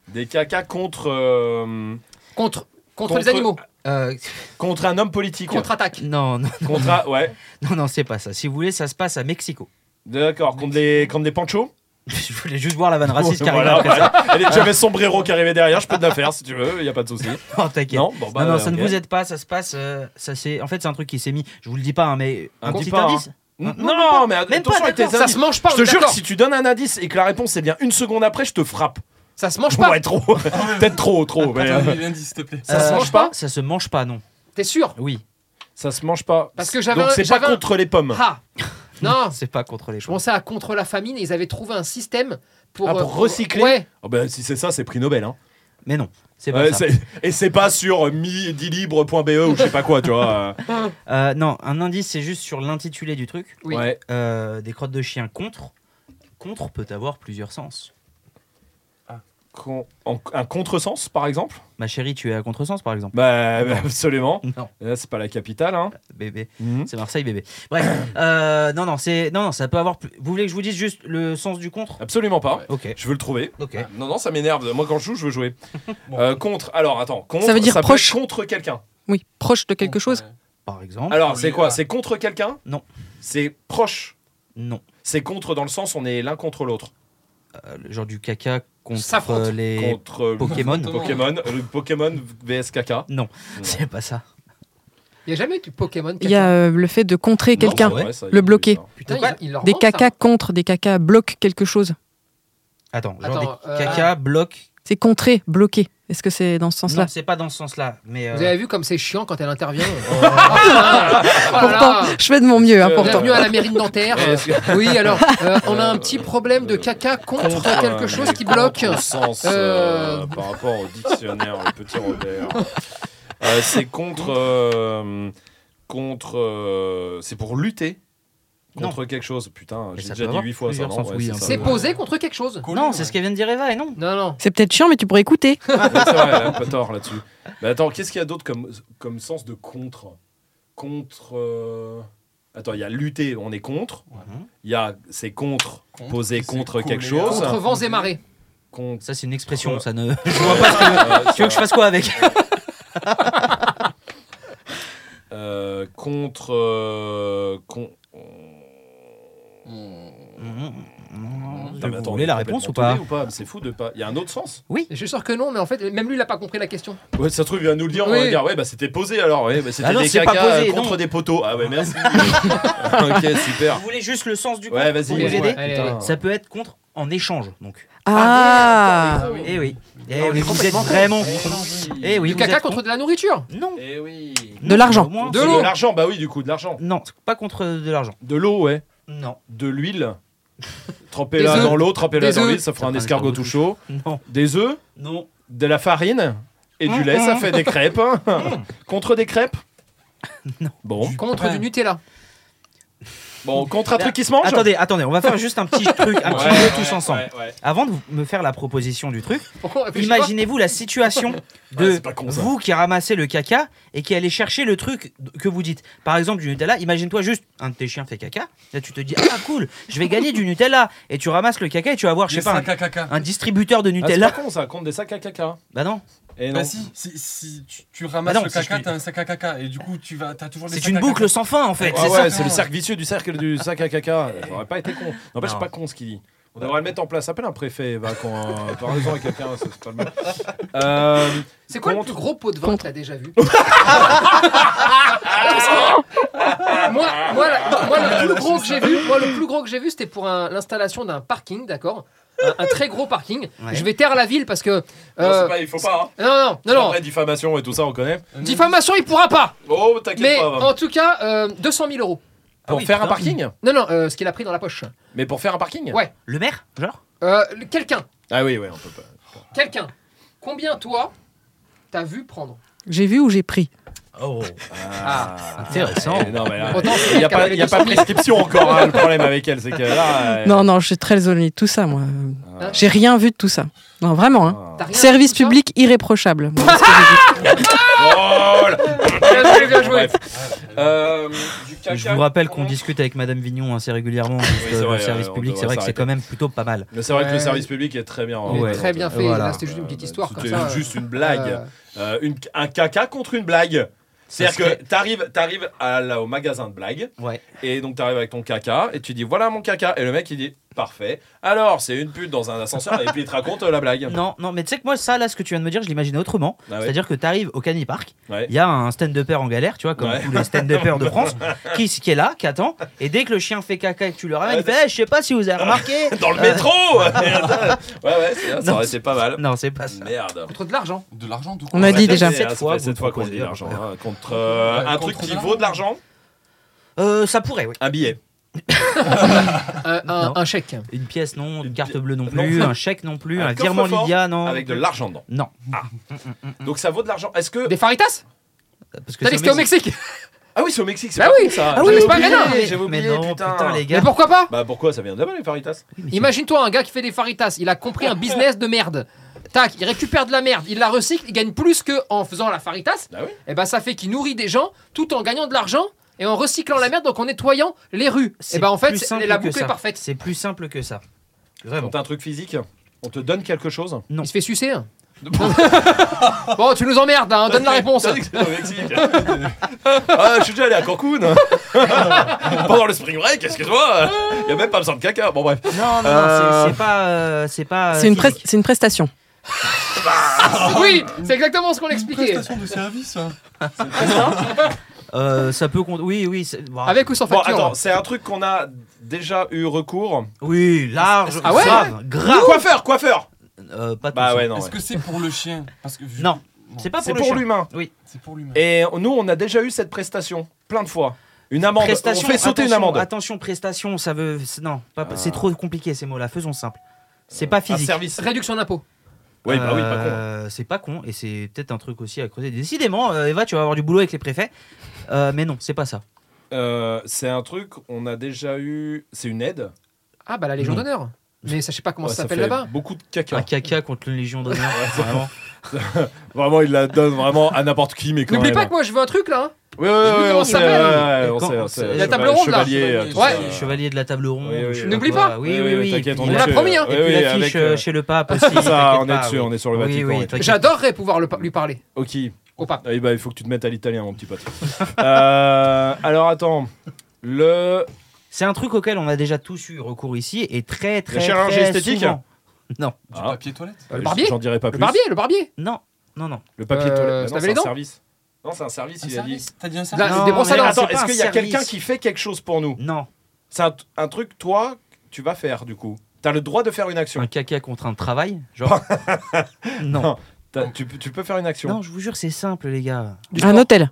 Speaker 5: des cacas contre. euh,
Speaker 3: contre, contre.
Speaker 5: Contre-
Speaker 3: les animaux,
Speaker 6: Euh,
Speaker 5: contre un homme politique.
Speaker 3: contre-attaque.
Speaker 6: non, non,
Speaker 5: Contre un- ouais.
Speaker 6: non, non, c'est pas ça. Si vous voulez, ça se passe à Mexico.
Speaker 5: D'accord, contre des, contre des panchos.
Speaker 6: Je voulais juste voir la vanne raciste qui arrive
Speaker 5: Voilà,
Speaker 6: après ça.
Speaker 5: voilà. Et J'avais sombrero qui arrivait derrière, je peux te la faire si tu veux, il a pas de souci.
Speaker 6: Non, t'inquiète.
Speaker 5: Non, bon, bah,
Speaker 6: non, non, ça
Speaker 5: ok.
Speaker 6: ne vous aide pas, ça se passe. euh, ça c'est, en fait, c'est un truc qui s'est mis. Je vous le dis pas, hein, mais un
Speaker 5: Dis
Speaker 6: petit
Speaker 5: pas, hein.
Speaker 6: indice.
Speaker 5: Non,
Speaker 6: Non, non, pas-
Speaker 5: mais
Speaker 6: même pas,
Speaker 5: attention avec tes
Speaker 6: d'accord,
Speaker 3: Ça
Speaker 5: indices.
Speaker 3: se mange pas,
Speaker 5: je
Speaker 3: on est
Speaker 5: te jure que
Speaker 3: d'accord.
Speaker 5: si tu donnes un indice et que la réponse est bien une seconde après, je te frappe.
Speaker 3: Ça se mange pas,
Speaker 5: Ouais, trop. Peut-être trop, trop. mais, euh,
Speaker 1: Attends, mais lundi, s'il te plaît. Euh,
Speaker 3: Ça se mange pas
Speaker 6: euh, Ça se mange pas, non.
Speaker 3: t'es sûr
Speaker 6: Oui,
Speaker 5: ça se mange pas.
Speaker 3: Parce que j'avais
Speaker 5: Donc
Speaker 3: un-
Speaker 5: c'est pas
Speaker 3: j'avais un-
Speaker 5: contre les pommes.
Speaker 3: Ah Non,
Speaker 6: c'est pas contre les
Speaker 3: je pensais à contre la famine et ils avaient trouvé un système pour,
Speaker 5: Ah, pour
Speaker 3: euh,
Speaker 5: recycler
Speaker 3: Ouais,
Speaker 5: Ah bah, si c'est ça, c'est prix Nobel. Hein.
Speaker 6: Mais non, c'est pas
Speaker 5: Ouais,
Speaker 6: ça.
Speaker 5: c'est- Et c'est pas sur euh, midilibre.be E ou je sais pas quoi, tu vois. euh.
Speaker 6: Euh, non, un indice, c'est juste sur l'intitulé du truc.
Speaker 3: Oui.
Speaker 5: Ouais.
Speaker 6: Euh, des crottes de chien contre. Contre peut avoir plusieurs sens.
Speaker 5: Con- en- Un contresens, par exemple
Speaker 6: Ma chérie, tu es à contresens, par exemple.
Speaker 5: Bah, bah, absolument.
Speaker 6: Non,
Speaker 5: Là, Euh, c'est pas la capitale. Hein.
Speaker 6: bébé.
Speaker 5: Mhm.
Speaker 6: C'est Marseille, bébé. Bref, euh, non, non, c'est, non, non, ça peut avoir. plus- Vous voulez que je vous dise juste le sens du contre
Speaker 5: Absolument pas.
Speaker 6: Ok.
Speaker 5: Je veux le trouver.
Speaker 6: Ok.
Speaker 5: Non, non, ça m'énerve. Moi, quand je joue, je veux jouer. Euh, contre, alors attends. Contre,
Speaker 9: Ça veut dire
Speaker 5: peut
Speaker 9: proche.
Speaker 5: être contre quelqu'un.
Speaker 9: Oui, proche de quelque chose.
Speaker 1: euh,
Speaker 6: Par exemple.
Speaker 5: Alors, c'est
Speaker 1: oui,
Speaker 5: quoi
Speaker 1: ah.
Speaker 5: C'est contre quelqu'un
Speaker 6: Non.
Speaker 5: C'est proche.
Speaker 6: Non.
Speaker 5: C'est contre dans le sens on est l'un contre l'autre.
Speaker 6: Euh, le genre du caca contre
Speaker 3: S'affronte.
Speaker 6: euh, les.
Speaker 5: Contre euh,
Speaker 6: Pokémon.
Speaker 5: Pokémon, le Pokémon vs Caca.
Speaker 6: Non,
Speaker 5: Non.
Speaker 6: c'est pas ça.
Speaker 3: il n'y a jamais eu de Pokémon.
Speaker 9: Il y a euh, le fait de contrer quelqu'un.
Speaker 5: Non, c'est vrai, ça,
Speaker 9: le
Speaker 5: il-
Speaker 9: bloquer.
Speaker 5: ça.
Speaker 3: Putain,
Speaker 6: Quoi
Speaker 3: ils- ils leur
Speaker 9: Des
Speaker 3: vendent ça.
Speaker 9: cacas contre, des cacas bloquent quelque chose.
Speaker 6: Attends, genre
Speaker 3: Attends,
Speaker 6: des
Speaker 3: euh,
Speaker 6: caca bloc.
Speaker 9: C'est contrer, bloquer. Est-ce que c'est dans ce
Speaker 6: Non,
Speaker 9: sens-là
Speaker 6: c'est pas dans ce sens-là, mais. euh,
Speaker 3: Vous avez vu comme c'est chiant quand elle intervient Oh là Ah là.
Speaker 9: Pourtant, je fais de mon mieux. hein,
Speaker 5: Euh,
Speaker 9: pourtant.
Speaker 3: Bienvenue à la mairie de Nanterre. Euh, oui, alors, euh, on a un petit problème de caca contre,
Speaker 5: Contre, euh,
Speaker 3: quelque chose qui
Speaker 5: contre
Speaker 3: bloque.
Speaker 5: au sens, euh,
Speaker 3: Euh.
Speaker 5: par rapport au dictionnaire, le petit Robert. Euh, c'est contre. euh, contre. euh, c'est pour lutter. Contre quelque chose. Putain,
Speaker 6: Mais
Speaker 5: j'ai
Speaker 6: ça
Speaker 5: déjà dit
Speaker 6: peut avoir
Speaker 5: 8 fois ça.
Speaker 6: plusieurs
Speaker 5: non
Speaker 6: sens,
Speaker 5: Ouais,
Speaker 6: oui, hein,
Speaker 5: ça,
Speaker 3: C'est
Speaker 5: ouais.
Speaker 3: posé contre quelque chose.
Speaker 6: Non, c'est ce que vient de dire Eva, et non.
Speaker 3: Non, non.
Speaker 9: C'est peut-être chiant, mais tu pourrais écouter.
Speaker 5: Ouais, c'est vrai, elle a pas tort là-dessus. Mais attends, qu'est-ce qu'il y a d'autre comme, comme sens de contre Contre. euh, Attends, il y a lutter, on est contre.
Speaker 6: Mhm.
Speaker 5: Il y a c'est contre,
Speaker 1: Contre,
Speaker 5: poser
Speaker 1: c'est
Speaker 5: contre quelque
Speaker 1: coller,
Speaker 5: chose.
Speaker 3: Contre vents et marées.
Speaker 5: Contre. euh,
Speaker 6: Ça, c'est une expression,
Speaker 5: Ouais.
Speaker 6: ça ne.
Speaker 5: Je vois pas
Speaker 6: tu veux que je fasse quoi avec
Speaker 5: contre. euh, con- Putain,
Speaker 6: Vous
Speaker 5: mais attends,
Speaker 6: voulez
Speaker 5: on est
Speaker 6: la réponse ou
Speaker 5: complètement
Speaker 6: pas
Speaker 5: teubé Mais C'est fou de pas. Il y a un autre sens.
Speaker 3: Je suis sûr que non, mais en fait, même lui, il n'a pas compris la question.
Speaker 5: Ouais, ça se trouve, il va nous le dire. On
Speaker 3: Oui.
Speaker 5: va dire, ouais, bah c'était posé alors. Ouais, bah, c'était
Speaker 6: Ah non,
Speaker 5: des
Speaker 6: c'est pas
Speaker 5: caca
Speaker 6: posé,
Speaker 5: contre
Speaker 6: non.
Speaker 5: des poteaux. Ah ouais, merci. ok, super.
Speaker 6: Vous voulez juste le sens du
Speaker 5: Ouais, vas-y.
Speaker 6: Pour nous
Speaker 5: ouais,
Speaker 6: aider
Speaker 5: putain.
Speaker 3: Allez, allez.
Speaker 6: Ça peut être contre en échange, donc.
Speaker 9: Ah,
Speaker 6: Eh oui. Eh
Speaker 3: Non,
Speaker 6: oui,
Speaker 3: mais
Speaker 6: vous êtes
Speaker 3: complètement con.
Speaker 6: vraiment. Eh oui,
Speaker 3: Du
Speaker 6: vous
Speaker 3: caca
Speaker 6: êtes con.
Speaker 3: contre de la nourriture.
Speaker 6: Non.
Speaker 5: Eh oui.
Speaker 9: De l'argent.
Speaker 6: Au moins,
Speaker 3: De
Speaker 5: C'est
Speaker 3: l'eau.
Speaker 5: De l'argent, bah oui, du coup, de l'argent.
Speaker 6: Non, c'est pas contre de l'argent.
Speaker 5: De l'eau, ouais.
Speaker 6: Non.
Speaker 5: De l'huile.
Speaker 3: Des
Speaker 5: Trempez-la
Speaker 3: œufs.
Speaker 5: dans l'eau, trempez-la
Speaker 3: Des
Speaker 5: dans
Speaker 3: œufs.
Speaker 5: l'huile, ça fera
Speaker 6: Ça
Speaker 5: un
Speaker 6: fera un
Speaker 5: escargot tout
Speaker 6: escargot tout
Speaker 5: chaud.
Speaker 6: Non.
Speaker 5: Des œufs,
Speaker 6: Non.
Speaker 5: de la farine et du
Speaker 6: Mm,
Speaker 5: lait,
Speaker 6: mm,
Speaker 5: ça
Speaker 6: mm.
Speaker 5: fait des crêpes. Contre des crêpes
Speaker 6: Non.
Speaker 5: Bon.
Speaker 3: Contre du Nutella.
Speaker 5: Bon, contre
Speaker 3: Bah,
Speaker 5: un truc qui se mange
Speaker 6: Attendez, attendez, on va faire juste un petit truc, un petit
Speaker 5: Ouais,
Speaker 6: jeu
Speaker 5: ouais,
Speaker 6: tous ensemble.
Speaker 5: ouais, ouais.
Speaker 6: Avant de vous- me faire la proposition du truc,
Speaker 3: Pourquoi on réfléchit pas
Speaker 6: imaginez-vous la situation de
Speaker 5: Ouais, c'est pas con, ça.
Speaker 6: vous qui ramassez le caca et qui allez chercher le truc que vous dites. Par exemple, du Nutella, imagine-toi juste un de tes chiens fait caca. Là, tu te dis, ah cool, je vais gagner du Nutella. Et tu ramasses le caca et tu vas voir, je sais pas, un,
Speaker 1: caca.
Speaker 6: un distributeur de
Speaker 5: Ah, c'est
Speaker 6: Nutella.
Speaker 5: pas con ça, contre des sacs à caca.
Speaker 6: bah non,
Speaker 5: Et non.
Speaker 1: Bah si, si, si tu, tu ramasses
Speaker 6: Bah non,
Speaker 1: le
Speaker 6: si je
Speaker 1: caca,
Speaker 6: te-
Speaker 1: t'as un sac à caca et du coup tu vas, t'as toujours des
Speaker 6: c'est
Speaker 1: sacs
Speaker 6: une
Speaker 1: à caca.
Speaker 6: boucle sans fin en fait.
Speaker 5: Ah
Speaker 6: c'est
Speaker 5: ouais,
Speaker 6: ça.
Speaker 5: c'est le cercle vicieux du cercle du sac à caca. J'aurais pas été con. N'empêche,
Speaker 6: Non.
Speaker 5: c'est pas con ce qu'il dit. On devrait le mettre en place. Appelle un préfet, va, quand. euh, Parlez-en à quelqu'un, c'est c'est pas le mal. Euh,
Speaker 3: C'est quoi
Speaker 5: Contre-
Speaker 3: le plus gros pot de vin que t'as déjà vu moi, moi, la- moi, le plus gros que j'ai vu, moi, le plus gros que j'ai vu, c'était pour un- l'installation d'un parking, d'accord un, un très gros parking.
Speaker 6: Ouais.
Speaker 3: Je vais taire la ville parce que
Speaker 5: non,
Speaker 3: euh,
Speaker 5: c'est pas, il faut pas. Hein.
Speaker 3: non, non, non, non.
Speaker 5: Après, diffamation et tout ça, on connaît.
Speaker 3: Diffamation, il pourra pas.
Speaker 5: Oh, t'inquiète
Speaker 3: Mais
Speaker 5: pas. va.
Speaker 3: en tout cas, euh, 200 000 euros.
Speaker 5: Pour
Speaker 6: Ah oui,
Speaker 5: faire un
Speaker 6: putain.
Speaker 5: parking
Speaker 3: Non, non, euh, ce qu'il a pris dans la poche.
Speaker 5: Mais pour faire un parking
Speaker 3: Ouais.
Speaker 6: Le maire, genre
Speaker 3: Euh, le- quelqu'un,
Speaker 5: Ah oui, ouais, on peut pas.
Speaker 3: quelqu'un. Combien toi t'as vu prendre
Speaker 9: J'ai vu ou j'ai pris
Speaker 6: Oh,
Speaker 5: Ah,
Speaker 6: intéressant.
Speaker 5: Eh, non, mais là,
Speaker 3: Autant c'est
Speaker 5: il n'y
Speaker 3: elle
Speaker 5: a
Speaker 3: qui
Speaker 5: pas,
Speaker 3: avait
Speaker 5: il y a
Speaker 3: les
Speaker 5: pas
Speaker 3: 200 000.
Speaker 5: prescription encore. hein, le problème avec elle, c'est que là. euh,
Speaker 9: Non, non, je suis très honnête, tout ça, moi.
Speaker 5: Ah.
Speaker 9: J'ai rien vu de tout ça. Non, vraiment, hein.
Speaker 5: ah.
Speaker 3: T'as rien
Speaker 9: Service
Speaker 3: vu de tout ça
Speaker 9: public irréprochable. Voilà ce que j'ai vu.
Speaker 5: Oh là
Speaker 3: Bien joué, bien joué.
Speaker 5: Bref. Euh, du caca
Speaker 6: Je vous rappelle qu'on
Speaker 5: contre-
Speaker 6: discute avec Madame Vignon assez régulièrement
Speaker 5: Oui,
Speaker 6: juste,
Speaker 5: c'est
Speaker 6: euh,
Speaker 5: vrai,
Speaker 6: le service
Speaker 5: euh, on
Speaker 6: public. C'est
Speaker 5: devrait
Speaker 6: vrai que c'est
Speaker 5: s'arrêter.
Speaker 6: quand même plutôt pas mal.
Speaker 5: Mais c'est vrai que le
Speaker 3: Ouais.
Speaker 5: service public est très bien. Euh,
Speaker 3: Il est
Speaker 6: Ouais.
Speaker 3: très bien fait.
Speaker 6: Voilà.
Speaker 3: Là, c'était juste une petite histoire comme
Speaker 5: C'était
Speaker 3: ça.
Speaker 5: juste une
Speaker 3: Euh,
Speaker 5: blague. Euh, une- un caca contre une blague.
Speaker 6: Ça
Speaker 5: C'est-à-dire que t'arrives, t'arrives à la- au magasin de blagues
Speaker 6: Ouais.
Speaker 5: et donc t'arrives avec ton caca et tu dis voilà mon caca et le mec il dit parfait. Alors c'est une pute dans un ascenseur et puis il te raconte euh, la blague.
Speaker 6: Non, non, mais tu sais que moi, ça, là, ce que tu viens de me dire, je l'imaginais autrement.
Speaker 5: Ah ouais.
Speaker 6: C'est-à-dire que tu arrives au Canipark, il
Speaker 5: Ouais.
Speaker 6: y a un stand-upper en galère, tu vois, comme
Speaker 5: Ouais.
Speaker 6: tous les stand-uppers de France, qui, qui est là, qui attend, et dès que le chien fait caca et que tu le ramènes, il fait Eh, Je sais pas si vous avez remarqué.
Speaker 5: Dans le
Speaker 6: Euh,
Speaker 5: métro. ouais ouais c'est, ça
Speaker 6: Non,
Speaker 5: aurait été pas mal.
Speaker 6: Non, c'est pas ça.
Speaker 5: Merde.
Speaker 3: Contre de l'argent.
Speaker 1: De l'argent, tout
Speaker 9: On a
Speaker 5: Ouais,
Speaker 9: dit
Speaker 5: ça,
Speaker 9: déjà.
Speaker 5: c'est-
Speaker 6: Cette
Speaker 5: ça fait
Speaker 6: fois,
Speaker 5: cette
Speaker 6: vous
Speaker 5: fois qu'on dit
Speaker 6: proposez-
Speaker 5: l'argent hein, contre euh,
Speaker 1: Ouais,
Speaker 5: un
Speaker 1: contre
Speaker 5: truc qui
Speaker 1: de
Speaker 5: vaut de l'argent,
Speaker 6: Euh, ça pourrait, oui.
Speaker 5: un billet.
Speaker 3: Un- Euh, un,
Speaker 6: Non.
Speaker 3: un chèque.
Speaker 6: Une pièce, non. Une
Speaker 5: Une
Speaker 6: carte
Speaker 5: pi-
Speaker 6: bleue, non
Speaker 5: non.
Speaker 6: plus. Un chèque, non plus.
Speaker 5: Un
Speaker 6: Un virement
Speaker 5: coffre-fort
Speaker 6: Lydia, non. Euh,
Speaker 5: avec de l'argent dedans.
Speaker 6: Non.
Speaker 5: Donc ça vaut de l'argent. Est-ce que
Speaker 3: Des faritas
Speaker 6: Parce que
Speaker 3: T'as dit que c'était au
Speaker 6: Mexique.
Speaker 3: Mexique
Speaker 5: ah oui c'est au Mexique c'est
Speaker 3: Bah
Speaker 5: pas
Speaker 3: oui.
Speaker 5: con, ça.
Speaker 3: Ah
Speaker 5: J'avais
Speaker 3: oui, c'est pas
Speaker 5: oublié,
Speaker 3: grave, mais-
Speaker 5: j'avais
Speaker 6: Mais
Speaker 5: oublié,
Speaker 6: non,
Speaker 5: putain.
Speaker 6: putain, les
Speaker 3: Mais
Speaker 6: gars.
Speaker 3: pourquoi pas
Speaker 5: Bah pourquoi ça vient de là les Faritas
Speaker 3: Imagine-toi un gars qui fait des faritas, il a compris un business de merde. Tac, il récupère de la merde, il la recycle, il gagne plus que en faisant la faritas.
Speaker 5: Bah oui.
Speaker 3: Et ben ça fait qu'il nourrit des gens tout en gagnant de l'argent et en recyclant la merde donc en nettoyant les rues. Et
Speaker 6: C'est
Speaker 3: ben en fait,
Speaker 6: plus
Speaker 3: c'est-
Speaker 6: simple
Speaker 3: la
Speaker 6: que
Speaker 3: boucle
Speaker 6: ça.
Speaker 3: est parfaite.
Speaker 6: C'est plus simple que ça. Vraiment.
Speaker 5: On t'a un truc physique On te donne quelque chose
Speaker 6: Non.
Speaker 3: Il se fait sucer. hein. bon, tu nous emmerdes, hein, donne la réponse.
Speaker 5: T'as dit que c'était au Mexique. ah, je suis déjà allé à Cancun. Pendant le spring break, excuse-moi. Il a même pas besoin de caca. Bon, bref.
Speaker 6: Non, non, non,
Speaker 5: Euh,
Speaker 6: c'est- c'est pas. euh, c'est pas. euh,
Speaker 9: C'est une, pres-
Speaker 6: physique.
Speaker 9: c'est une prestation.
Speaker 3: oui, c'est exactement ce qu'on
Speaker 1: Une
Speaker 3: expliquait.
Speaker 1: prestation de service. hein.
Speaker 6: Euh, ça peut compter. Oui, oui. c'est- bah,
Speaker 3: Avec ou sans
Speaker 5: Bon,
Speaker 3: facture
Speaker 5: attends, c'est un truc qu'on a déjà eu recours.
Speaker 6: Oui, large.
Speaker 3: Ah ouais
Speaker 6: grave, grave.
Speaker 5: coiffeur, coiffeur
Speaker 6: Euh, pas tout
Speaker 5: Bah
Speaker 6: ça.
Speaker 5: ouais, non.
Speaker 1: Est-ce
Speaker 5: ouais.
Speaker 1: que c'est pour le chien Parce que vu-
Speaker 6: Non, c'est pas
Speaker 5: C'est
Speaker 6: Ah, pour
Speaker 5: pour
Speaker 6: le chien.
Speaker 5: l'humain.
Speaker 1: C'est pour l'humain.
Speaker 5: Et nous, on a déjà eu cette prestation plein de fois. Une amende.
Speaker 6: Prestation,
Speaker 5: on fait sauter une
Speaker 6: attention,
Speaker 5: amende. Ah.
Speaker 6: Attention, prestation, ça veut. c'est- Non, pas- c'est trop compliqué ces mots-là. Faisons simple. C'est pas
Speaker 5: Un
Speaker 6: physique.
Speaker 5: service.
Speaker 3: Réduction d'impôt.
Speaker 5: Oui, bah oui, pas con.
Speaker 6: Euh, C'est pas con et c'est peut-être un truc aussi à creuser. Décidément, euh, Eva, tu vas avoir du boulot avec les préfets. Euh, mais non, c'est pas ça.
Speaker 5: Euh, c'est un truc, on a déjà eu. C'est une aide.
Speaker 3: Ah bah la Légion
Speaker 6: Non.
Speaker 3: d'honneur. Mais ça, je sais pas comment
Speaker 5: Ouais,
Speaker 3: ça s'appelle
Speaker 5: fait
Speaker 3: là-bas. Ah,
Speaker 5: Beaucoup de caca.
Speaker 6: Un caca contre une légion d'honneur. vraiment.
Speaker 5: Vraiment, il la donne vraiment à n'importe qui, mais quand
Speaker 3: N'oublie
Speaker 5: même.
Speaker 3: pas que moi je veux un truc là. hein.
Speaker 5: Oui, oui, oui,
Speaker 3: comment
Speaker 5: on
Speaker 3: ça
Speaker 5: sait, ouais,
Speaker 3: s'appelle.
Speaker 5: ouais, ouais, on
Speaker 6: Quand-
Speaker 5: sait, on
Speaker 6: c'est-
Speaker 5: sait.
Speaker 6: La
Speaker 5: Chevalier-
Speaker 3: table ronde, là.
Speaker 5: Chevalier, euh,
Speaker 1: Ouais.
Speaker 5: tout ça.
Speaker 6: Le Chevalier de la table ronde.
Speaker 5: Oui, oui,
Speaker 6: je sais
Speaker 5: oui.
Speaker 3: N'oublie
Speaker 6: quoi.
Speaker 3: pas.
Speaker 6: Oui,
Speaker 5: Oui,
Speaker 6: oui,
Speaker 5: oui,
Speaker 6: oui.
Speaker 5: t'inquiète,
Speaker 6: puis
Speaker 5: on
Speaker 3: est
Speaker 6: la-
Speaker 3: dessus. promis, hein.
Speaker 6: Et
Speaker 5: Oui,
Speaker 6: puis
Speaker 5: oui,
Speaker 6: l'affiche
Speaker 5: avec,
Speaker 6: euh,
Speaker 5: euh,
Speaker 6: chez le pape aussi.
Speaker 5: C'est ça,
Speaker 6: t'inquiète
Speaker 5: on est
Speaker 6: pas,
Speaker 5: dessus,
Speaker 6: oui.
Speaker 5: on est sur le
Speaker 6: Oui,
Speaker 5: Vatican.
Speaker 6: oui,
Speaker 5: et tout.
Speaker 6: t'inquiète.
Speaker 3: J'adorerais pouvoir le par- lui parler
Speaker 5: Ok.
Speaker 3: au pape.
Speaker 5: Ah oui, bah, il faut que tu te mettes à l'italien, mon petit pote. Euh, alors, attends. Le.
Speaker 6: C'est un truc auquel on a déjà tous eu recours ici et très très
Speaker 5: chirurgie
Speaker 6: très
Speaker 5: esthétique
Speaker 6: souvent. Non,
Speaker 1: Du
Speaker 5: Ah,
Speaker 1: papier toilette.
Speaker 3: Le barbier
Speaker 5: J'en dirai pas
Speaker 3: Le
Speaker 5: plus.
Speaker 3: barbier, le barbier
Speaker 6: non, non, non.
Speaker 5: Le
Speaker 3: Euh,
Speaker 5: papier de toilette.
Speaker 3: ça
Speaker 5: Bah non,
Speaker 3: avait les
Speaker 5: c'est
Speaker 3: dents
Speaker 5: un service. Non, c'est un service, il a dit.
Speaker 1: T'as dit un
Speaker 3: Là,
Speaker 1: service
Speaker 3: Ah, c'est
Speaker 6: Non,
Speaker 3: des
Speaker 6: mais
Speaker 3: brosses à
Speaker 5: Mais
Speaker 3: dents.
Speaker 6: c'est
Speaker 5: attends,
Speaker 6: pas
Speaker 5: est-ce
Speaker 6: un
Speaker 5: qu'il y a
Speaker 6: service.
Speaker 5: quelqu'un qui fait quelque chose pour nous
Speaker 6: Non,
Speaker 5: C'est un, un truc, toi, tu vas faire, du coup. T'as le droit de faire une action.
Speaker 6: un caca contre un travail, genre. non.
Speaker 5: T'as- Tu, peux- tu peux faire une action.
Speaker 6: Non, je vous jure, c'est simple, les gars.
Speaker 9: Un hôtel.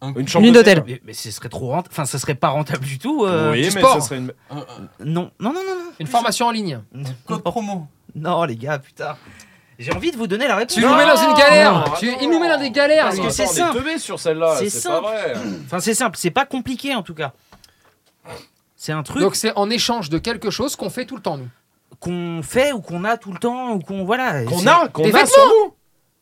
Speaker 3: Ah,
Speaker 5: Une chambre
Speaker 9: Une d'hôtel.
Speaker 6: Mais, mais ce serait trop rentable. Enfin, ce serait pas rentable du tout. euh,
Speaker 5: oui, mais
Speaker 3: du sport.
Speaker 5: ça serait une.
Speaker 1: Un- un
Speaker 6: Non, non, non, non,
Speaker 3: Une formation en ligne.
Speaker 6: non.
Speaker 1: Code promo.
Speaker 6: Non, les gars, putain. J'ai envie de vous donner la réponse.
Speaker 3: Tu nous mets dans une galère.
Speaker 5: Non,
Speaker 3: Tu-
Speaker 5: attends.
Speaker 3: Il nous met dans des galères.
Speaker 6: Parce
Speaker 3: lui.
Speaker 6: que c'est
Speaker 5: Attends, on est
Speaker 6: simple.
Speaker 5: teubés sur celle-là.
Speaker 6: C'est
Speaker 5: C'est pas
Speaker 6: simple.
Speaker 5: vrai.
Speaker 6: Enfin, c'est simple, c'est pas compliqué en tout cas. C'est un truc
Speaker 3: Donc c'est en échange de quelque chose qu'on fait tout le temps, nous.
Speaker 6: qu'on fait ou qu'on a tout le temps ou qu'on voilà.
Speaker 10: Qu'on
Speaker 6: C'est
Speaker 10: a, qu'on
Speaker 3: Des
Speaker 10: a sur
Speaker 3: vêtements
Speaker 10: nous.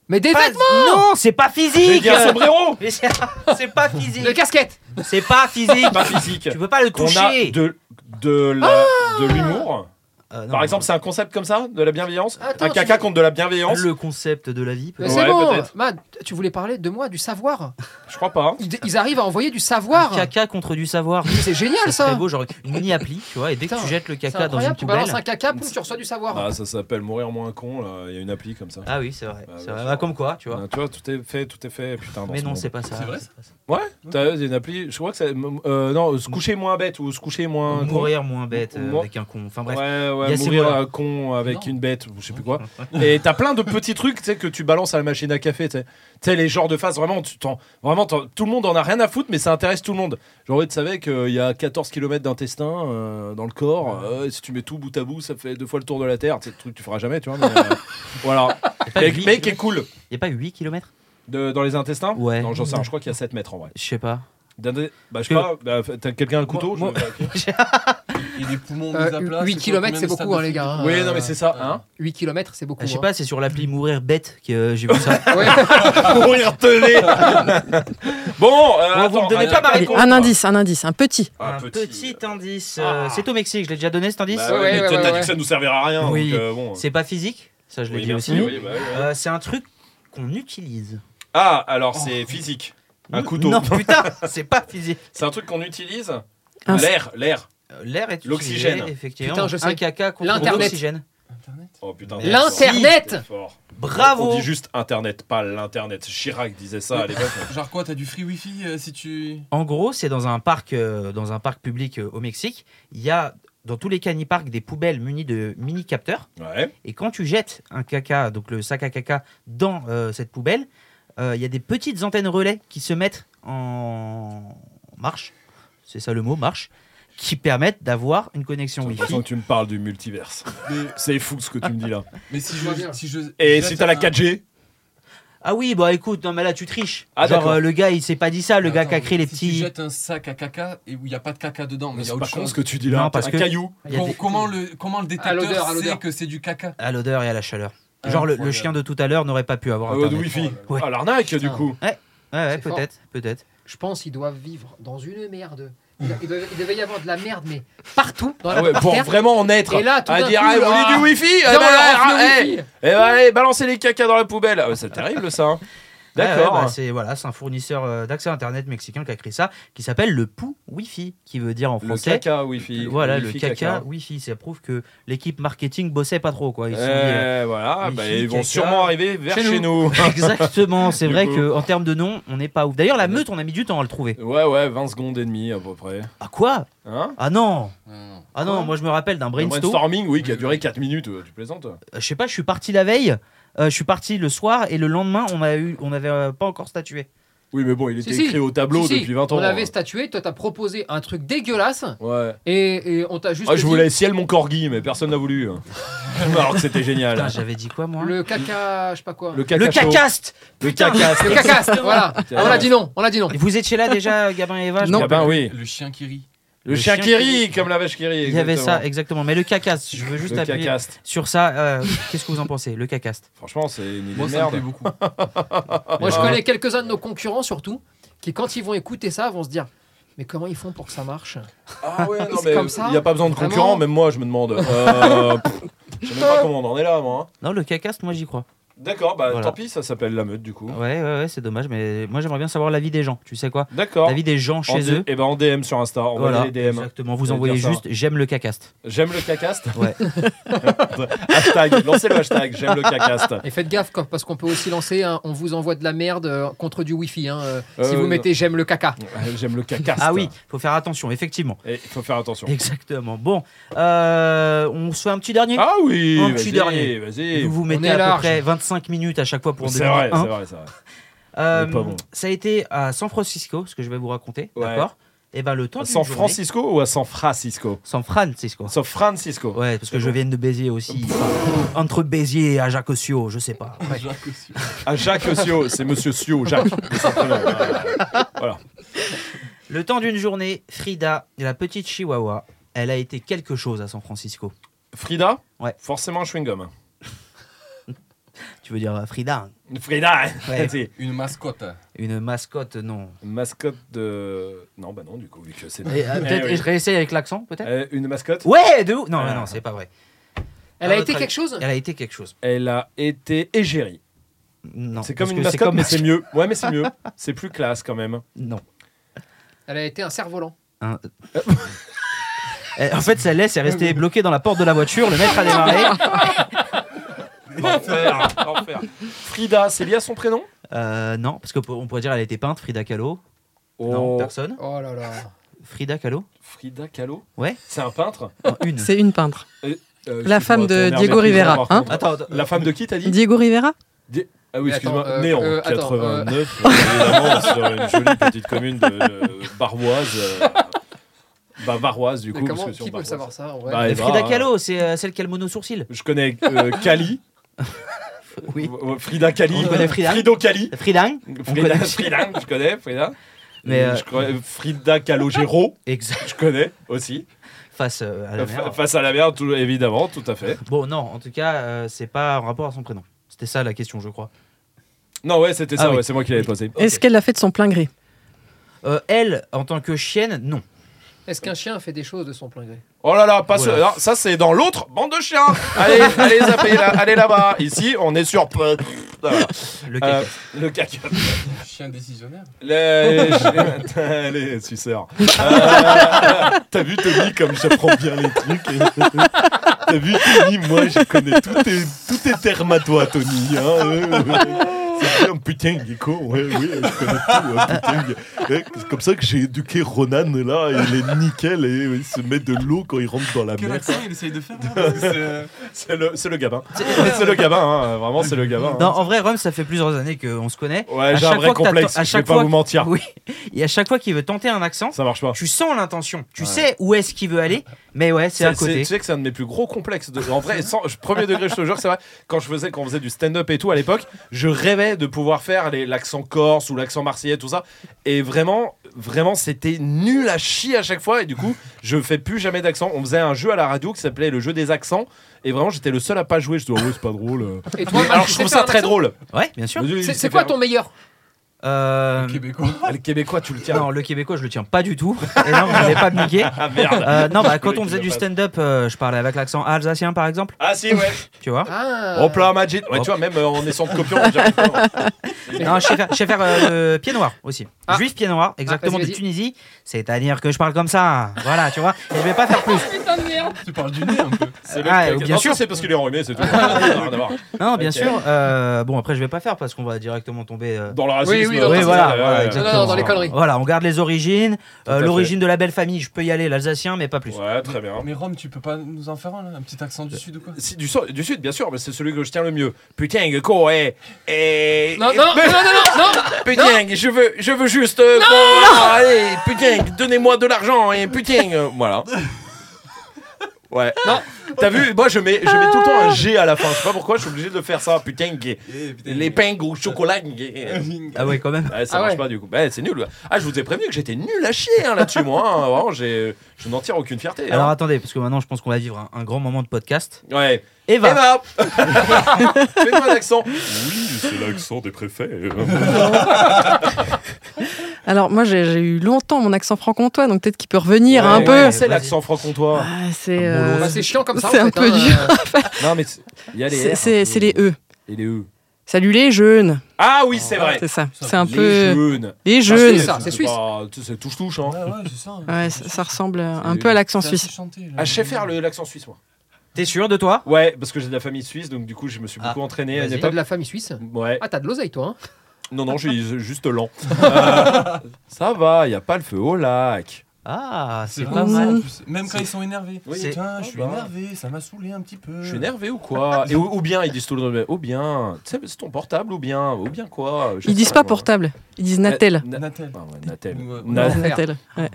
Speaker 3: Mais des
Speaker 6: pas-
Speaker 3: vêtements
Speaker 6: Non, c'est pas
Speaker 10: J'ai
Speaker 6: physique.
Speaker 10: dit un sombrero
Speaker 6: Mais c'est c'est pas physique.
Speaker 3: De casquettes
Speaker 6: C'est pas physique.
Speaker 10: Pas physique.
Speaker 6: tu peux pas le
Speaker 10: Qu'on a
Speaker 6: toucher.
Speaker 10: de, de la-
Speaker 6: Ah
Speaker 10: de l'humour.
Speaker 6: Euh, non,
Speaker 10: Par exemple, c'est un concept comme ça, de la bienveillance
Speaker 3: Attends,
Speaker 10: Un
Speaker 3: tu
Speaker 10: caca
Speaker 3: veux-
Speaker 10: contre de la bienveillance
Speaker 6: le concept de la vie. peut-
Speaker 3: Mais Euh, c'est
Speaker 10: Ouais,
Speaker 3: bon,
Speaker 10: peut-être.
Speaker 3: Matt, tu voulais parler de moi, du savoir.
Speaker 10: Je crois pas.
Speaker 3: Ils, ils arrivent à envoyer du
Speaker 6: Un
Speaker 3: savoir.
Speaker 6: Caca contre du savoir.
Speaker 3: C'est génial
Speaker 6: C'est
Speaker 3: ça.
Speaker 6: beau, genre une mini appli, tu vois, et dès que
Speaker 3: Putain,
Speaker 6: tu jettes le
Speaker 3: C'est
Speaker 6: caca dans une
Speaker 3: incroyable, tu balances
Speaker 6: poubelle.
Speaker 3: un caca, poum, tu reçois du savoir.
Speaker 5: Ah, ça s'appelle Mourir moins con, là. Il y a une appli comme ça.
Speaker 6: Ah oui, c'est vrai.
Speaker 5: Bah,
Speaker 6: c'est
Speaker 5: bien
Speaker 6: vrai.
Speaker 5: sûr.
Speaker 6: Bah, comme quoi, tu vois.
Speaker 5: Ah, tu vois, tout est fait, tout est fait, putain. dans
Speaker 6: Mais
Speaker 5: ce
Speaker 6: non,
Speaker 5: monde.
Speaker 6: c'est pas ça.
Speaker 1: C'est vrai,
Speaker 6: pas ça.
Speaker 5: Ouais, t'as il y a une appli, je crois que c'est. euh, non, se coucher moins bête ou se coucher moins. con.
Speaker 6: Mourir moins bête euh,
Speaker 5: Mou-
Speaker 6: avec un con. Enfin bref.
Speaker 5: Ouais,
Speaker 6: Il y
Speaker 5: ouais,
Speaker 6: a ces
Speaker 5: mourir
Speaker 6: mots-là.
Speaker 5: euh, con avec
Speaker 1: Non.
Speaker 5: une bête, ou je sais plus quoi. Et t'as plein de petits trucs, tu sais, que tu balances à la machine à café, tu sais. Tu sais, les genres de phases, vraiment, tu t'en, vraiment t'en- tout le monde en a rien à foutre, mais ça intéresse tout le monde. Genre, tu savais qu'il euh, y a 14 km d'intestin euh, dans le
Speaker 6: Ah.
Speaker 5: corps, euh, si tu mets tout bout à bout, ça fait deux fois le tour de la Terre. C'est le truc que tu feras jamais, tu vois. mais, euh, voilà.
Speaker 6: Y a pas
Speaker 5: Et,
Speaker 6: huit
Speaker 5: mais qui est
Speaker 6: kilomètres
Speaker 5: cool.
Speaker 6: Y a pas 8 km
Speaker 5: De- dans les intestins
Speaker 6: Ouais.
Speaker 5: Non, j'en sais rien, je crois qu'il y a 7 mètres en vrai.
Speaker 6: Je sais pas.
Speaker 5: D'un- Bah, je sais pas, bah, t'as quelqu'un un couteau
Speaker 6: Moi-
Speaker 5: je- bah, ok.
Speaker 1: Et les poumons mis
Speaker 3: Euh,
Speaker 1: à plat.
Speaker 3: 8
Speaker 1: c'est
Speaker 3: kilomètres,
Speaker 1: quoi,
Speaker 3: c'est
Speaker 1: combien de stades
Speaker 3: beaucoup, hein,
Speaker 1: de
Speaker 3: les
Speaker 1: foot
Speaker 3: gars. hein.
Speaker 5: Oui, non, mais c'est ça,
Speaker 1: Euh,
Speaker 5: hein.
Speaker 3: 8 km, c'est beaucoup.
Speaker 6: Ah, je sais
Speaker 3: hein.
Speaker 6: pas, c'est sur l'appli Mourir bête que euh, j'ai vu ça.
Speaker 3: Ouais.
Speaker 5: Ah.
Speaker 10: Mourir teulé
Speaker 5: Bon, euh,
Speaker 6: Bon, vous
Speaker 5: attends,
Speaker 6: me donnez
Speaker 5: un-
Speaker 6: pas ma
Speaker 5: un-
Speaker 6: réponse.
Speaker 5: un-
Speaker 9: Un indice, un indice, un petit.
Speaker 5: un Ah.
Speaker 6: indice. euh, C'est au Mexique, je l'ai déjà donné cet indice.
Speaker 5: Bah
Speaker 3: Ouais,
Speaker 5: ouais, mais
Speaker 3: ouais,
Speaker 5: t'as
Speaker 3: ouais,
Speaker 5: dit
Speaker 3: ouais.
Speaker 5: que ça nous servira à rien.
Speaker 6: Oui.
Speaker 5: donc, euh, bon.
Speaker 6: C'est pas physique, ça je l'ai
Speaker 5: Oui,
Speaker 6: dit
Speaker 5: merci,
Speaker 6: aussi.
Speaker 5: oui, bah oui, ouais.
Speaker 6: Euh, c'est un truc qu'on utilise.
Speaker 5: Ah, alors c'est physique. Un
Speaker 6: Non,
Speaker 5: couteau.
Speaker 6: Non, putain, c'est pas physique.
Speaker 5: C'est un truc qu'on utilise.
Speaker 9: Un-
Speaker 5: L'air, l'air.
Speaker 6: Euh, L'air est utilisé,
Speaker 5: L'oxygène.
Speaker 6: Effectivement.
Speaker 3: Putain, je sais.
Speaker 6: Un caca contre
Speaker 3: L'Internet.
Speaker 6: l'oxygène.
Speaker 1: Internet
Speaker 5: Oh putain.
Speaker 6: Merci.
Speaker 3: L'Internet.
Speaker 5: c'est fort.
Speaker 6: Bravo.
Speaker 5: On dit juste internet, pas l'internet. Chirac disait ça à l'époque.
Speaker 1: Genre quoi, t'as du free wifi euh, si tu.
Speaker 6: En gros, c'est dans un parc, euh, dans un parc public euh, au Mexique. Il y a dans tous les caniparcs des poubelles munies de mini capteurs.
Speaker 5: Ouais.
Speaker 6: Et quand tu jettes un caca, donc le sac à caca, dans euh, cette poubelle, euh, il y a des petites antennes relais qui se mettent en marche. C'est ça le mot, marche. Qui permettent d'avoir une connexion
Speaker 5: J'ai
Speaker 6: Wi-Fi.
Speaker 5: l'impression que tu me parles du multiverse.
Speaker 1: Mais,
Speaker 5: C'est fou ce que tu me dis là.
Speaker 1: mais si
Speaker 3: Je vois bien.
Speaker 1: je. Si je
Speaker 5: Et
Speaker 1: jette
Speaker 5: si t'as la
Speaker 1: un-
Speaker 5: 4G
Speaker 6: Ah oui, bah écoute, non mais là tu triches.
Speaker 5: Ah,
Speaker 6: Genre
Speaker 5: d'accord.
Speaker 6: euh, le gars, il s'est pas dit ça, le
Speaker 1: Mais
Speaker 6: gars
Speaker 1: attends,
Speaker 6: qui a créé les
Speaker 1: si
Speaker 6: petits.
Speaker 1: Tu jettes un sac à caca et où il n'y a pas de caca dedans, mais il y
Speaker 5: C'est
Speaker 1: a
Speaker 5: pas
Speaker 1: autre
Speaker 5: con
Speaker 1: chose.
Speaker 5: ce que tu dis là.
Speaker 6: Non, parce
Speaker 5: un
Speaker 6: que-
Speaker 5: caillou.
Speaker 6: Il y a
Speaker 1: Com-
Speaker 6: des-
Speaker 1: Comment, le, comment le
Speaker 3: l'odeur, à
Speaker 1: détecteur sait
Speaker 3: l'odeur.
Speaker 1: que c'est du caca
Speaker 6: À l'odeur et à la chaleur.
Speaker 1: Ah,
Speaker 6: Genre le, le
Speaker 1: incroyable.
Speaker 6: chien de tout à l'heure n'aurait pas pu avoir
Speaker 5: Euh, de
Speaker 6: internet.
Speaker 5: wifi.
Speaker 6: Ouais.
Speaker 5: Ah, l'arnaque du
Speaker 3: Putain.
Speaker 5: coup.
Speaker 6: Ouais, ouais,
Speaker 3: C'est fort.
Speaker 6: peut-être, peut-être.
Speaker 3: Je pense qu'ils doivent vivre dans une merde. Il, il devait, il devait y avoir de la merde, mais partout dans la
Speaker 5: Hmm. Ah ouais,
Speaker 3: par
Speaker 5: pour
Speaker 3: terre.
Speaker 5: vraiment en être.
Speaker 3: Et là, tout
Speaker 5: à
Speaker 3: d'un
Speaker 5: dire,
Speaker 3: coup,
Speaker 5: ah, vous
Speaker 3: là,
Speaker 5: voulez du wifi Eh
Speaker 3: Non,
Speaker 5: ben,
Speaker 3: on leur offre
Speaker 5: eh,
Speaker 3: le wifi.
Speaker 5: Eh ben allez, balancez les caca dans la poubelle. Ah, C'est terrible ça. D'accord.
Speaker 6: Ouais, ouais, bah, c'est voilà, c'est un fournisseur euh, d'accès à internet mexicain qui a créé ça, qui s'appelle le Pou Wi-Fi, qui veut dire en
Speaker 5: le
Speaker 6: français. Euh,
Speaker 5: caca wifi.
Speaker 6: voilà,
Speaker 5: Wifi,
Speaker 6: le caca, Wi-Fi, ça prouve que l'équipe marketing bossait pas trop quoi. Ils se sont dit, euh,
Speaker 5: Eh, voilà,
Speaker 6: wifi,
Speaker 5: bah, ils vont
Speaker 6: caca.
Speaker 5: sûrement arriver vers
Speaker 6: Chez
Speaker 5: chez nous.
Speaker 6: Exactement, c'est
Speaker 5: Du
Speaker 6: vrai
Speaker 5: coup.
Speaker 6: que en termes de nom, on n'est pas ouf. D'ailleurs, la meute, on a mis du temps à le trouver.
Speaker 5: Ouais, ouais, 20 secondes et demie à peu près.
Speaker 6: Ah quoi
Speaker 5: Hein
Speaker 6: Ah non,
Speaker 1: Non,
Speaker 6: ah non,
Speaker 5: Quoi
Speaker 6: moi je me rappelle d'un
Speaker 5: Le
Speaker 6: brainstorm.
Speaker 5: brainstorming, oui, qui a duré 4 minutes, euh, tu plaisantes
Speaker 6: Euh, Je sais pas, je suis parti la veille. euh, je suis parti le soir et le lendemain, on a eu, on avait euh, pas encore statué.
Speaker 5: Oui, mais bon, il
Speaker 3: Si,
Speaker 5: était
Speaker 3: si.
Speaker 5: écrit au tableau
Speaker 3: Si, si,
Speaker 5: depuis 20 ans.
Speaker 3: On avait
Speaker 5: hein.
Speaker 3: statué, toi t'as proposé un truc dégueulasse
Speaker 5: Ouais.
Speaker 3: et, et on t'a juste
Speaker 5: Ah, je
Speaker 3: dit
Speaker 5: voulais ciel mon corgi, mais personne n'a voulu. hein. Alors que c'était
Speaker 6: Putain,
Speaker 5: génial.
Speaker 6: j'avais dit quoi moi
Speaker 3: le caca, je sais pas quoi.
Speaker 5: Le
Speaker 3: Le,
Speaker 5: caca.
Speaker 6: Le
Speaker 5: chaud.
Speaker 6: cacaste.
Speaker 5: Le
Speaker 6: Putain.
Speaker 5: caca.
Speaker 3: cacaste, voilà. On a dit non, on a dit non.
Speaker 6: Vous étiez là déjà, Gabin et Eva je
Speaker 5: Non,
Speaker 6: me
Speaker 5: ben
Speaker 6: rappelle.
Speaker 5: oui.
Speaker 1: Le chien qui rit.
Speaker 5: Le,
Speaker 6: Le
Speaker 5: chien
Speaker 6: chien
Speaker 5: qui
Speaker 6: qui
Speaker 5: rit
Speaker 6: rit.
Speaker 5: comme la vache qui rit.
Speaker 6: Il y avait
Speaker 5: exactement.
Speaker 6: ça, exactement. Mais le cacaste, je veux juste
Speaker 5: Le
Speaker 6: appuyer
Speaker 5: cacaste.
Speaker 6: sur ça. euh, Qu'est-ce que vous en pensez Le cacaste. Euh,
Speaker 5: Franchement, c'est une idée
Speaker 1: Moi,
Speaker 5: de
Speaker 1: ça me plaît
Speaker 5: merde.
Speaker 1: beaucoup.
Speaker 5: Oh,
Speaker 3: Moi, je connais quelques-uns de nos concurrents, surtout, qui, quand ils vont écouter ça, vont se dire Mais comment ils font pour que ça marche
Speaker 5: Ah ouais, non,
Speaker 3: C'est
Speaker 5: mais
Speaker 3: comme ça,
Speaker 5: il n'y a pas besoin de
Speaker 3: vraiment.
Speaker 5: concurrent, même moi, je me demande. Euh, pff, Je sais même pas comment on en est là, moi. hein.
Speaker 6: Non, le cacaste, moi j'y crois.
Speaker 5: D'accord, bah
Speaker 6: Voilà. Ah
Speaker 5: tant pis, ça s'appelle la meute du coup.
Speaker 6: Ouais, ouais, ouais, c'est dommage, mais moi j'aimerais bien savoir l'avis des gens. Tu sais quoi
Speaker 5: D'accord.
Speaker 6: L'avis des gens
Speaker 5: En
Speaker 6: chez
Speaker 5: D-
Speaker 6: eux.
Speaker 5: Eh ben en Oh. DM sur Insta, on
Speaker 6: Voilà,
Speaker 5: les DM.
Speaker 6: exactement. Vous
Speaker 5: J'allais
Speaker 6: envoyez
Speaker 5: dire ça.
Speaker 6: juste j'aime le cacaste.
Speaker 5: J'aime le cacaste
Speaker 6: Ouais.
Speaker 5: hashtag, lancez le hashtag, j'aime le cacaste.
Speaker 3: Et faites gaffe, quoi, parce qu'on peut aussi lancer un On vous envoie de la merde euh, contre du Wi-Fi. hein, euh, si
Speaker 5: Euh,
Speaker 3: vous
Speaker 5: non. Ah,
Speaker 3: mettez J'aime le caca.
Speaker 5: Ouais, J'aime le cacaste.
Speaker 6: Ah oui, faut faire attention, effectivement.
Speaker 5: Il faut faire attention.
Speaker 6: Exactement. Bon, euh, on se fait un petit dernier.
Speaker 5: Ah oui
Speaker 6: Un petit
Speaker 5: vas-y,
Speaker 6: dernier.
Speaker 5: Vas-y.
Speaker 6: Vous vous
Speaker 3: est
Speaker 6: mettez à peu
Speaker 3: large.
Speaker 6: près 25 minutes à chaque fois pour en
Speaker 5: C'est
Speaker 6: donner
Speaker 5: vrai,
Speaker 6: un.
Speaker 5: c'est vrai, c'est vrai.
Speaker 6: Euh,
Speaker 5: Mais pas bon.
Speaker 6: Ça a été à San Francisco, ce que je vais vous raconter.
Speaker 5: Ouais.
Speaker 6: D'accord Et ben le temps
Speaker 5: À
Speaker 6: d'une
Speaker 5: San
Speaker 6: journée-
Speaker 5: Francisco ou à San Francisco
Speaker 6: San Francisco.
Speaker 5: San Francisco.
Speaker 6: Ouais, parce que je viens de Béziers aussi. Enfin, entre Béziers et Ajaccio, je sais pas. Ouais.
Speaker 1: Jacques aussi.
Speaker 5: À Jacques Sio, c'est Monsieur Sio, Jacques. Mais c'est très bien, voilà.
Speaker 6: Le temps d'une journée, Frida, la petite chihuahua, elle a été quelque chose à San Francisco.
Speaker 5: Frida
Speaker 6: Ouais.
Speaker 5: Forcément un chewing-gum.
Speaker 6: Tu veux dire euh, Frida hein
Speaker 5: Frida hein.
Speaker 6: Ouais.
Speaker 5: C'est
Speaker 1: Une mascotte.
Speaker 6: Une mascotte, non.
Speaker 5: une Mascotte de. Non, bah non, du coup, vu que c'est. Eh
Speaker 6: Et, euh, peut-être,
Speaker 5: oui.
Speaker 6: et je réessaye avec l'accent, peut-être
Speaker 5: Euh, une mascotte
Speaker 6: Ouais, de ouf Non,
Speaker 5: Ah.
Speaker 6: non, c'est pas vrai.
Speaker 3: Elle a
Speaker 6: À
Speaker 3: été
Speaker 6: votre
Speaker 3: quelque
Speaker 6: avis,
Speaker 3: chose
Speaker 6: Elle a été quelque chose.
Speaker 5: Elle a été égérie.
Speaker 6: Non.
Speaker 5: C'est comme
Speaker 6: parce
Speaker 5: une
Speaker 6: que
Speaker 5: mascotte, mais c'est mieux. Ouais, mais c'est mieux. C'est plus classe quand même.
Speaker 6: Non.
Speaker 3: Elle a été un cerf-volant.
Speaker 6: Un- Eh, en fait, celle-là, c'est resté bloquée dans la porte de la voiture, le maître a démarré.
Speaker 5: L'enfer, l'enfer. Frida, c'est lié à son prénom
Speaker 6: Euh, non, parce qu'on pourrait dire elle a été peinte, Frida Kahlo. Non,
Speaker 5: Oh.
Speaker 6: personne.
Speaker 3: Oh là là.
Speaker 6: Frida Kahlo
Speaker 5: Frida Kahlo
Speaker 6: Ouais.
Speaker 5: C'est un peintre
Speaker 6: Non, Une.
Speaker 9: C'est une peintre.
Speaker 5: Euh,
Speaker 9: La
Speaker 5: excuse-moi,
Speaker 9: femme de
Speaker 5: t'emmerdes
Speaker 9: Diego
Speaker 5: toujours,
Speaker 9: Rivera,
Speaker 5: par
Speaker 9: hein
Speaker 5: contre.
Speaker 6: Attends, attends.
Speaker 5: La femme de qui t'as dit
Speaker 9: Diego Rivera
Speaker 5: Ah oui,
Speaker 3: Mais
Speaker 5: excuse-moi,
Speaker 3: attends, euh,
Speaker 5: né en
Speaker 3: euh, attends,
Speaker 5: 89, évidemment, sur une jolie petite commune de euh, Barroise. euh, bah, Barroise, du
Speaker 3: Mais
Speaker 5: coup. parce
Speaker 3: comment
Speaker 5: que sur
Speaker 3: qui peut le
Speaker 5: Barroise-
Speaker 3: savoir ça en vrai
Speaker 5: Bah,
Speaker 6: Et
Speaker 5: Eva,
Speaker 6: Frida
Speaker 5: hein.
Speaker 6: Kahlo, c'est euh, celle qui a le mono-sourcil.
Speaker 5: Je connais euh, Kali.
Speaker 6: Oui.
Speaker 5: Euh, Frida Kali.
Speaker 6: On connaît Frida.
Speaker 5: Frido Kali.
Speaker 6: Frida
Speaker 5: Frida,
Speaker 6: connaît.
Speaker 5: Frida, je connais, Frida.
Speaker 6: Mais, euh,
Speaker 5: Je connais Frida Calogero,
Speaker 6: Exact.
Speaker 5: je connais aussi.
Speaker 6: Face euh, à la
Speaker 5: Fa-
Speaker 6: merde.
Speaker 5: Face à la merde, tout- évidemment, tout à fait.
Speaker 6: Bon, non, en tout cas, euh, c'est pas en rapport à son prénom. C'était ça la question, je crois.
Speaker 5: Non, ouais, c'était
Speaker 6: Ah
Speaker 5: ça,
Speaker 6: oui.
Speaker 5: ouais, c'est moi qui l'avais posé.
Speaker 6: Ok.
Speaker 9: Est-ce qu'elle l'a fait de son plein gré
Speaker 6: Euh, elle, en tant que chienne, non.
Speaker 3: Est-ce qu'un chien fait des choses de son plein gré
Speaker 5: Oh là là, pas ce-
Speaker 6: Voilà.
Speaker 5: non, ça c'est dans l'autre bande de chiens. Allez, allez, zappez, là, allez là-bas. Ici, on est sur Voilà.
Speaker 6: Le
Speaker 5: Euh,
Speaker 6: caca.
Speaker 5: le caca.
Speaker 1: Chien décisionnaire.
Speaker 5: Le- Euh, Allez, suceur. Euh, T'as vu Tony comme j'apprends bien les trucs. T'as vu Tony, moi je connais tous tes, tous tes termes à toi, Tony. hein. Euh, euh, C'est bien, putain, Gecko. Ouais, oui, je connais tout. hein, putain. Ouais, C'est comme ça que j'ai éduqué Ronan là. Il est nickel et il se met de l'eau quand il rentre dans la
Speaker 1: Quel
Speaker 5: mer.
Speaker 1: accent il essaye de faire là parce que c'est- euh,
Speaker 5: C'est le, c'est le gabin.
Speaker 6: euh,
Speaker 5: C'est le gabin, hein. vraiment, c'est le gabin.
Speaker 6: Non,
Speaker 5: hein.
Speaker 6: en vrai, Rome, ça fait plusieurs années qu'on se connaît.
Speaker 5: Ouais,
Speaker 6: À
Speaker 5: j'ai un
Speaker 6: chaque
Speaker 5: vrai
Speaker 6: fois que t'as-
Speaker 5: complexe. Je
Speaker 6: à
Speaker 5: vais
Speaker 6: chaque
Speaker 5: pas
Speaker 6: fois
Speaker 5: vous mentir.
Speaker 6: Oui. Et à chaque fois qu'il veut tenter un accent,
Speaker 5: Ça marche pas.
Speaker 6: tu sens l'intention. Tu sais où est-ce qu'il veut aller, mais ouais, c'est à côté.
Speaker 5: Tu sais que c'est un de mes plus gros complexes. De, en vrai, sans, je- premier degré, je te jure, c'est vrai. Quand je faisais, quand on faisait du stand-up et tout à l'époque, je rêvais de pouvoir faire les- l'accent corse ou l'accent marseillais, tout ça. Et vraiment, vraiment, c'était nul à chier à chaque fois. Et du coup, je fais plus jamais d'accent. On faisait un jeu à la radio qui s'appelait le jeu des accents. Et vraiment, j'étais le seul à pas jouer. Je dis, oh, ouais, c'est pas drôle.
Speaker 3: Et toi, Max,
Speaker 5: Alors,
Speaker 3: tu
Speaker 5: je
Speaker 3: sais
Speaker 5: trouve
Speaker 3: faire
Speaker 5: ça
Speaker 3: un
Speaker 5: très
Speaker 3: accent
Speaker 5: drôle.
Speaker 6: Ouais, bien sûr.
Speaker 3: C'est c'est quoi ton meilleur
Speaker 6: Euh,
Speaker 1: Québécois.
Speaker 5: Ah, Le Québécois, tu le tiens.
Speaker 6: non, le québécois, je le tiens pas du tout. Et non, je l'ai pas niqué.
Speaker 5: Ah merde.
Speaker 6: Euh, non, bah quand
Speaker 5: Le
Speaker 6: on faisait du
Speaker 5: Québécois.
Speaker 6: stand-up, euh, je parlais avec l'accent alsacien par exemple,
Speaker 5: Ah si, ouais.
Speaker 6: tu vois.
Speaker 3: Ah.
Speaker 5: Hop là, Majid. Ouais, tu vois, même euh, en essayant de copier, on j'arrive pas.
Speaker 6: Non, je sais faire, je sais faire, euh, pied noir aussi.
Speaker 3: Ah.
Speaker 6: Juif pied noir, exactement
Speaker 3: vas-y,
Speaker 6: de
Speaker 3: vas-y.
Speaker 6: Tunisie. C'est-à-dire que je parle comme ça. Voilà, tu vois. Et je vais pas faire plus.
Speaker 3: Putain de merde
Speaker 1: Tu parles du nez un peu.
Speaker 5: C'est le
Speaker 6: Ah,
Speaker 5: caca.
Speaker 6: euh, bien
Speaker 5: Non, ça,
Speaker 6: sûr.
Speaker 5: c'est parce qu'il est enrhumé, c'est tout. Ça n'a rien à voir.
Speaker 6: Non, bien
Speaker 5: Ok.
Speaker 6: sûr. euh, bon, après, je vais pas faire parce qu'on va directement tomber. euh,
Speaker 5: Dans le racisme.
Speaker 3: oui, dans
Speaker 6: oui,
Speaker 3: le
Speaker 6: voilà,
Speaker 5: Ouais,
Speaker 6: voilà,
Speaker 5: ouais,
Speaker 6: exactement.
Speaker 3: Non, non, dans les conneries.
Speaker 6: Voilà, on garde les origines.
Speaker 5: à
Speaker 6: Euh,
Speaker 5: fait.
Speaker 6: L'origine de la belle famille, je peux y aller, l'alsacien, mais pas plus.
Speaker 5: Ouais, très bien.
Speaker 1: Mais Rome, tu peux pas nous en faire un là Un petit accent du sud ou quoi
Speaker 5: Si, du, so- du sud, bien sûr, mais c'est celui que je tiens le mieux. Putain, Gecko, eh, eh,
Speaker 3: Non,
Speaker 5: eh,
Speaker 3: non, non, non, non, non
Speaker 5: putain, je veux, je veux juste. euh, qu'on- allez, putain, donnez-moi de l'argent, et putain, euh, voilà. Ouais. Non. T'as vu, moi je mets, je mets tout le temps un G à la fin. Je sais pas pourquoi, je suis obligé de faire ça. Putain, Gay.
Speaker 1: Eh, putain.
Speaker 5: les pingues au chocolat. Gay.
Speaker 6: Ah ouais, quand même.
Speaker 5: Ouais, ça
Speaker 3: Ah
Speaker 5: marche
Speaker 3: ouais.
Speaker 5: pas du coup. Bah, c'est nul. Ah, je vous ai prévenu que j'étais nul à chier hein, là-dessus, moi. hein. Vraiment, j'ai- je n'en tire aucune fierté.
Speaker 6: Alors
Speaker 5: hein.
Speaker 6: attendez, parce que maintenant, je pense qu'on va vivre un, un grand moment de podcast.
Speaker 5: Ouais.
Speaker 6: Eva,
Speaker 5: Eva Fais-moi un accent. hein.
Speaker 9: Alors moi j'ai j'ai eu longtemps mon accent franc-comtois, donc peut-être qu'il peut revenir un
Speaker 6: Ouais,
Speaker 9: peu.
Speaker 6: ouais.
Speaker 5: C'est
Speaker 6: vas-y.
Speaker 5: l'accent franc-comtois.
Speaker 9: Ah, c'est
Speaker 6: Un boulot.
Speaker 9: euh,
Speaker 3: Bah, C'est chiant comme ça. en
Speaker 9: C'est un
Speaker 3: fait,
Speaker 9: peu
Speaker 3: hein,
Speaker 9: dur.
Speaker 3: euh.
Speaker 5: Non, mais c'est- il y a les.
Speaker 9: c'est-
Speaker 5: R, hein.
Speaker 9: c'est
Speaker 5: un
Speaker 9: c'est
Speaker 5: peu.
Speaker 9: les E.
Speaker 5: Et les E.
Speaker 9: Salut les jeunes.
Speaker 5: Ah oui, c'est vrai.
Speaker 9: C'est ça. C'est un
Speaker 5: les
Speaker 9: peu
Speaker 5: jeunes.
Speaker 9: les
Speaker 3: Ah,
Speaker 9: jeunes.
Speaker 3: c'est ça. suisse.
Speaker 5: pas- tu sais, C'est touche-touche. Hein.
Speaker 1: Ouais, ouais, c'est ça.
Speaker 9: Ouais, ça, ça ressemble euh,
Speaker 5: C'est
Speaker 9: un
Speaker 5: les-
Speaker 9: peu à l'accent
Speaker 1: C'est assez
Speaker 9: suisse.
Speaker 1: chanté, là.
Speaker 5: Ah, je sais faire le- l'accent suisse, moi.
Speaker 6: t'es sûr de toi
Speaker 5: Ouais, parce que j'ai de la famille suisse, donc du coup, je me suis
Speaker 6: Ah,
Speaker 5: beaucoup entraîné à une
Speaker 6: vas-y.
Speaker 3: T'as
Speaker 5: époque.
Speaker 3: de la famille suisse
Speaker 5: Ouais.
Speaker 3: Ah, t'as de l'oseille, toi. hein.
Speaker 5: Non, non, je suis juste lent. Euh, ça va, il a pas le feu au lac.
Speaker 6: Ah,
Speaker 1: C'est
Speaker 6: c'est
Speaker 1: vraiment
Speaker 6: pas
Speaker 1: ça
Speaker 6: mal.
Speaker 1: en plus. Même quand ils sont énervés.
Speaker 5: Oui.
Speaker 1: Putain, je suis
Speaker 5: Ah bah.
Speaker 1: énervé, ça m'a saoulé un petit peu.
Speaker 5: Je suis énervé ou quoi Et, ou, ou bien, ils disent tout le temps, ou bien, tu sais, c'est ton portable ou bien, ou bien quoi Je
Speaker 9: Ils
Speaker 5: sais
Speaker 9: disent pas
Speaker 5: moi.
Speaker 9: portable, ils disent Natel.
Speaker 5: Na-
Speaker 1: Natel.
Speaker 5: Ah ouais, Natel.
Speaker 1: Ou, euh,
Speaker 5: Na-
Speaker 3: Natel.
Speaker 9: Natel. ouais.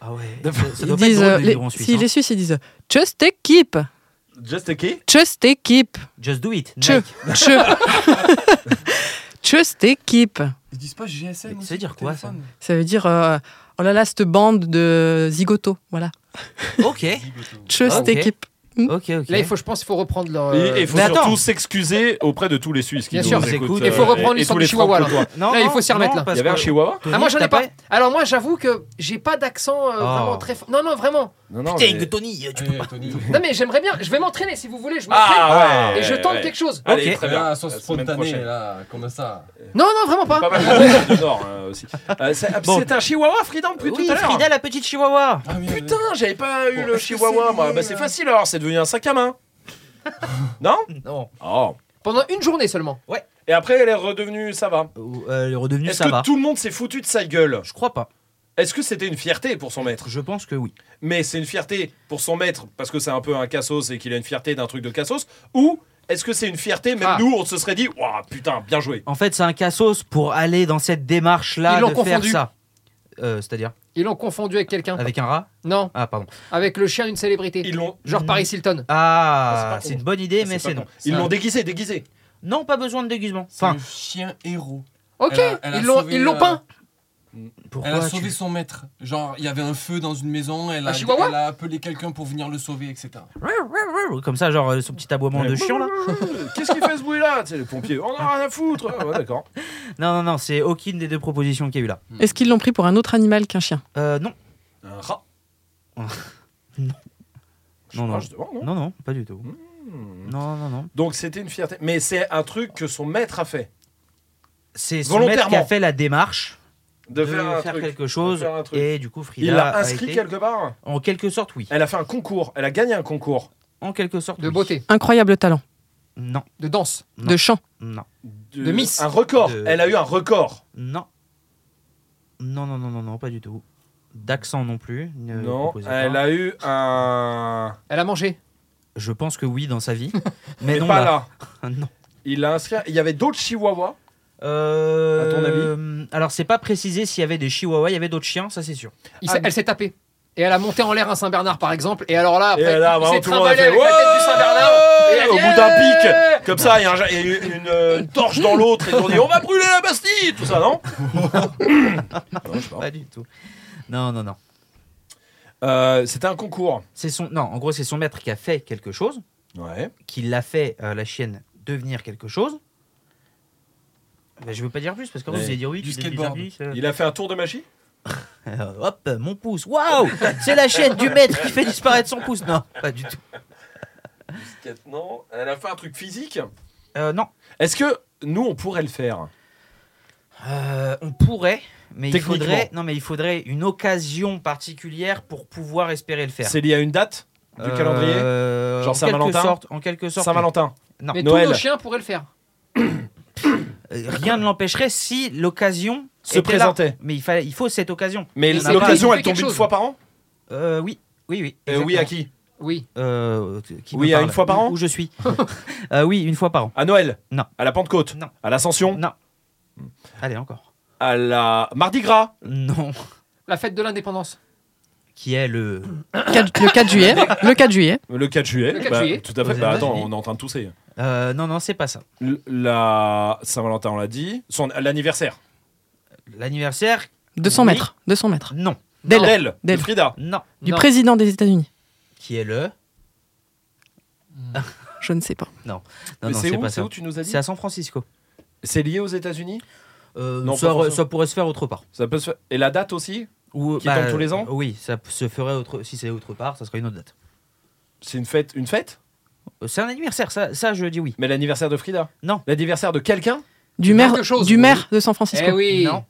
Speaker 6: Ah ouais.
Speaker 5: Ils
Speaker 6: Ça, ça
Speaker 9: Ils
Speaker 6: doit pas être
Speaker 9: disent
Speaker 6: drôle
Speaker 9: euh,
Speaker 6: de
Speaker 9: les-
Speaker 6: vivre en Suisse.
Speaker 9: si
Speaker 6: hein.
Speaker 9: les Suisses ils disent just équipe,
Speaker 5: Just a key
Speaker 9: just équipe,
Speaker 6: Just do it.
Speaker 9: Tchou.
Speaker 6: Nike.
Speaker 9: Tchou. just équipe.
Speaker 1: Ils disent pas GSM
Speaker 6: Mais
Speaker 1: aussi
Speaker 6: ça veut dire
Speaker 1: sur
Speaker 6: quoi,
Speaker 1: téléphone
Speaker 9: Ça veut dire euh, oh là là, cette bande de zigoto. Voilà.
Speaker 6: Ok,
Speaker 1: Zigoto.
Speaker 9: Tchou,
Speaker 3: Ah,
Speaker 9: cette
Speaker 6: Ok.
Speaker 9: équipe.
Speaker 6: ok, ok.
Speaker 3: Là, il faut, je pense, il faut reprendre leur.
Speaker 5: Et il faut
Speaker 6: Mais
Speaker 5: surtout
Speaker 6: attends.
Speaker 5: s'excuser auprès de tous les Suisses qui
Speaker 3: Bien
Speaker 5: nous
Speaker 3: sûr.
Speaker 5: écoutent.
Speaker 6: Il faut
Speaker 5: euh,
Speaker 3: reprendre
Speaker 5: et- et
Speaker 3: l'histoire
Speaker 5: tous
Speaker 3: du
Speaker 5: les
Speaker 3: Chihuahua,
Speaker 5: francophones.
Speaker 6: Non,
Speaker 3: Là, il
Speaker 6: non,
Speaker 3: faut s'y remettre,
Speaker 6: non,
Speaker 3: là.
Speaker 5: Il
Speaker 6: parce
Speaker 5: y avait un
Speaker 6: que-
Speaker 5: Chihuahua
Speaker 6: Tony,
Speaker 3: Ah, moi, j'en ai
Speaker 6: t'as
Speaker 3: pas. Alors, moi, j'avoue que j'ai pas d'accent euh,
Speaker 6: Oh.
Speaker 3: vraiment très fort. Non, non, vraiment.
Speaker 5: Non, non,
Speaker 6: Putain,
Speaker 5: mais-
Speaker 6: que Tony, tu peux
Speaker 1: Eh,
Speaker 6: pas.
Speaker 1: Tony.
Speaker 3: Non, mais j'aimerais bien. Je vais m'entraîner si vous voulez. Je m'entraîne
Speaker 5: Ah ouais
Speaker 3: et je tente
Speaker 5: ouais.
Speaker 3: quelque chose.
Speaker 5: Allez,
Speaker 6: Ok.
Speaker 5: très
Speaker 1: Là,
Speaker 5: bien.
Speaker 1: la sauce
Speaker 5: Euh, La semaine
Speaker 1: spontanée,
Speaker 5: prochaine.
Speaker 1: là, comme ça.
Speaker 3: Non, non, vraiment pas.
Speaker 5: Pas mal de du Nord hein, aussi. Euh, c'est ah,
Speaker 6: Bon.
Speaker 5: c'est un Chihuahua, Frida, plus
Speaker 6: Oui,
Speaker 5: tout à l'heure.
Speaker 6: Frida, la petite
Speaker 1: Ah,
Speaker 6: Chihuahua.
Speaker 1: oui, oui, oui.
Speaker 5: Putain, j'avais pas eu
Speaker 1: Bon,
Speaker 5: le
Speaker 1: est-ce que
Speaker 5: Chihuahua,
Speaker 1: c'est
Speaker 5: moi.
Speaker 1: lui,
Speaker 5: Bah, c'est
Speaker 1: là
Speaker 5: facile alors, c'est devenu un sac à main. non
Speaker 6: Non.
Speaker 5: Oh.
Speaker 3: Pendant une journée seulement.
Speaker 5: Et après, elle est redevenue, ça va.
Speaker 6: Euh, elle est redevenue,
Speaker 5: Est-ce
Speaker 6: ça
Speaker 5: que
Speaker 6: va.
Speaker 5: tout le monde s'est foutu de sa gueule
Speaker 6: Je crois pas.
Speaker 5: Est-ce que c'était une fierté pour son maître
Speaker 6: Je pense que oui.
Speaker 5: Mais c'est une fierté pour son maître parce que c'est un peu un cassos et qu'il a une fierté d'un truc de cassos Ou est-ce que c'est une fierté, même
Speaker 3: Ah.
Speaker 5: nous, on se serait dit, waouh, putain, bien joué
Speaker 6: En fait, c'est un cassos pour aller dans cette démarche-là
Speaker 3: Ils
Speaker 6: de
Speaker 3: l'ont
Speaker 6: faire
Speaker 3: confondu. Ah.
Speaker 6: ça. Euh, C'est-à-dire
Speaker 3: Ils l'ont confondu avec quelqu'un.
Speaker 6: avec un rat
Speaker 3: Non,
Speaker 6: Ah, pardon.
Speaker 3: avec le chien d'une célébrité.
Speaker 5: Ils l'ont.
Speaker 3: Genre Paris Hilton.
Speaker 6: Ah,
Speaker 5: Ah, c'est pas
Speaker 6: c'est une
Speaker 5: con.
Speaker 6: bonne idée,
Speaker 5: Ah,
Speaker 6: Eh, mais
Speaker 5: pas
Speaker 6: c'est
Speaker 5: con.
Speaker 6: non.
Speaker 5: Ils
Speaker 3: Ça-
Speaker 5: l'ont déguisé, déguisé.
Speaker 6: Non, pas besoin de déguisement.
Speaker 1: C'est
Speaker 6: Enfin,
Speaker 1: le chien héros.
Speaker 3: Ok,
Speaker 1: Elle a- elle a
Speaker 3: ils l'ont,
Speaker 1: sauvé,
Speaker 3: ils l'ont
Speaker 1: euh,
Speaker 3: peint.
Speaker 6: pourquoi
Speaker 1: Elle a sauvé
Speaker 6: tu-
Speaker 1: son maître. Genre, il y avait un feu dans une maison, elle
Speaker 3: Un
Speaker 1: a,
Speaker 3: chihuahua
Speaker 1: elle a appelé quelqu'un pour venir le sauver, etc.
Speaker 6: Comme ça, genre euh, son petit aboiement de
Speaker 5: Ouais.
Speaker 6: chien là.
Speaker 5: Qu'est-ce qu'il fait ce bruit-là C'est les pompiers. On en a rien à foutre. Ah, ouais, d'accord.
Speaker 6: Non, non, non, c'est aucune des deux propositions qu'il y a eu là.
Speaker 9: Est-ce qu'ils l'ont pris pour un autre animal qu'un chien
Speaker 6: Euh, non.
Speaker 5: Un rat. Je
Speaker 6: Non,
Speaker 5: sais
Speaker 6: non.
Speaker 5: pas, je demande, non.
Speaker 6: Non, non, pas du tout.
Speaker 5: Hmm.
Speaker 6: Non, non, non.
Speaker 5: Donc c'était une fierté. Mais c'est un truc que son maître a fait.
Speaker 6: C'est son
Speaker 5: Volontairement.
Speaker 6: maître qui a fait la démarche
Speaker 5: De, faire, un truc.
Speaker 6: quelque chose.
Speaker 5: De faire un truc.
Speaker 6: Et du coup, Frida.
Speaker 5: Il l'a
Speaker 6: a
Speaker 5: inscrit
Speaker 6: été-
Speaker 5: quelque part.
Speaker 6: En quelque sorte, oui.
Speaker 5: Elle a fait un concours. Elle a gagné un concours
Speaker 6: En quelque sorte.
Speaker 3: De
Speaker 6: oui.
Speaker 3: beauté,
Speaker 9: Incroyable talent
Speaker 6: Non,
Speaker 3: de danse.
Speaker 6: Non.
Speaker 9: de chant.
Speaker 6: non,
Speaker 5: de,
Speaker 3: De Miss.
Speaker 5: Un record.
Speaker 6: De-
Speaker 5: Elle a eu un record.
Speaker 6: non. Non, non, non, non, non, pas du tout. D'accent non plus. ne
Speaker 5: non.
Speaker 6: proposez pas.
Speaker 5: Elle a eu un.
Speaker 3: Elle a mangé.
Speaker 6: Je pense que oui dans sa vie.
Speaker 5: Mais,
Speaker 6: mais non,
Speaker 5: pas
Speaker 6: là.
Speaker 5: là.
Speaker 6: non.
Speaker 5: Il a inscrit. Il y avait d'autres chihuahuas.
Speaker 6: Euh,
Speaker 5: À ton avis
Speaker 6: euh, Alors, c'est pas précisé s'il y avait des chihuahuas, il y avait d'autres chiens, ça c'est sûr.
Speaker 3: Il
Speaker 5: Ah,
Speaker 3: s'est-
Speaker 5: mais-
Speaker 3: elle s'est tapée. Et elle a monté en l'air un Saint-Bernard, par exemple. Et alors là, après,
Speaker 5: et là,
Speaker 3: il
Speaker 5: vraiment,
Speaker 3: s'est
Speaker 5: tout le monde a
Speaker 3: trimballé
Speaker 5: fait.
Speaker 3: avec la tête du Saint-Bernard. Et
Speaker 5: Ouais
Speaker 3: elle a
Speaker 5: Au
Speaker 3: dit,
Speaker 5: bout d'un
Speaker 3: Yeah
Speaker 5: pic. Comme ça, il y a, un- il y a une, une, euh, torche dans l'autre. Et ils ont dit, on va brûler la Bastille. Tout ça, non Non, je sais pas.
Speaker 6: Pas du tout. Non, non, non.
Speaker 5: Euh, C'était un concours.
Speaker 6: C'est son... Non, en gros, c'est son maître qui a fait quelque chose,
Speaker 5: Ouais.
Speaker 6: qui l'a fait, euh, la chienne, devenir quelque chose. Bah, je veux pas dire plus, parce que vous
Speaker 5: Ouais.
Speaker 6: allez dire oui,
Speaker 1: Du
Speaker 6: tu deviens
Speaker 1: skateboard.
Speaker 6: bizarre, oui,
Speaker 5: Il a fait un tour de magie
Speaker 6: ça- Euh, Hop, mon pouce. Waouh C'est la chienne du maître qui fait disparaître son pouce. Non, pas du tout.
Speaker 5: Non. Elle a fait un truc physique
Speaker 6: Euh, non.
Speaker 5: Est-ce que nous, on pourrait le faire
Speaker 6: Euh, on pourrait, mais il
Speaker 5: Techniquement.
Speaker 6: faudrait... Non, mais il faudrait une occasion particulière pour pouvoir espérer le faire.
Speaker 5: C'est lié à une date du
Speaker 6: Euh,
Speaker 5: calendrier
Speaker 6: en quelque
Speaker 5: Saint-Valentin
Speaker 6: sorte- En quelque sorte.
Speaker 5: Saint-Valentin.
Speaker 6: Non.
Speaker 3: Mais
Speaker 5: Noël.
Speaker 3: tous nos chiens pourraient le faire.
Speaker 6: Euh, Rien ne l'empêcherait si l'occasion
Speaker 5: Se
Speaker 6: était là.
Speaker 5: présentait.
Speaker 6: Mais il, fallait, il faut cette occasion.
Speaker 5: Mais
Speaker 6: On n'a
Speaker 5: l'occasion,
Speaker 3: pas-
Speaker 5: elle
Speaker 3: il fait
Speaker 5: tombe
Speaker 3: quelque
Speaker 5: une
Speaker 3: chose.
Speaker 5: fois par an
Speaker 6: Euh, oui, oui, oui.
Speaker 5: Euh, Oui,
Speaker 6: exactement.
Speaker 5: à qui
Speaker 3: Oui.
Speaker 6: Euh, qui me
Speaker 5: Oui, à
Speaker 6: parle
Speaker 5: une fois par
Speaker 6: Où-
Speaker 5: an
Speaker 6: Où je suis. Euh, oui, une fois par an.
Speaker 5: À Noël
Speaker 6: Non.
Speaker 5: À la Pentecôte
Speaker 6: Non.
Speaker 5: À l'Ascension
Speaker 6: Non. Allez, encore.
Speaker 5: À la Mardi Gras
Speaker 6: Non.
Speaker 3: La fête de l'indépendance.
Speaker 6: Qui est le.
Speaker 9: Quatre- le 4 juillet. Le 4 juillet.
Speaker 5: Le 4 juillet.
Speaker 3: Le 4
Speaker 5: Bah,
Speaker 3: juillet.
Speaker 5: Tout à fait.
Speaker 6: Aux
Speaker 5: Bah, attends,
Speaker 6: États-Unis.
Speaker 5: on est en train de tousser.
Speaker 6: Euh, non, non, c'est pas ça.
Speaker 5: L- La Saint-Valentin, on l'a dit. Son... L'anniversaire.
Speaker 6: L'anniversaire
Speaker 9: 200
Speaker 6: Oui.
Speaker 9: mètres. 200 mètres.
Speaker 6: Non.
Speaker 9: D'elle.
Speaker 5: D'elle. De
Speaker 9: D'elle.
Speaker 5: Frida.
Speaker 6: Non.
Speaker 9: Du
Speaker 3: Non.
Speaker 9: président des États-Unis.
Speaker 6: Qui est le.
Speaker 9: Je ne sais pas.
Speaker 6: Non,
Speaker 5: Mais
Speaker 6: non,
Speaker 5: c'est
Speaker 6: c'est
Speaker 5: où,
Speaker 6: pas
Speaker 5: c'est
Speaker 6: ça.
Speaker 5: où tu nous as dit
Speaker 6: C'est à San Francisco.
Speaker 5: C'est lié aux États-Unis
Speaker 6: Euh,
Speaker 5: Non, pas
Speaker 6: ça,
Speaker 5: forcément.
Speaker 6: ça pourrait se faire autre part.
Speaker 5: Ça peut se faire- Et la date aussi
Speaker 6: Ou, bah,
Speaker 5: Qui tombe tous les ans
Speaker 6: Oui, ça p- se ferait autre. Si c'est autre part, ça serait une autre date.
Speaker 5: C'est une fête Une fête
Speaker 6: Euh, C'est un anniversaire, ça, ça je dis oui.
Speaker 5: Mais l'anniversaire de Frida
Speaker 6: Non.
Speaker 5: L'anniversaire de quelqu'un
Speaker 9: Du
Speaker 3: Quelque
Speaker 9: maire,
Speaker 3: chose,
Speaker 9: du
Speaker 3: oui.
Speaker 9: maire de San Francisco.
Speaker 3: Eh oui.
Speaker 6: Non.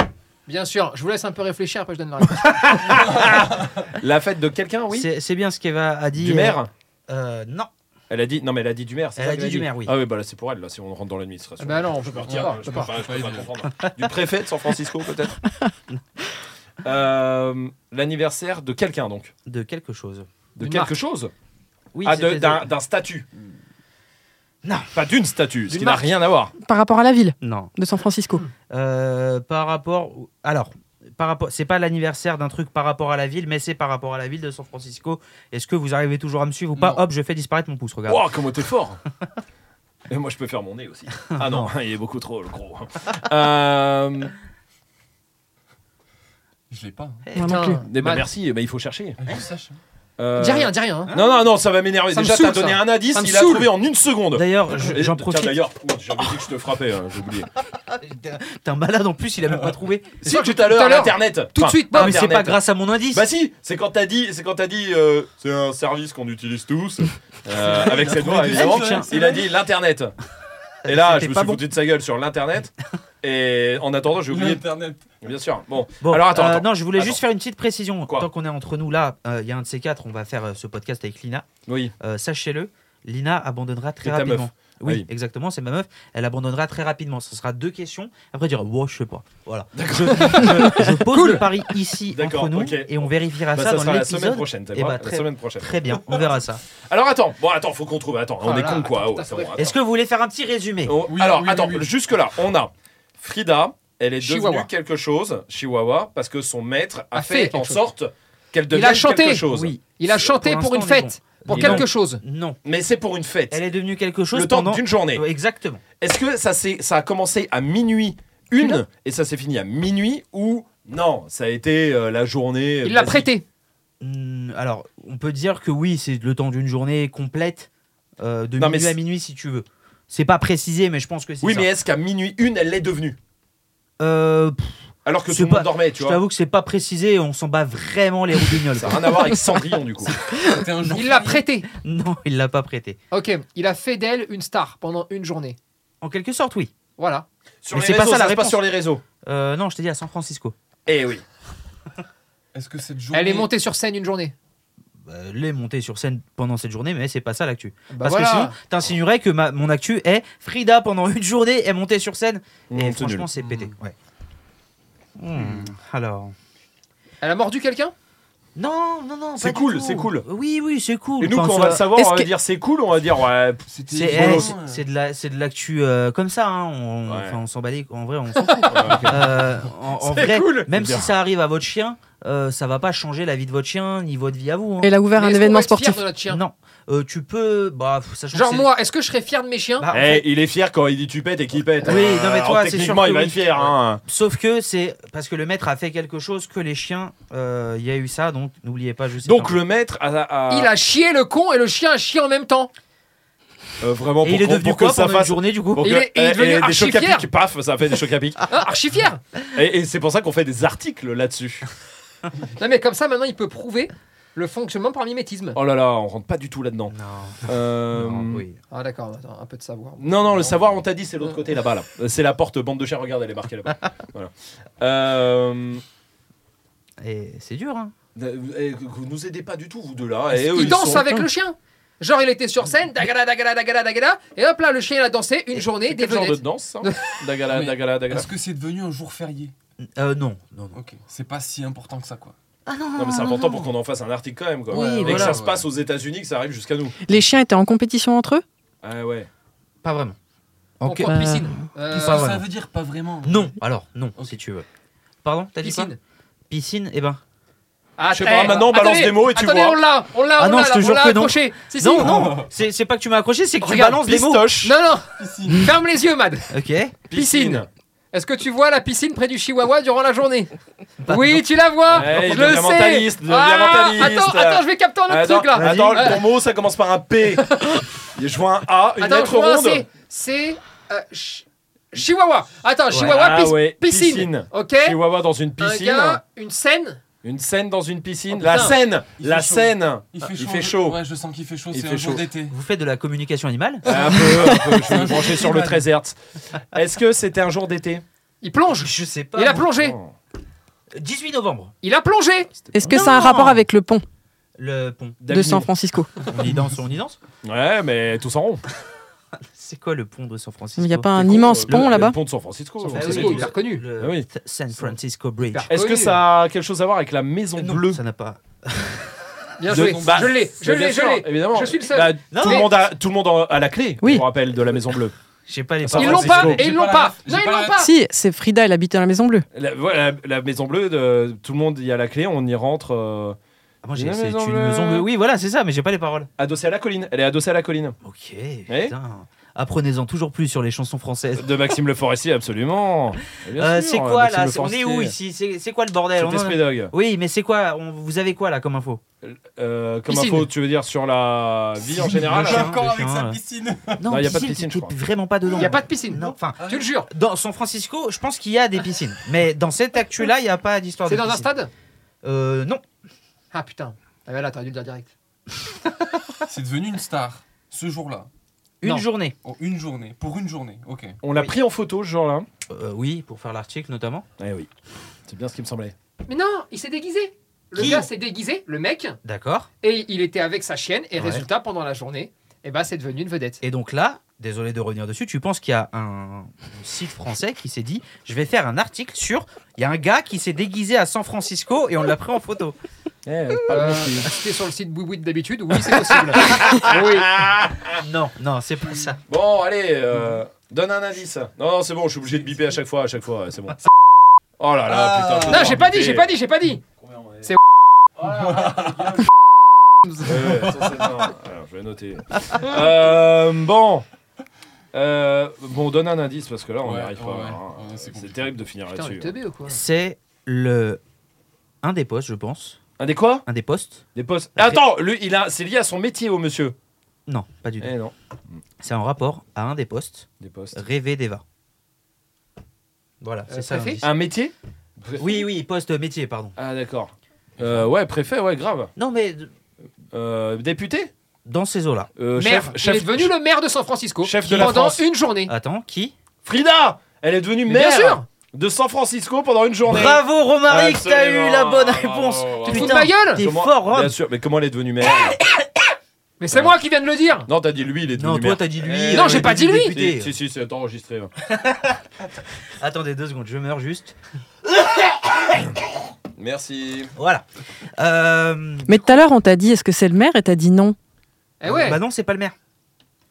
Speaker 3: Bien sûr. Je vous laisse un peu réfléchir, après je donne la réponse.
Speaker 5: La fête de quelqu'un, oui
Speaker 6: C'est c'est bien ce qu'Eva a dit.
Speaker 5: Du maire
Speaker 6: Euh, non.
Speaker 5: Elle a dit non mais elle a dit du maire. c'est
Speaker 6: Elle
Speaker 5: ça
Speaker 6: a
Speaker 5: qu'elle
Speaker 6: dit du maire, oui.
Speaker 5: Ah oui bah là c'est pour elle là si on rentre dans l'administration.
Speaker 3: Ah bah non, on peut pas, on peut pas, on
Speaker 5: je
Speaker 3: peut
Speaker 5: peux
Speaker 3: pas.
Speaker 5: pas, je peux pas comprendre. Du préfet de San Francisco peut-être. Euh, L'anniversaire de quelqu'un donc
Speaker 6: De quelque chose.
Speaker 5: de
Speaker 3: D'une
Speaker 5: quelque
Speaker 3: marque.
Speaker 5: chose
Speaker 6: Oui,
Speaker 5: ah, de-
Speaker 6: c'était-
Speaker 5: d'un d'un statut.
Speaker 6: Non.
Speaker 5: Pas d'une statue, ce
Speaker 3: D'une
Speaker 5: qui n'a
Speaker 3: marque.
Speaker 5: rien à voir.
Speaker 9: Par rapport à la ville
Speaker 6: Non.
Speaker 9: de San Francisco.
Speaker 6: Euh, par rapport. Alors, par rapport. C'est pas l'anniversaire d'un truc par rapport à la ville, mais c'est par rapport à la ville de San Francisco. Est-ce que vous arrivez toujours à me suivre ou pas
Speaker 1: Non.
Speaker 6: Hop, je fais disparaître mon pouce, regarde.
Speaker 5: Wow, comment t'es fort Et moi je peux faire mon nez aussi. Ah non, il est beaucoup trop le gros. Euh,
Speaker 1: Je l'ai pas. hein.
Speaker 9: Moi non plus.
Speaker 5: Eh ben,
Speaker 3: Matt,
Speaker 5: merci, eh ben, il faut chercher.
Speaker 1: Ah, je le sache.
Speaker 5: Euh,
Speaker 3: Dis rien, dis rien. hein.
Speaker 5: Non, non, non, ça va m'énerver.
Speaker 3: Ça me
Speaker 5: Déjà, t'as
Speaker 3: saoule,
Speaker 5: donné
Speaker 3: ça.
Speaker 5: un indice,
Speaker 3: Ça me
Speaker 5: il a
Speaker 3: saoule.
Speaker 5: trouvé en une seconde. Euh,
Speaker 6: D'ailleurs, je-
Speaker 5: Tiens,
Speaker 6: j'en profite.
Speaker 5: D'ailleurs, ouh, j'avais dit que je te frappais, hein, j'ai oublié.
Speaker 6: T'es un malade en plus, il a même pas trouvé.
Speaker 5: Si, tout à l'heure, Internet.
Speaker 3: Tout de
Speaker 5: Enfin,
Speaker 3: suite,
Speaker 6: Non, mais c'est
Speaker 5: Internet.
Speaker 6: pas grâce à mon indice.
Speaker 5: Bah si, c'est quand t'as dit, c'est quand t'as dit, euh, c'est un service qu'on utilise tous, euh, avec ses doigts évidemment.
Speaker 6: Tiens,
Speaker 5: Il a dit l'internet. Et là, je
Speaker 6: C'était
Speaker 5: me
Speaker 6: pas
Speaker 5: suis
Speaker 6: bon.
Speaker 5: foutu de sa gueule sur l'internet. Et en attendant, j'ai oublié.
Speaker 1: Internet.
Speaker 5: Bien sûr. Bon,
Speaker 6: Bon,
Speaker 5: Alors, attends,
Speaker 6: euh,
Speaker 5: attends.
Speaker 6: non, je voulais
Speaker 5: Attends.
Speaker 6: juste faire une petite précision.
Speaker 5: Quoi
Speaker 6: Tant qu'on est entre nous là, euh, il y a un de ces quatre, on va faire euh, ce podcast avec Lina.
Speaker 5: oui.
Speaker 6: Euh, Sachez-le, Lina abandonnera très
Speaker 5: C'est ta
Speaker 6: rapidement.
Speaker 5: meuf.
Speaker 6: Oui,
Speaker 5: Ah oui.
Speaker 6: exactement, c'est ma meuf. Elle abandonnera très rapidement. Ce sera deux questions. Après, elle dira, wow, je sais pas. Voilà.
Speaker 5: D'accord.
Speaker 6: Je, je- je pose le pari ici
Speaker 5: D'accord,
Speaker 6: entre nous
Speaker 5: ok.
Speaker 6: et on vérifiera
Speaker 5: Bah, ça,
Speaker 6: ça, dans
Speaker 5: sera la semaine
Speaker 6: l'épisode.
Speaker 5: prochaine. t'as
Speaker 6: Eh
Speaker 5: pas
Speaker 6: bah,
Speaker 5: La
Speaker 6: très-
Speaker 5: semaine prochaine.
Speaker 6: Très bien, on verra ça.
Speaker 5: Alors attends. Bon, attends, faut qu'on trouve. Attends, on
Speaker 3: Ah
Speaker 5: est
Speaker 3: là,
Speaker 5: con quoi.
Speaker 3: attends,
Speaker 5: Oh,
Speaker 3: t'as
Speaker 5: c'est
Speaker 3: trouvé.
Speaker 5: bon,
Speaker 6: Est-ce que vous voulez faire un petit résumé
Speaker 5: Oh,
Speaker 1: Oui,
Speaker 5: alors,
Speaker 1: oui, oui,
Speaker 5: attends,
Speaker 1: oui.
Speaker 5: jusque-là, on a Frida, elle est
Speaker 3: Chihuahua.
Speaker 5: devenue quelque chose, Chihuahua, parce que son maître a,
Speaker 3: A fait
Speaker 5: fait,
Speaker 3: quelque
Speaker 5: en
Speaker 3: chose.
Speaker 5: sorte qu'elle
Speaker 3: Il a
Speaker 5: devienne quelque
Speaker 3: chanté.
Speaker 5: chose.
Speaker 6: Oui.
Speaker 3: Il a chanté
Speaker 6: Pour
Speaker 3: pour une
Speaker 6: l'instant, on est
Speaker 3: fête. Pour
Speaker 6: Mais
Speaker 3: quelque chose.
Speaker 6: Non,
Speaker 5: Mais c'est pour une fête.
Speaker 6: elle est devenue quelque chose
Speaker 5: le temps
Speaker 6: pendant-
Speaker 5: d'une journée.
Speaker 6: Ouais, Exactement.
Speaker 5: Est-ce que ça, s'est- ça a commencé à minuit une et ça s'est fini à minuit ou non Ça a été euh, la journée. euh,
Speaker 3: Il l'a
Speaker 5: basique.
Speaker 3: prêté.
Speaker 6: Hmm, alors, on peut dire que oui, c'est le temps d'une journée complète, euh, de
Speaker 5: Non, mais
Speaker 6: minuit à
Speaker 5: c'est-
Speaker 6: minuit si tu veux. C'est pas précisé, mais je pense que c'est
Speaker 5: Oui,
Speaker 6: ça.
Speaker 5: mais est-ce qu'à minuit une, elle l'est devenue
Speaker 6: Euh, pff,
Speaker 5: Alors que
Speaker 6: C'est
Speaker 5: tout le
Speaker 6: pas-
Speaker 5: monde dormait, tu
Speaker 6: je
Speaker 5: vois.
Speaker 6: t'avoue que c'est pas précisé, on s'en bat vraiment les roubignoles.
Speaker 5: Ça
Speaker 6: quoi.
Speaker 5: n'a rien à voir avec Cendrillon, du coup.
Speaker 1: C'était un jour.
Speaker 3: Il l'a prêté.
Speaker 6: non, il l'a pas prêté.
Speaker 3: Ok, il a fait d'elle une star pendant une journée.
Speaker 6: En quelque sorte, oui.
Speaker 3: Voilà.
Speaker 5: Sur
Speaker 6: Mais
Speaker 5: les
Speaker 6: c'est pas
Speaker 5: réseaux,
Speaker 6: ça la
Speaker 5: se passe
Speaker 6: réponse.
Speaker 5: sur les réseaux.
Speaker 6: Euh, non, je t'ai dit à San Francisco.
Speaker 5: Eh oui.
Speaker 1: Est-ce que cette journée.
Speaker 3: Elle est montée sur scène une journée.
Speaker 6: Bah, elle est montée sur scène pendant cette journée, mais c'est pas ça l'actu.
Speaker 3: Bah
Speaker 6: Parce que sinon, t'insinuerais que ma- mon actu est Frida pendant une journée est montée sur scène.
Speaker 5: Mmh,
Speaker 6: et
Speaker 5: c'est
Speaker 6: franchement,
Speaker 5: nul.
Speaker 6: c'est pété. Ouais. Hmm, Alors.
Speaker 3: Elle a mordu quelqu'un
Speaker 6: Non, non, non.
Speaker 5: C'est
Speaker 6: pas du
Speaker 5: cool,
Speaker 6: tout.
Speaker 5: c'est cool.
Speaker 6: Oui, oui, c'est cool.
Speaker 5: Et nous,
Speaker 6: Enfin,
Speaker 5: quand on
Speaker 6: ça-
Speaker 5: va le savoir,
Speaker 3: est-ce
Speaker 5: on va
Speaker 3: que-
Speaker 5: dire c'est cool, on va dire ouais. pff,
Speaker 1: C'était. euh,
Speaker 6: C'est
Speaker 1: une
Speaker 6: eh,
Speaker 1: journée.
Speaker 6: c'est- c'est de la c'est de l'actu euh, comme ça hein, on
Speaker 5: Ouais.
Speaker 6: enfin, on s'en bat les- en vrai on s'en fout. Euh, en, en
Speaker 5: C'est
Speaker 6: vrai
Speaker 5: cool.
Speaker 6: même si
Speaker 5: Bien.
Speaker 6: ça arrive à votre chien euh, ça va pas changer la vie de votre chien ni votre vie à vous hein.
Speaker 9: Elle a ouvert
Speaker 3: Mais
Speaker 9: un
Speaker 3: est-ce qu'on
Speaker 9: événement
Speaker 3: va être fier
Speaker 9: sportif.
Speaker 3: de notre chien
Speaker 6: Non, Euh, tu peux bah pff, sachant
Speaker 3: Genre
Speaker 6: que c'est-
Speaker 3: moi, hein. est-ce que je serais fier de mes chiens
Speaker 6: Bah, en
Speaker 5: Eh,
Speaker 6: fait,
Speaker 5: il est fier quand il dit tu pètes et qu'il pète.
Speaker 6: Oui, non, mais
Speaker 5: Alors,
Speaker 6: toi, c'est sûr
Speaker 5: techniquement,
Speaker 6: que
Speaker 5: il va
Speaker 6: oui.
Speaker 5: être fier. Hein.
Speaker 6: sauf que c'est parce que le maître a fait quelque chose que les chiens euh, il y a eu ça donc n'oubliez pas je sais
Speaker 5: Donc
Speaker 6: pas.
Speaker 5: le maître a, a-
Speaker 3: Il a chié le con et le chien a chié en même temps.
Speaker 5: euh, vraiment
Speaker 6: et il
Speaker 5: pour,
Speaker 6: est
Speaker 5: qu'on-
Speaker 6: devenu
Speaker 5: pour que
Speaker 6: quoi
Speaker 5: ça
Speaker 6: pendant une
Speaker 5: fasse.
Speaker 6: journée du coup
Speaker 5: pour
Speaker 3: Il
Speaker 5: que-
Speaker 3: est- il est
Speaker 5: eh,
Speaker 3: devenu
Speaker 5: eh, des
Speaker 3: archi
Speaker 5: chocs à
Speaker 3: fier.
Speaker 5: pic, paf, ça fait des chocs à pic.
Speaker 3: Hein, archi fier
Speaker 5: Et, et c'est pour ça qu'on fait des articles là-dessus.
Speaker 3: Non mais comme ça maintenant il peut prouver le fonctionnement par mimétisme.
Speaker 5: Oh là là, on rentre pas du tout là-dedans.
Speaker 6: Non,
Speaker 5: Euh,
Speaker 6: non, oui.
Speaker 3: Ah d'accord, attends, un peu de savoir.
Speaker 5: Non, non, le savoir, on t'a dit, c'est l'autre côté là-bas. Là. Euh, C'est la porte bande de chiens, regarde, elle est marquée là-bas. voilà. Euh,
Speaker 6: Et c'est dur hein.
Speaker 5: euh, eh, vous nous aidez pas du tout, vous deux là. Et eux,
Speaker 3: Il
Speaker 5: Eh ils
Speaker 3: danse
Speaker 5: sont-
Speaker 3: avec le chien. Genre il était sur scène, dagada dagada dagada dagada, et hop là le chien il a dansé une journée,
Speaker 5: C'est
Speaker 3: des
Speaker 5: quel genre de
Speaker 3: vedettes.
Speaker 5: danse hein Dagala,
Speaker 1: Mais-
Speaker 5: dagala, dagala.
Speaker 1: Est-ce que c'est devenu un jour férié
Speaker 6: Euh, non, non, non.
Speaker 1: Ok. C'est pas si important que ça, quoi.
Speaker 5: Non, mais c'est important pour qu'on en fasse un article quand même. Quoi. Et
Speaker 6: Oui,
Speaker 5: que
Speaker 6: voilà,
Speaker 5: ça se
Speaker 1: ouais.
Speaker 5: passe aux États-Unis, que ça arrive jusqu'à nous.
Speaker 9: Les chiens étaient en compétition entre eux
Speaker 5: Ah ouais.
Speaker 6: Pas vraiment.
Speaker 3: Concours
Speaker 6: Ok.
Speaker 3: de piscine. Euh,
Speaker 6: Pas
Speaker 1: ça
Speaker 6: vraiment.
Speaker 1: veut dire pas vraiment.
Speaker 6: Non, alors non,
Speaker 1: Ok.
Speaker 6: si tu veux. Pardon, t'as dit quoi
Speaker 3: piscine.
Speaker 6: Piscine, eh ben.
Speaker 3: Ah,
Speaker 5: Je sais pas, maintenant, on balance des mots et tu
Speaker 3: attendez,
Speaker 5: vois.
Speaker 3: on l'a, on l'a,
Speaker 6: Ah
Speaker 3: on
Speaker 6: non,
Speaker 3: l'a,
Speaker 6: je te
Speaker 3: on
Speaker 6: jure
Speaker 3: l'a
Speaker 6: que non.
Speaker 3: accroché. Si, si.
Speaker 6: non, non, c'est c'est pas que tu m'as accroché, c'est que
Speaker 3: Regarde,
Speaker 6: tu balances des mots.
Speaker 5: Pistoche.
Speaker 3: Non, non,
Speaker 1: Piscine.
Speaker 3: ferme les yeux, Mad.
Speaker 6: Ok.
Speaker 3: Piscine. Est-ce que tu vois la piscine près du Chihuahua durant la journée
Speaker 6: Bah,
Speaker 3: Oui, tu la vois.
Speaker 5: Ouais, il
Speaker 3: je
Speaker 5: devient
Speaker 3: le sais.
Speaker 5: mentaliste, il devient
Speaker 3: Ah,
Speaker 5: mentaliste.
Speaker 3: Attends, attends, je vais capter un autre
Speaker 5: Attends,
Speaker 3: truc là.
Speaker 5: attends,
Speaker 3: Euh,
Speaker 5: ton mot, ça commence par un P. Il joue un A, une
Speaker 3: attends,
Speaker 5: lettre
Speaker 3: je vois un
Speaker 5: ronde.
Speaker 3: C. C'est euh, Chi- Chihuahua. Attends, Chihuahua,
Speaker 5: Ah
Speaker 3: pis-
Speaker 5: ouais,
Speaker 3: piscine.
Speaker 5: piscine.
Speaker 3: Ok. Euh,
Speaker 5: Chihuahua dans une
Speaker 3: Un
Speaker 5: piscine.
Speaker 3: gars, une scène.
Speaker 5: Une scène dans une piscine.
Speaker 3: Oh,
Speaker 5: la
Speaker 3: putain.
Speaker 5: scène
Speaker 1: Il fait
Speaker 5: La
Speaker 1: chaud.
Speaker 5: scène
Speaker 1: Il fait
Speaker 5: Il
Speaker 1: chaud.
Speaker 5: fait chaud.
Speaker 1: Ouais, je sens qu'il fait chaud.
Speaker 5: Il
Speaker 1: C'est
Speaker 5: fait
Speaker 1: un jour
Speaker 5: chaud.
Speaker 1: d'été.
Speaker 6: Vous faites de la communication animale
Speaker 5: Un peu, un peu, je vais me
Speaker 1: Un
Speaker 5: brancher
Speaker 1: jour
Speaker 5: sur le
Speaker 1: d'hiver.
Speaker 5: 13 Hz. Est-ce que c'était un jour d'été
Speaker 3: Il plonge.
Speaker 6: Je sais pas.
Speaker 3: Il a
Speaker 6: moi.
Speaker 3: plongé.
Speaker 5: Oh.
Speaker 6: 18 novembre,
Speaker 3: Il a plongé.
Speaker 9: Est-ce que
Speaker 6: Non.
Speaker 9: ça a un rapport avec le pont
Speaker 6: le pont.
Speaker 9: de
Speaker 5: Daphne.
Speaker 9: San Francisco
Speaker 6: On y danse, on y danse.
Speaker 5: Ouais, mais tous en rond.
Speaker 6: C'est quoi le pont de San Francisco
Speaker 9: Il n'y a pas un
Speaker 5: Con,
Speaker 9: immense
Speaker 5: Euh, le-
Speaker 9: pont
Speaker 5: le
Speaker 9: là-bas
Speaker 5: pont de San Francisco.
Speaker 6: San
Speaker 5: on sait
Speaker 6: Francisco,
Speaker 5: tous.
Speaker 3: Ah il a reconnu.
Speaker 6: Le
Speaker 5: Ah oui.
Speaker 6: Th- San Francisco Bridge. Ah
Speaker 3: Super.
Speaker 5: Est-ce que
Speaker 3: Oui.
Speaker 5: ça a quelque chose à voir avec la Maison
Speaker 6: Non,
Speaker 5: Bleue
Speaker 6: ça n'a pas.
Speaker 3: Bien
Speaker 5: De-
Speaker 3: joué.
Speaker 5: Bah,
Speaker 3: je l'ai, je
Speaker 5: mais bien
Speaker 3: l'ai, je
Speaker 5: sûr,
Speaker 3: l'ai.
Speaker 5: Évidemment.
Speaker 3: Je suis le seul.
Speaker 5: Bah,
Speaker 6: Non,
Speaker 5: tout,
Speaker 3: mais-
Speaker 5: le monde a, tout le monde en- a la clé,
Speaker 9: Oui.
Speaker 5: pour rappel, de la Maison Bleue.
Speaker 6: J'ai pas les
Speaker 5: San
Speaker 6: paroles.
Speaker 3: Ils l'ont pas
Speaker 5: Francisco.
Speaker 3: et ils
Speaker 1: J'ai
Speaker 3: l'ont
Speaker 1: pas
Speaker 3: pas.
Speaker 1: la-
Speaker 3: Non,
Speaker 1: j'ai
Speaker 3: ils
Speaker 1: pas
Speaker 3: l'ont
Speaker 1: la-
Speaker 3: pas.
Speaker 9: Si, c'est Frida, elle habitait à la Maison Bleue.
Speaker 5: La, voilà, la Maison Bleue, de, tout le monde y a la clé, on y rentre euh,
Speaker 6: Ah, moi, j'ai-
Speaker 5: Une
Speaker 6: c'est
Speaker 5: maison
Speaker 6: une
Speaker 5: bleue.
Speaker 6: maison bleue. Oui, voilà, c'est ça, mais j'ai pas les paroles.
Speaker 5: adossé à la colline. Elle est adossée à la colline.
Speaker 6: Ok,
Speaker 5: Ouais.
Speaker 6: putain. Apprenez-en toujours plus sur les chansons françaises.
Speaker 5: De Maxime Le Forestier, absolument. Ah, Et bien
Speaker 6: Euh,
Speaker 5: sûr,
Speaker 6: c'est quoi
Speaker 5: Maxime
Speaker 6: là
Speaker 5: Le
Speaker 6: C'est- On est où
Speaker 5: Forestier.
Speaker 6: ici C'est c'est quoi le bordel
Speaker 5: C'était
Speaker 6: On en a-
Speaker 5: Spédog.
Speaker 6: Oui, mais c'est quoi On- Vous avez quoi là comme info
Speaker 5: Euh, comme
Speaker 3: Piscine.
Speaker 5: info, tu veux dire sur la vie en
Speaker 6: Si,
Speaker 5: général
Speaker 6: le chien.
Speaker 5: hein
Speaker 1: Encore avec
Speaker 6: Chien,
Speaker 1: sa
Speaker 6: ouais.
Speaker 1: piscine.
Speaker 6: Non,
Speaker 5: il y a pas de
Speaker 6: t'es-
Speaker 5: piscine, je
Speaker 6: t'es
Speaker 5: crois.
Speaker 6: vraiment pas dedans.
Speaker 3: Il n'y a pas de piscine.
Speaker 6: Non, enfin,
Speaker 5: Ah.
Speaker 3: Tu le jures.
Speaker 6: dans San Francisco, je pense qu'il y a des piscines. Mais dans cette actu-là, il n'y a pas d'histoire de
Speaker 3: C'est dans un
Speaker 6: piscine.
Speaker 3: stade
Speaker 6: Euh, non.
Speaker 3: Ah putain. Ah ben là, t'aurais dû le dire direct.
Speaker 1: C'est devenu une star ce jour-là.
Speaker 6: Une
Speaker 3: Non.
Speaker 6: journée.
Speaker 1: En une journée. Pour une journée. Ok.
Speaker 5: On l'a
Speaker 6: Oui.
Speaker 5: pris en photo ce jour-là.
Speaker 6: Euh, oui, pour faire l'article notamment.
Speaker 5: Eh oui. C'est bien ce qui me semblait.
Speaker 3: Mais non, il s'est déguisé. Le
Speaker 6: Qui
Speaker 3: gars s'est déguisé, le mec,
Speaker 6: D'accord.
Speaker 3: et il était avec sa chienne. Et
Speaker 6: Ouais.
Speaker 3: résultat, pendant la journée, eh ben, c'est devenu une vedette.
Speaker 6: Et donc là, désolé de revenir dessus, tu penses qu'il y a un site français qui s'est dit je vais faire un article sur. Il y a un gars qui s'est déguisé à San Francisco et on l'a pris en photo.
Speaker 5: Eh, pas le
Speaker 3: Euh,
Speaker 5: bon style.
Speaker 3: C'était sur le site Boubouit d'habitude. Oui, c'est possible.
Speaker 5: Ah
Speaker 3: oui.
Speaker 6: Non, non, c'est pas ça.
Speaker 5: Bon, allez, euh, donne un indice. Non, non, c'est bon, je suis obligé de biper à chaque fois, à chaque fois, c'est bon. Oh là là,
Speaker 1: Ah.
Speaker 5: putain. je vais
Speaker 3: Non,
Speaker 5: devoir
Speaker 3: j'ai pas dit,
Speaker 5: biper.
Speaker 3: j'ai pas dit, j'ai pas dit. C'est-
Speaker 5: Ouais, ouais, ça, c'est bien. Alors, je vais noter. Euh, bon. Euh, bon, donne un indice parce que là, on n'y
Speaker 1: Ouais,
Speaker 5: arrive pas.
Speaker 1: ouais,
Speaker 5: hein.
Speaker 1: ouais, c'est
Speaker 5: c'est
Speaker 1: compliqué.
Speaker 5: terrible de finir
Speaker 3: Putain, le
Speaker 5: là-dessus. hein.
Speaker 3: teubé ou quoi
Speaker 6: C'est le. Un des postes, je pense.
Speaker 5: Un des quoi
Speaker 6: Un des postes
Speaker 5: Des postes. Attends, lui, il a, c'est lié à son métier, au monsieur.
Speaker 6: Non, pas
Speaker 3: Euh.
Speaker 6: du tout.
Speaker 5: Eh non,
Speaker 6: C'est en rapport à un des postes,
Speaker 5: des postes.
Speaker 6: Rêver d'Eva. Voilà,
Speaker 3: Euh,
Speaker 6: c'est ça.
Speaker 3: préfet
Speaker 6: l'indice.
Speaker 5: Un métier
Speaker 6: Oui, oui, poste métier, pardon.
Speaker 5: Ah, d'accord. Euh, ouais, préfet, ouais, grave.
Speaker 6: Non, mais d-
Speaker 5: Euh, député
Speaker 6: dans ces eaux-là.
Speaker 5: Euh,
Speaker 3: Maire.
Speaker 5: Chef,
Speaker 3: il est
Speaker 5: chef,
Speaker 3: devenu le maire de San Francisco
Speaker 5: Chef de la
Speaker 3: pendant
Speaker 5: France. Ah.
Speaker 3: une journée.
Speaker 6: Attends, qui
Speaker 5: Frida Elle est devenue
Speaker 3: Mais
Speaker 5: maire
Speaker 3: Bien sûr
Speaker 5: de San Francisco pendant une journée.
Speaker 6: Bravo Romaric, t'as
Speaker 5: Absolument.
Speaker 6: eu la bonne
Speaker 5: Bravo,
Speaker 6: réponse.
Speaker 5: bravo.
Speaker 3: Tu te fous de ma gueule
Speaker 6: t'es
Speaker 5: Comment-
Speaker 6: fort, hein. Rome.
Speaker 5: Bien sûr, mais comment elle est devenue maire
Speaker 3: Mais c'est moi qui viens de le dire
Speaker 5: Non, t'as dit lui, il est devenu
Speaker 6: Non, toi
Speaker 5: maire.
Speaker 6: t'as dit lui.
Speaker 5: Eh,
Speaker 6: euh,
Speaker 3: non, j'ai pas dit lui.
Speaker 6: député.
Speaker 5: Si, si, si, c'est enregistré. hein.
Speaker 6: Attendez deux secondes, je meurs juste.
Speaker 5: Merci.
Speaker 6: Voilà. Euh,
Speaker 9: Mais tout à l'heure, on t'a dit est-ce que c'est le maire Et t'as dit non.
Speaker 3: Eh ouais
Speaker 6: Bah non, c'est pas le maire.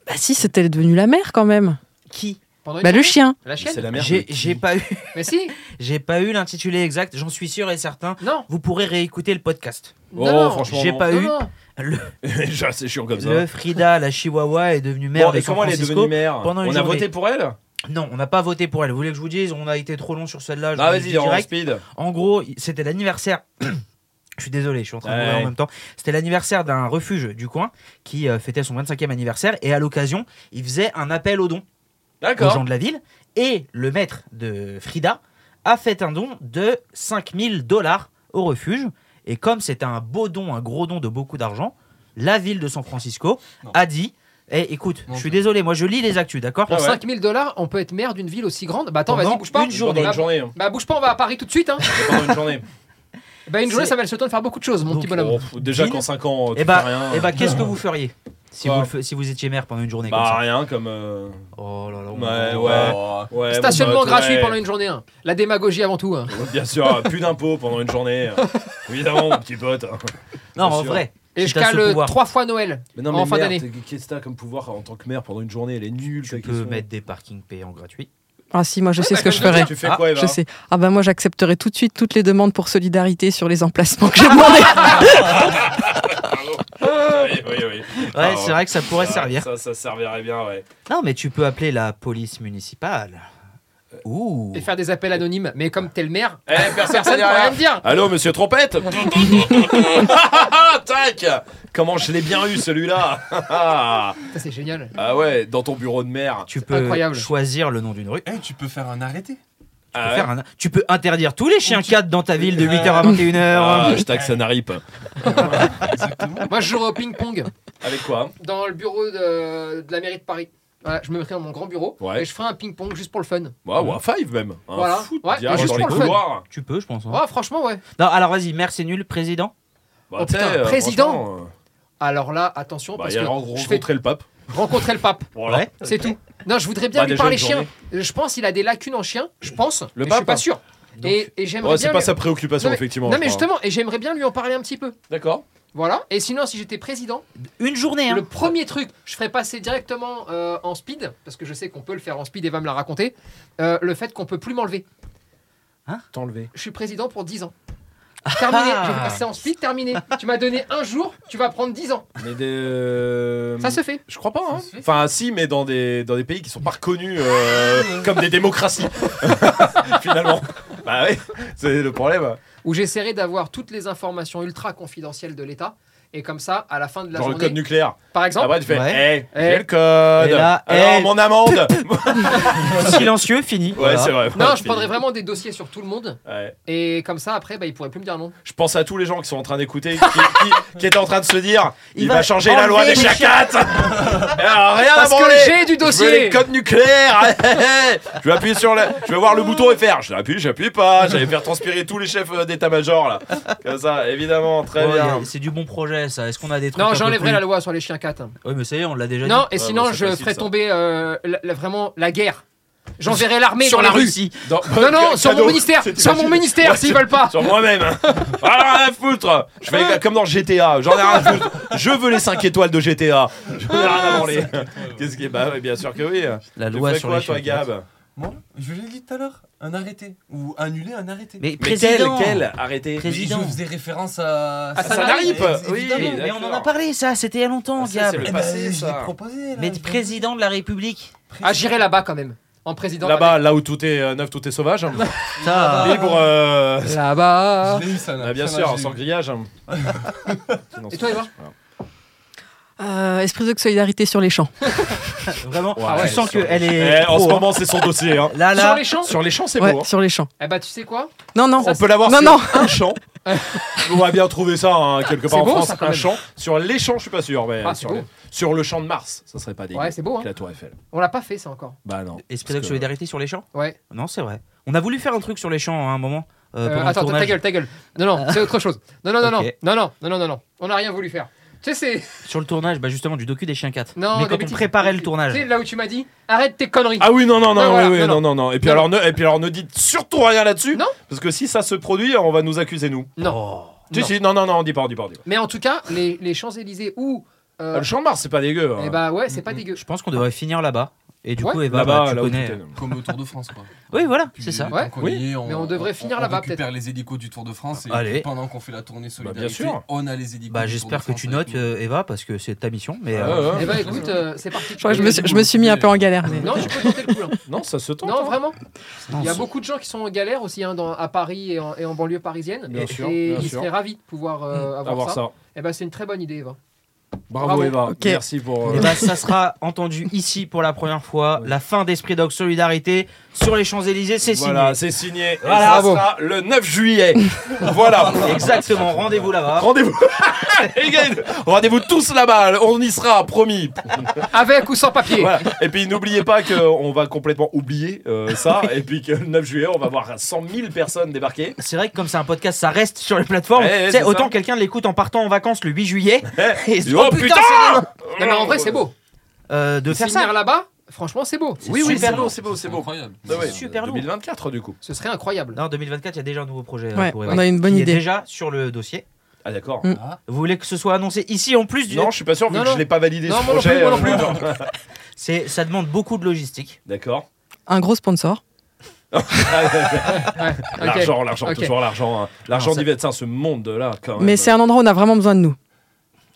Speaker 9: Bah si, c'était devenu la mère quand même.
Speaker 6: Qui
Speaker 3: Pendant une
Speaker 9: Bah le
Speaker 3: journée.
Speaker 9: chien.
Speaker 3: La
Speaker 5: C'est
Speaker 3: chienne
Speaker 5: la mère.
Speaker 6: J'ai
Speaker 5: de-
Speaker 6: j'ai pas eu,
Speaker 3: Mais si
Speaker 6: j'ai pas eu l'intitulé exact. J'en suis sûr et certain.
Speaker 3: Non
Speaker 6: Vous pourrez réécouter le podcast.
Speaker 5: Oh,
Speaker 3: Non, non.
Speaker 5: franchement.
Speaker 6: J'ai
Speaker 5: non.
Speaker 6: pas
Speaker 3: Non,
Speaker 6: eu
Speaker 3: non.
Speaker 5: Ah
Speaker 6: le,
Speaker 5: Déjà, c'est chiant comme ça.
Speaker 6: le Frida, la Chihuahua est devenue
Speaker 5: Bon,
Speaker 6: maire de
Speaker 5: et
Speaker 6: San
Speaker 5: comment elle est
Speaker 6: Francisco.
Speaker 5: devenue maire
Speaker 6: pendant une
Speaker 5: On a
Speaker 6: journée.
Speaker 5: voté pour elle
Speaker 6: Non, on n'a pas voté pour elle. Vous voulez que je vous dise On a été trop long sur celle-là. je
Speaker 5: Ah,
Speaker 6: vous le
Speaker 5: vas-y,
Speaker 6: dis
Speaker 5: en
Speaker 6: direct.
Speaker 5: speed.
Speaker 6: En gros, il- c'était l'anniversaire. Je suis désolé, je suis en train de mourir
Speaker 5: Ouais.
Speaker 6: en même temps. C'était l'anniversaire d'un refuge du coin qui euh, fêtait son 25e anniversaire et à l'occasion, il faisait un appel aux dons aux gens
Speaker 5: D'accord.
Speaker 6: de la ville et le maître de Frida a fait un don de 5000 dollars au refuge et comme c'était un beau don, un gros don de beaucoup d'argent, la ville de San Francisco
Speaker 1: Non.
Speaker 6: a dit Eh, écoute,
Speaker 1: Non,
Speaker 6: je suis désolé, moi je lis les actus, d'accord
Speaker 5: Ah
Speaker 3: Pour
Speaker 5: ouais.
Speaker 3: 5000 dollars, on peut être maire d'une ville aussi grande Bah attends,
Speaker 6: Pendant
Speaker 3: vas-y, bouge pas
Speaker 6: une
Speaker 5: Pendant
Speaker 3: Bah,
Speaker 5: une journée. hein.
Speaker 3: Bah bouge pas, on va à Paris tout de suite hein.
Speaker 5: Pendant une journée.
Speaker 3: Bah une journée,
Speaker 6: C'est-
Speaker 3: ça va le temps de faire beaucoup de choses, mon
Speaker 6: Donc,
Speaker 3: petit
Speaker 5: Bon,
Speaker 3: bonhomme.
Speaker 5: pff, déjà qu'en 5 ans, tu
Speaker 6: Eh
Speaker 5: fais
Speaker 6: bah,
Speaker 5: rien.
Speaker 6: eh bah, qu'est-ce que vous feriez si
Speaker 5: Quoi
Speaker 6: vous, le fe- si vous étiez maire pendant une journée comme
Speaker 5: Bah,
Speaker 6: ça
Speaker 5: rien comme. euh,
Speaker 6: Oh là là. on-
Speaker 5: Ouais, ouais.
Speaker 1: Oh.
Speaker 5: ouais, mon
Speaker 3: Stationnement
Speaker 5: pote,
Speaker 3: gratuit
Speaker 5: bah, ouais.
Speaker 3: pendant une journée. hein. La démagogie avant tout. hein.
Speaker 5: Bien sûr, ah, plus d'impôts pendant une journée. hein. Évidemment, mon petit pote. hein.
Speaker 6: Non,
Speaker 5: Bien
Speaker 6: en
Speaker 5: sûr.
Speaker 6: vrai.
Speaker 3: Et
Speaker 6: si
Speaker 3: je
Speaker 6: t'as ce
Speaker 3: cale
Speaker 6: pouvoir,
Speaker 3: trois fois Noël.
Speaker 5: Mais non,
Speaker 3: En
Speaker 5: mais
Speaker 3: fin
Speaker 5: merde,
Speaker 3: d'année.
Speaker 5: t'es- qu'est-ce que t'as comme pouvoir en tant que maire pendant une journée Elle est nulle, ta
Speaker 6: Tu peux
Speaker 5: question.
Speaker 6: mettre des parkings payants gratuits.
Speaker 9: Ah si, moi je sais
Speaker 3: bah,
Speaker 9: ce que
Speaker 3: comme
Speaker 9: je
Speaker 3: je le
Speaker 9: ferais.
Speaker 5: Tu fais
Speaker 6: Ah,
Speaker 5: quoi, Eva
Speaker 9: Je sais. Ah bah moi j'accepterai tout de suite toutes les demandes pour solidarité sur les emplacements que j'ai demandés.
Speaker 5: Pardon. oui, oui, oui.
Speaker 6: Ouais,
Speaker 5: Ah,
Speaker 6: c'est vrai que ça pourrait
Speaker 5: ça,
Speaker 6: servir.
Speaker 5: Ça, ça servirait bien, ouais.
Speaker 6: Non, mais tu peux appeler la police municipale.
Speaker 5: Euh,
Speaker 6: Ouh.
Speaker 3: Et faire des appels anonymes. Mais comme t'es le maire,
Speaker 6: Ah,
Speaker 5: Eh, personne
Speaker 3: personne
Speaker 5: ne
Speaker 3: ne peut rien te dire.
Speaker 5: Allô, monsieur Trompette Tac Comment je l'ai bien eu, celui-là Ah
Speaker 3: Putain, C'est génial.
Speaker 5: ouais, dans ton bureau de maire.
Speaker 6: Tu peux
Speaker 3: incroyable.
Speaker 6: choisir le nom d'une rue. Tu peux,
Speaker 1: Eh, tu peux faire un arrêté.
Speaker 5: Ah,
Speaker 6: faire un- tu peux interdire tous les chiens 4 dans ta ville de
Speaker 1: Euh,
Speaker 6: 8h à 21h.
Speaker 5: Ah, hashtag ça n'arrive Ah.
Speaker 1: Exactement.
Speaker 3: Moi, je jouerais au ping-pong
Speaker 5: Avec quoi
Speaker 3: dans le bureau de, de la mairie de Paris. Voilà, je me mettrais dans mon grand bureau
Speaker 5: Ouais.
Speaker 3: et je ferais un ping-pong juste pour le fun.
Speaker 5: Ouais, ou un five même. Un
Speaker 3: Voilà.
Speaker 5: foot
Speaker 3: Ouais,
Speaker 5: direct
Speaker 6: juste
Speaker 5: dans les
Speaker 6: pour le fun.
Speaker 5: couloirs.
Speaker 6: Tu peux, je pense. hein.
Speaker 3: Oh, franchement, ouais.
Speaker 6: Non, alors vas-y, maire c'est nul, président.
Speaker 5: Bah,
Speaker 3: Oh,
Speaker 5: t'sais,
Speaker 3: putain,
Speaker 5: euh,
Speaker 3: président.
Speaker 5: franchement, euh,
Speaker 3: Alors là, attention,
Speaker 5: Bah,
Speaker 3: parce
Speaker 5: il y a en
Speaker 3: que
Speaker 5: gros
Speaker 3: je fais
Speaker 5: rencontrer le pape.
Speaker 3: rencontrer le pape.
Speaker 5: Voilà.
Speaker 6: Ouais.
Speaker 3: C'est tout. Non, je voudrais bien
Speaker 5: Bah,
Speaker 3: lui
Speaker 5: déjà
Speaker 3: parler
Speaker 5: une
Speaker 3: chien.
Speaker 5: journée.
Speaker 3: Je pense qu'il a des lacunes en chien. Je pense. mais Je
Speaker 5: pape,
Speaker 3: suis pas
Speaker 5: hein.
Speaker 3: sûr. Et, et j'aimerais
Speaker 5: Ouais,
Speaker 3: bien.
Speaker 5: c'est pas
Speaker 3: lui-
Speaker 5: sa préoccupation,
Speaker 3: Non, mais-
Speaker 5: effectivement.
Speaker 3: Non,
Speaker 5: je
Speaker 3: mais
Speaker 5: crois. hein.
Speaker 3: justement, et j'aimerais bien lui en parler un petit peu.
Speaker 5: D'accord.
Speaker 3: Voilà. Et sinon, si j'étais président,
Speaker 6: Une journée, hein.
Speaker 3: le premier truc, je ferais passer directement euh, en speed, parce que je sais qu'on peut le faire en speed et va me la raconter, euh, le fait qu'on peut plus m'enlever.
Speaker 5: T'enlever.
Speaker 3: Je suis président pour 10 ans. Terminé.
Speaker 6: Ah.
Speaker 3: J'ai fait ma séance speed, terminé. Tu m'as donné un jour, tu vas prendre 10 ans.
Speaker 5: Mais des, euh,
Speaker 3: Ça se fait.
Speaker 5: Je crois pas. Hein.
Speaker 1: Ça se fait.
Speaker 5: Enfin, si, mais dans des, dans des pays qui sont pas reconnus euh, comme des démocraties. Finalement. Bah oui, c'est le problème.
Speaker 3: Où j'essaierai d'avoir toutes les informations ultra confidentielles de l'État. Et comme ça, à la fin de la
Speaker 5: Genre le
Speaker 3: journée,
Speaker 5: code Ah nucléaire.
Speaker 3: par exemple,
Speaker 5: Après, tu fais,
Speaker 6: Ouais.
Speaker 5: hé,
Speaker 3: Eh.
Speaker 5: j'ai le code.
Speaker 6: Et là,
Speaker 5: Alors,
Speaker 6: eh.
Speaker 5: mon amende.
Speaker 6: Silencieux, fini.
Speaker 5: Ouais, c'est vrai.
Speaker 3: non,
Speaker 5: Ouais,
Speaker 3: je prendrais vraiment des dossiers sur tout le monde.
Speaker 5: Ouais.
Speaker 3: Et comme ça, après, bah, ils pourraient plus me dire non.
Speaker 5: Je pense à tous les gens qui sont en train d'écouter, qui, qui- qui étaient en train de se dire
Speaker 6: Il
Speaker 5: il,
Speaker 6: va
Speaker 5: va, changer la loi
Speaker 6: enlever
Speaker 5: des
Speaker 6: les
Speaker 5: chacates Alors, Rien à
Speaker 3: Parce que
Speaker 5: branler
Speaker 3: j'ai du
Speaker 5: Ah, Je veux les
Speaker 3: dossier.
Speaker 5: codes nucléaires Je vais appuyer sur le... Je vais voir le bouton et faire Je l'appuie, j'appuie pas J'allais faire transpirer tous les chefs euh, d'état-major, là Comme ça, évidemment, très
Speaker 6: Ouais,
Speaker 5: bien
Speaker 6: C'est du bon projet, ça. Est-ce qu'on a des trucs
Speaker 3: Non, j'enlèverai la loi sur les chiens 4.
Speaker 6: Oui, mais ça y est, on l'a déjà
Speaker 3: Non, et
Speaker 5: Ouais,
Speaker 3: sinon,
Speaker 5: bon, c'est
Speaker 3: je
Speaker 5: facile,
Speaker 3: ferai
Speaker 5: ça.
Speaker 3: tomber euh, la- la- vraiment la guerre. J'enverrai l'armée
Speaker 6: dit.
Speaker 3: dans la rue.
Speaker 6: Russie.
Speaker 5: Dans-
Speaker 3: Non, non, sur
Speaker 5: Cadeau.
Speaker 3: mon ministère,
Speaker 5: C'est
Speaker 3: sur mon
Speaker 5: facile.
Speaker 3: ministère,
Speaker 5: Ouais,
Speaker 3: s'ils veulent pas.
Speaker 5: Sur moi-même Ah, rien à foutre Je vais comme dans GTA, j'en ai rien à foutre Je veux les 5 étoiles de GTA J'en ai rien à branler Qu'est-ce qui est... Bah oui, bien sûr que oui
Speaker 6: La
Speaker 5: Tu
Speaker 6: loi
Speaker 5: ferais
Speaker 6: sur
Speaker 5: quoi,
Speaker 6: les
Speaker 5: toi,
Speaker 6: chiens.
Speaker 5: Gab
Speaker 1: Moi, je l'ai dit tout à l'heure, un arrêté. Ou annuler un arrêté.
Speaker 6: Mais
Speaker 5: Mais quel,
Speaker 6: président.
Speaker 5: quel Arrêtez
Speaker 1: Mais je
Speaker 6: Président.
Speaker 1: faisais référence à.
Speaker 6: Ah,
Speaker 3: À
Speaker 1: ça
Speaker 3: Sanarip.
Speaker 5: Oui,
Speaker 1: évidemment.
Speaker 6: Mais on en a
Speaker 5: d'accord.
Speaker 6: parlé, ça. C'était il y a longtemps,
Speaker 5: Ah, ça,
Speaker 6: Gab.
Speaker 5: c'est le
Speaker 1: Eh
Speaker 6: Eh
Speaker 1: ben,
Speaker 6: ben,
Speaker 5: passé.
Speaker 1: je
Speaker 5: ça.
Speaker 1: l'ai proposé. là,
Speaker 6: Mais
Speaker 1: je l'ai-
Speaker 6: président de la République.
Speaker 3: Ah, j'irai là-bas quand même. En président.
Speaker 5: Là-bas, là où tout est euh, neuf, tout est sauvage. hein.
Speaker 6: Ça.
Speaker 3: Ah,
Speaker 5: Libre, euh,
Speaker 3: là-bas. Là-bas.
Speaker 1: Je l'ai eu, ça. là.
Speaker 5: ah, bien
Speaker 1: Ça, là, je
Speaker 5: sûr,
Speaker 1: l'ai
Speaker 5: sans
Speaker 1: eu.
Speaker 5: grillage. hein.
Speaker 3: Et toi, Eva
Speaker 5: Ah,
Speaker 9: Euh, esprit de solidarité sur les champs.
Speaker 3: bah.
Speaker 6: Vraiment.
Speaker 3: Ah,
Speaker 5: Ouais, ouais,
Speaker 6: tu sens
Speaker 5: sur-
Speaker 6: qu'elle est.
Speaker 5: Eh, en
Speaker 6: pro,
Speaker 5: ce
Speaker 6: hein.
Speaker 5: moment, c'est son dossier. hein.
Speaker 6: Là,
Speaker 3: Sur
Speaker 6: là.
Speaker 3: les champs
Speaker 5: Sur les champs, c'est
Speaker 9: ouais,
Speaker 5: beau. hein.
Speaker 9: sur les champs.
Speaker 3: Eh bah, tu sais quoi
Speaker 9: Non, non.
Speaker 5: On peut l'avoir
Speaker 9: Non,
Speaker 5: sur
Speaker 9: non.
Speaker 5: un champ. On va bien trouver ça hein, quelque part
Speaker 3: C'est
Speaker 5: en
Speaker 3: beau,
Speaker 5: France.
Speaker 3: ça, quand
Speaker 5: un
Speaker 3: même.
Speaker 5: champ. Sur les champs, je suis pas sûr. Mais
Speaker 3: Ah, c'est
Speaker 5: sur,
Speaker 3: beau.
Speaker 5: les- sur le champ de Mars, ça serait pas dégueu.
Speaker 3: Ouais, c'est beau, hein.
Speaker 5: Avec La Tour Eiffel.
Speaker 3: On l'a pas fait, ça encore.
Speaker 5: Bah non.
Speaker 6: Esprit de
Speaker 5: Parce que-
Speaker 6: solidarité sur les champs
Speaker 3: Ouais.
Speaker 6: Non, c'est vrai. On a voulu faire un truc sur les champs à un moment. euh,
Speaker 3: Euh,
Speaker 6: pendant le
Speaker 3: attends, ta
Speaker 6: tournage.
Speaker 3: gueule, ta gueule. Non, non, c'est autre chose. Non, non, non,
Speaker 6: Ok.
Speaker 3: non, non, non, non, non, non. On n'a rien voulu faire. Tu sais, c'est.
Speaker 6: Sur le tournage, bah justement, du docu des chiens 4.
Speaker 3: Non,
Speaker 6: mais
Speaker 3: des
Speaker 6: quand on
Speaker 3: bêtises.
Speaker 6: préparait
Speaker 3: Tu
Speaker 6: le
Speaker 3: sais,
Speaker 6: tournage.
Speaker 3: là où tu m'as dit, arrête tes conneries.
Speaker 5: Ah oui, non, non, non,
Speaker 3: Ouais,
Speaker 5: oui,
Speaker 3: voilà,
Speaker 5: oui,
Speaker 3: non,
Speaker 5: non, non, non. Et puis,
Speaker 3: Non,
Speaker 5: alors, ne, et puis alors, ne dites surtout rien là-dessus.
Speaker 3: Non.
Speaker 5: Parce que si ça se produit, on va nous accuser, nous.
Speaker 3: Non.
Speaker 6: Oh,
Speaker 5: Si,
Speaker 3: Non.
Speaker 5: si, non, non, non, on dit pas, on dit pas. On dit pas.
Speaker 3: Mais en tout cas, les, les Champs-Élysées ou. euh,
Speaker 5: Ah, le champ de Mars, c'est pas dégueu. hein.
Speaker 3: eh bah ouais, c'est pas dégueu.
Speaker 6: Je pense qu'on devrait finir là-bas. Et du
Speaker 3: Ouais.
Speaker 6: coup, Eva, bah,
Speaker 5: Là-bas,
Speaker 6: tu
Speaker 5: là où
Speaker 6: connais.
Speaker 5: tout est-
Speaker 1: Comme le Tour de France, quoi.
Speaker 6: Oui, voilà,
Speaker 1: Puis,
Speaker 6: c'est ça.
Speaker 1: tant
Speaker 3: Ouais.
Speaker 1: qu'on
Speaker 5: Oui.
Speaker 1: y est,
Speaker 3: Mais on devrait finir
Speaker 1: on
Speaker 3: là-bas,
Speaker 1: récupère les hélicos du Tour de France et
Speaker 6: Allez.
Speaker 1: pendant qu'on fait la tournée solidarité,
Speaker 5: Bah, bien sûr.
Speaker 1: on a les hélicos.
Speaker 6: Bah,
Speaker 1: du Tour de
Speaker 6: j'espère que
Speaker 1: France
Speaker 6: tu
Speaker 1: avec
Speaker 6: notes,
Speaker 1: nous.
Speaker 6: euh, Eva, parce que c'est ta mission. Mais
Speaker 5: Ah,
Speaker 6: euh,
Speaker 5: ouais, ouais.
Speaker 3: Eh bah écoute, euh, c'est parti.
Speaker 9: Je, crois que je me suis, je me suis mis un peu en galère. mais-
Speaker 3: Non, tu peux tenter le coup. hein.
Speaker 5: Non, ça se tente.
Speaker 3: Non,
Speaker 5: hein.
Speaker 3: vraiment.
Speaker 6: non,
Speaker 3: Il y a
Speaker 6: c'est-
Speaker 3: beaucoup de gens qui sont en galère aussi hein, dans- à Paris et en, et en banlieue parisienne.
Speaker 5: Bien
Speaker 3: et
Speaker 5: sûr,
Speaker 3: et
Speaker 5: bien
Speaker 3: ils
Speaker 5: sûr. Mm,
Speaker 3: seraient ravis de pouvoir euh, avoir,
Speaker 5: avoir
Speaker 3: ça.
Speaker 5: ça.
Speaker 3: Et ben c'est une très bonne idée, Eva.
Speaker 5: Bravo,
Speaker 3: Bravo.
Speaker 5: Eva.
Speaker 9: Ok.
Speaker 5: Merci pour. euh,
Speaker 6: Eh ben, ça sera entendu ici pour la première fois. La fin d'Esprit Dog Solidarité sur les Champs-Élysées, c'est
Speaker 5: voilà, c'est signé. Et
Speaker 6: Voilà.
Speaker 5: ça
Speaker 6: Bravo.
Speaker 5: sera le 9 juillet. voilà.
Speaker 6: signé. Exactement, rendez-vous là-bas.
Speaker 5: Rendez-vous. Les gars, Rendez-vous tous là-bas. On y sera, promis.
Speaker 3: Avec ou sans papier
Speaker 5: Voilà. Et puis n'oubliez pas qu'on va complètement oublier euh, ça. Et puis que le 9 juillet, on va voir 100 000 personnes débarquer.
Speaker 6: C'est vrai que comme c'est un podcast, ça reste sur les plateformes.
Speaker 5: Eh, eh,
Speaker 6: Tu sais,
Speaker 5: c'est
Speaker 6: autant
Speaker 5: ça.
Speaker 6: quelqu'un l'écoute en partant en vacances le 8 juillet.
Speaker 5: Eh,
Speaker 6: Et-
Speaker 5: oh, putain
Speaker 6: c'est bien.
Speaker 3: Non, mais en vrai, c'est beau.
Speaker 6: Euh, De
Speaker 3: De
Speaker 6: faire
Speaker 3: finir
Speaker 6: ça.
Speaker 3: là-bas, franchement, c'est beau.
Speaker 6: euh, C'est
Speaker 5: Oui, oui,
Speaker 6: super
Speaker 5: c'est
Speaker 6: lourd.
Speaker 5: beau, c'est beau, c'est beau.
Speaker 1: Incroyable.
Speaker 5: Ah ouais.
Speaker 6: super lourd.
Speaker 5: 2024 du coup.
Speaker 3: Ce serait incroyable.
Speaker 6: Non, 2024, il y a déjà un nouveau projet euh,
Speaker 9: Ouais,
Speaker 6: pour Eva.
Speaker 9: on a une bonne
Speaker 6: qui est
Speaker 9: idée.
Speaker 6: déjà sur le dossier.
Speaker 5: Ah d'accord.
Speaker 6: Vous voulez que ce soit annoncé ici en plus du.
Speaker 5: Non, je suis pas sûr vu
Speaker 3: Non,
Speaker 5: que
Speaker 3: non.
Speaker 5: je l'ai pas validé
Speaker 3: Non,
Speaker 5: ce
Speaker 3: moi non plus,
Speaker 5: projet.
Speaker 3: moi non
Speaker 5: euh,
Speaker 3: plus.
Speaker 5: voilà.
Speaker 6: C'est, ça demande beaucoup de logistique.
Speaker 5: D'accord.
Speaker 9: Un gros sponsor.
Speaker 3: Ouais, ok.
Speaker 5: L'argent, l'argent,
Speaker 3: Ok.
Speaker 5: toujours l'argent. hein. L'argent
Speaker 6: Non, ça-
Speaker 5: d'Yvette, ça, ce monde-là, quand même.
Speaker 9: Mais c'est un endroit où on a vraiment besoin de nous.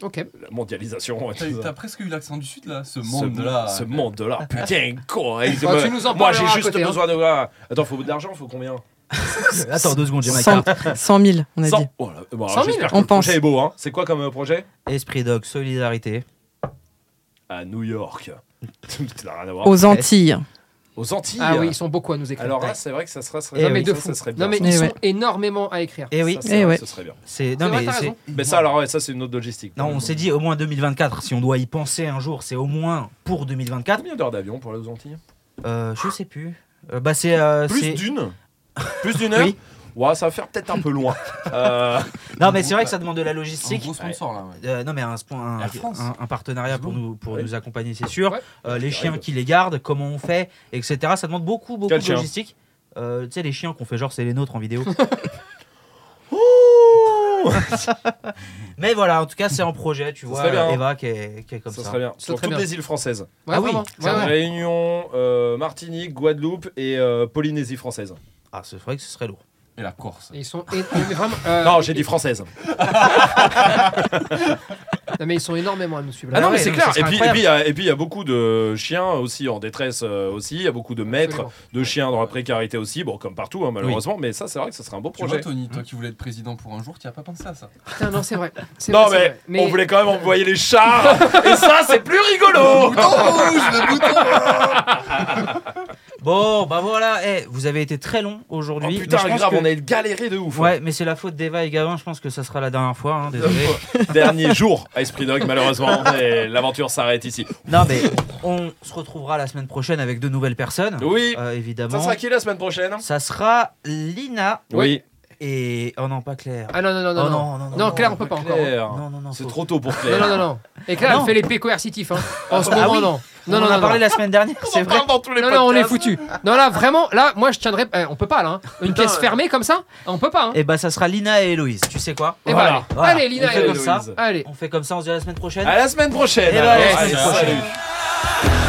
Speaker 3: Ok.
Speaker 5: La mondialisation. et
Speaker 1: T'as
Speaker 5: tout ça.
Speaker 1: t'as presque eu l'accent du Sud là, ce
Speaker 5: Ce
Speaker 1: monde-là.
Speaker 5: Ce monde-là. Putain, hein, quoi. ils
Speaker 3: Bah,
Speaker 5: me-
Speaker 3: tu nous en
Speaker 5: Moi, j'ai
Speaker 3: parleras à
Speaker 5: juste
Speaker 3: côté, hein.
Speaker 5: besoin de. Ah, Attends, faut de l'argent, faut combien
Speaker 6: Euh, Attends deux secondes, j'ai ma
Speaker 9: 100,
Speaker 6: carte.
Speaker 9: 100 000, on a dit.
Speaker 5: 100. Oh là, bon, alors,
Speaker 3: 100 000,
Speaker 5: j'espère que
Speaker 9: on
Speaker 5: le projet
Speaker 9: pense.
Speaker 5: est beau, hein. C'est quoi comme euh, projet
Speaker 6: Esprit Dog, solidarité.
Speaker 5: À New York. Ça n'a rien à voir.
Speaker 9: Aux Antilles.
Speaker 5: Aux Antilles.
Speaker 3: Ah oui, ils sont beaucoup à nous écrire.
Speaker 5: Alors là, c'est vrai que ça sera. ça-
Speaker 6: Eh
Speaker 3: non, mais
Speaker 6: oui,
Speaker 3: de
Speaker 5: ça,
Speaker 3: fou.
Speaker 5: ça serait bien.
Speaker 3: non, mais
Speaker 9: Mais
Speaker 3: ils
Speaker 9: ouais.
Speaker 3: sont énormément à écrire.
Speaker 6: Eh oui,
Speaker 5: Ça, c'est
Speaker 9: Eh
Speaker 5: vrai,
Speaker 9: ouais.
Speaker 5: ce serait bien.
Speaker 6: c'est.
Speaker 3: C'est
Speaker 6: Non,
Speaker 3: vrai,
Speaker 6: mais
Speaker 3: t'as
Speaker 6: c'est.
Speaker 3: raison.
Speaker 5: Mais ça, alors, ouais, ça, c'est une autre logistique.
Speaker 6: Non, on s'est dit au moins 2024. Si on doit y penser un jour, c'est au moins pour 2024.
Speaker 5: Combien d'heures d'avion pour aller aux Antilles
Speaker 6: Euh, je sais plus. Euh, bah c'est. euh, c'est-
Speaker 5: Plus d'une Plus d'une heure
Speaker 6: Oui.
Speaker 5: Ouais, ça va faire peut-être un peu loin. Euh,
Speaker 6: Non, mais c'est vrai que ça demande de la
Speaker 1: Un
Speaker 6: logistique.
Speaker 1: gros sponsor là. ouais.
Speaker 6: Euh, non mais un, spo- un,
Speaker 1: Air France.
Speaker 6: un- un partenariat
Speaker 1: C'est
Speaker 6: pour
Speaker 1: bon.
Speaker 6: nous pour
Speaker 5: Ouais.
Speaker 6: nous accompagner c'est sûr
Speaker 3: Ouais.
Speaker 6: Euh, les
Speaker 5: Ça
Speaker 6: chiens
Speaker 5: arrive.
Speaker 6: qui les gardent comment on fait etc ça demande beaucoup beaucoup
Speaker 5: Quel
Speaker 6: de
Speaker 5: chien
Speaker 6: logistique Euh, tu sais les chiens qu'on fait genre c'est les nôtres en vidéo
Speaker 5: ouh,
Speaker 6: mais voilà en tout cas c'est en projet tu vois
Speaker 5: serait bien. hein.
Speaker 6: Eva qui est, qui est comme
Speaker 5: ça
Speaker 6: ça,
Speaker 5: serait bien. Sur
Speaker 3: très
Speaker 5: toutes
Speaker 3: bien.
Speaker 5: les îles françaises.
Speaker 3: Ouais,
Speaker 6: Ah oui,
Speaker 3: vraiment.
Speaker 6: c'est
Speaker 3: Ouais, ouais.
Speaker 5: Réunion, euh, Martinique, Guadeloupe et euh, Polynésie française.
Speaker 6: ah c'est vrai que ce serait lourd
Speaker 1: et la Corse.
Speaker 3: Et Ils sont é- non, mais vraiment, euh,
Speaker 5: Non, j'ai dit française.
Speaker 3: non, mais ils sont énormément à nous suivre.
Speaker 5: Ah non, mais
Speaker 3: Bah Ouais,
Speaker 5: c'est
Speaker 3: non,
Speaker 5: clair.
Speaker 3: ça
Speaker 5: Et
Speaker 3: serait
Speaker 5: puis, et
Speaker 3: incroyable.
Speaker 5: puis, il y a- et puis, il y a beaucoup de chiens aussi en détresse euh, aussi. Il y a beaucoup de maîtres
Speaker 3: Absolument.
Speaker 5: de chiens dans la précarité aussi. Bon, comme partout, hein, malheureusement. Mais ça, c'est vrai que ça serait un beau
Speaker 1: Tu vois,
Speaker 5: projet.
Speaker 1: Tony, toi qui voulais être président pour un jour, tu as pas pensé à ça.
Speaker 3: Putain, non, c'est vrai. C'est
Speaker 5: Non,
Speaker 3: vrai, c'est
Speaker 5: mais,
Speaker 3: vrai.
Speaker 5: on voulait quand même envoyer les chars. et ça, c'est plus rigolo.
Speaker 6: Bon, bah voilà, eh, vous avez été très long
Speaker 5: Oh,
Speaker 6: aujourd'hui.
Speaker 5: putain,
Speaker 6: mais je pense
Speaker 5: grave,
Speaker 6: que-
Speaker 5: on a galéré de ouf.
Speaker 6: Ouais, mais c'est la faute d'Eva et Gavin, je pense que ça sera la dernière fois, hein, désolé.
Speaker 5: Dernier jour à Esprit Dog, malheureusement. Et l'aventure s'arrête ici.
Speaker 6: non, mais on se retrouvera la semaine prochaine avec de nouvelles personnes,
Speaker 5: Oui.
Speaker 6: euh, évidemment.
Speaker 5: Ça sera qui la semaine prochaine
Speaker 6: Ça sera Lina
Speaker 5: Oui.
Speaker 6: et... Oh non, pas Claire.
Speaker 3: Ah non, non, non,
Speaker 6: Oh
Speaker 3: non. Non,
Speaker 6: non, non, non.
Speaker 3: Non, Claire, on peut pas encore. hein.
Speaker 5: Claire.
Speaker 6: Non, non, non.
Speaker 5: C'est
Speaker 6: faut-
Speaker 5: trop tôt pour
Speaker 3: Non,
Speaker 5: Claire.
Speaker 3: non, non, non. Et Claire,
Speaker 6: Non.
Speaker 3: elle fait l'épée coercitif. Hein. En ce
Speaker 6: Ah
Speaker 3: moment,
Speaker 6: oui.
Speaker 3: non.
Speaker 6: on
Speaker 3: Non,
Speaker 6: en
Speaker 3: non,
Speaker 6: a
Speaker 3: non.
Speaker 6: parlé
Speaker 3: non.
Speaker 6: la semaine dernière,
Speaker 5: On
Speaker 6: c'est
Speaker 5: en
Speaker 6: vrai.
Speaker 5: parle dans tous les
Speaker 3: Non, non, on est
Speaker 5: podcasts.
Speaker 3: foutu. Non, là, vraiment, là, moi, je tiendrais. eh, on peut pas, là. hein. Une pièce fermée comme ça, on peut pas. hein.
Speaker 6: Et bah, ça sera Lina et Héloïse, tu sais quoi
Speaker 3: Et
Speaker 5: Voilà.
Speaker 3: voilà.
Speaker 6: Voilà.
Speaker 3: Eh Allez,
Speaker 6: on
Speaker 3: Lina,
Speaker 6: fait
Speaker 3: allez.
Speaker 6: comme ça.
Speaker 3: Allez.
Speaker 6: On fait comme ça, on se dit à la semaine prochaine.
Speaker 5: À la semaine prochaine.
Speaker 6: Eh ben, à la
Speaker 5: alors.
Speaker 6: semaine
Speaker 5: Allez,
Speaker 6: prochaine.
Speaker 5: salut.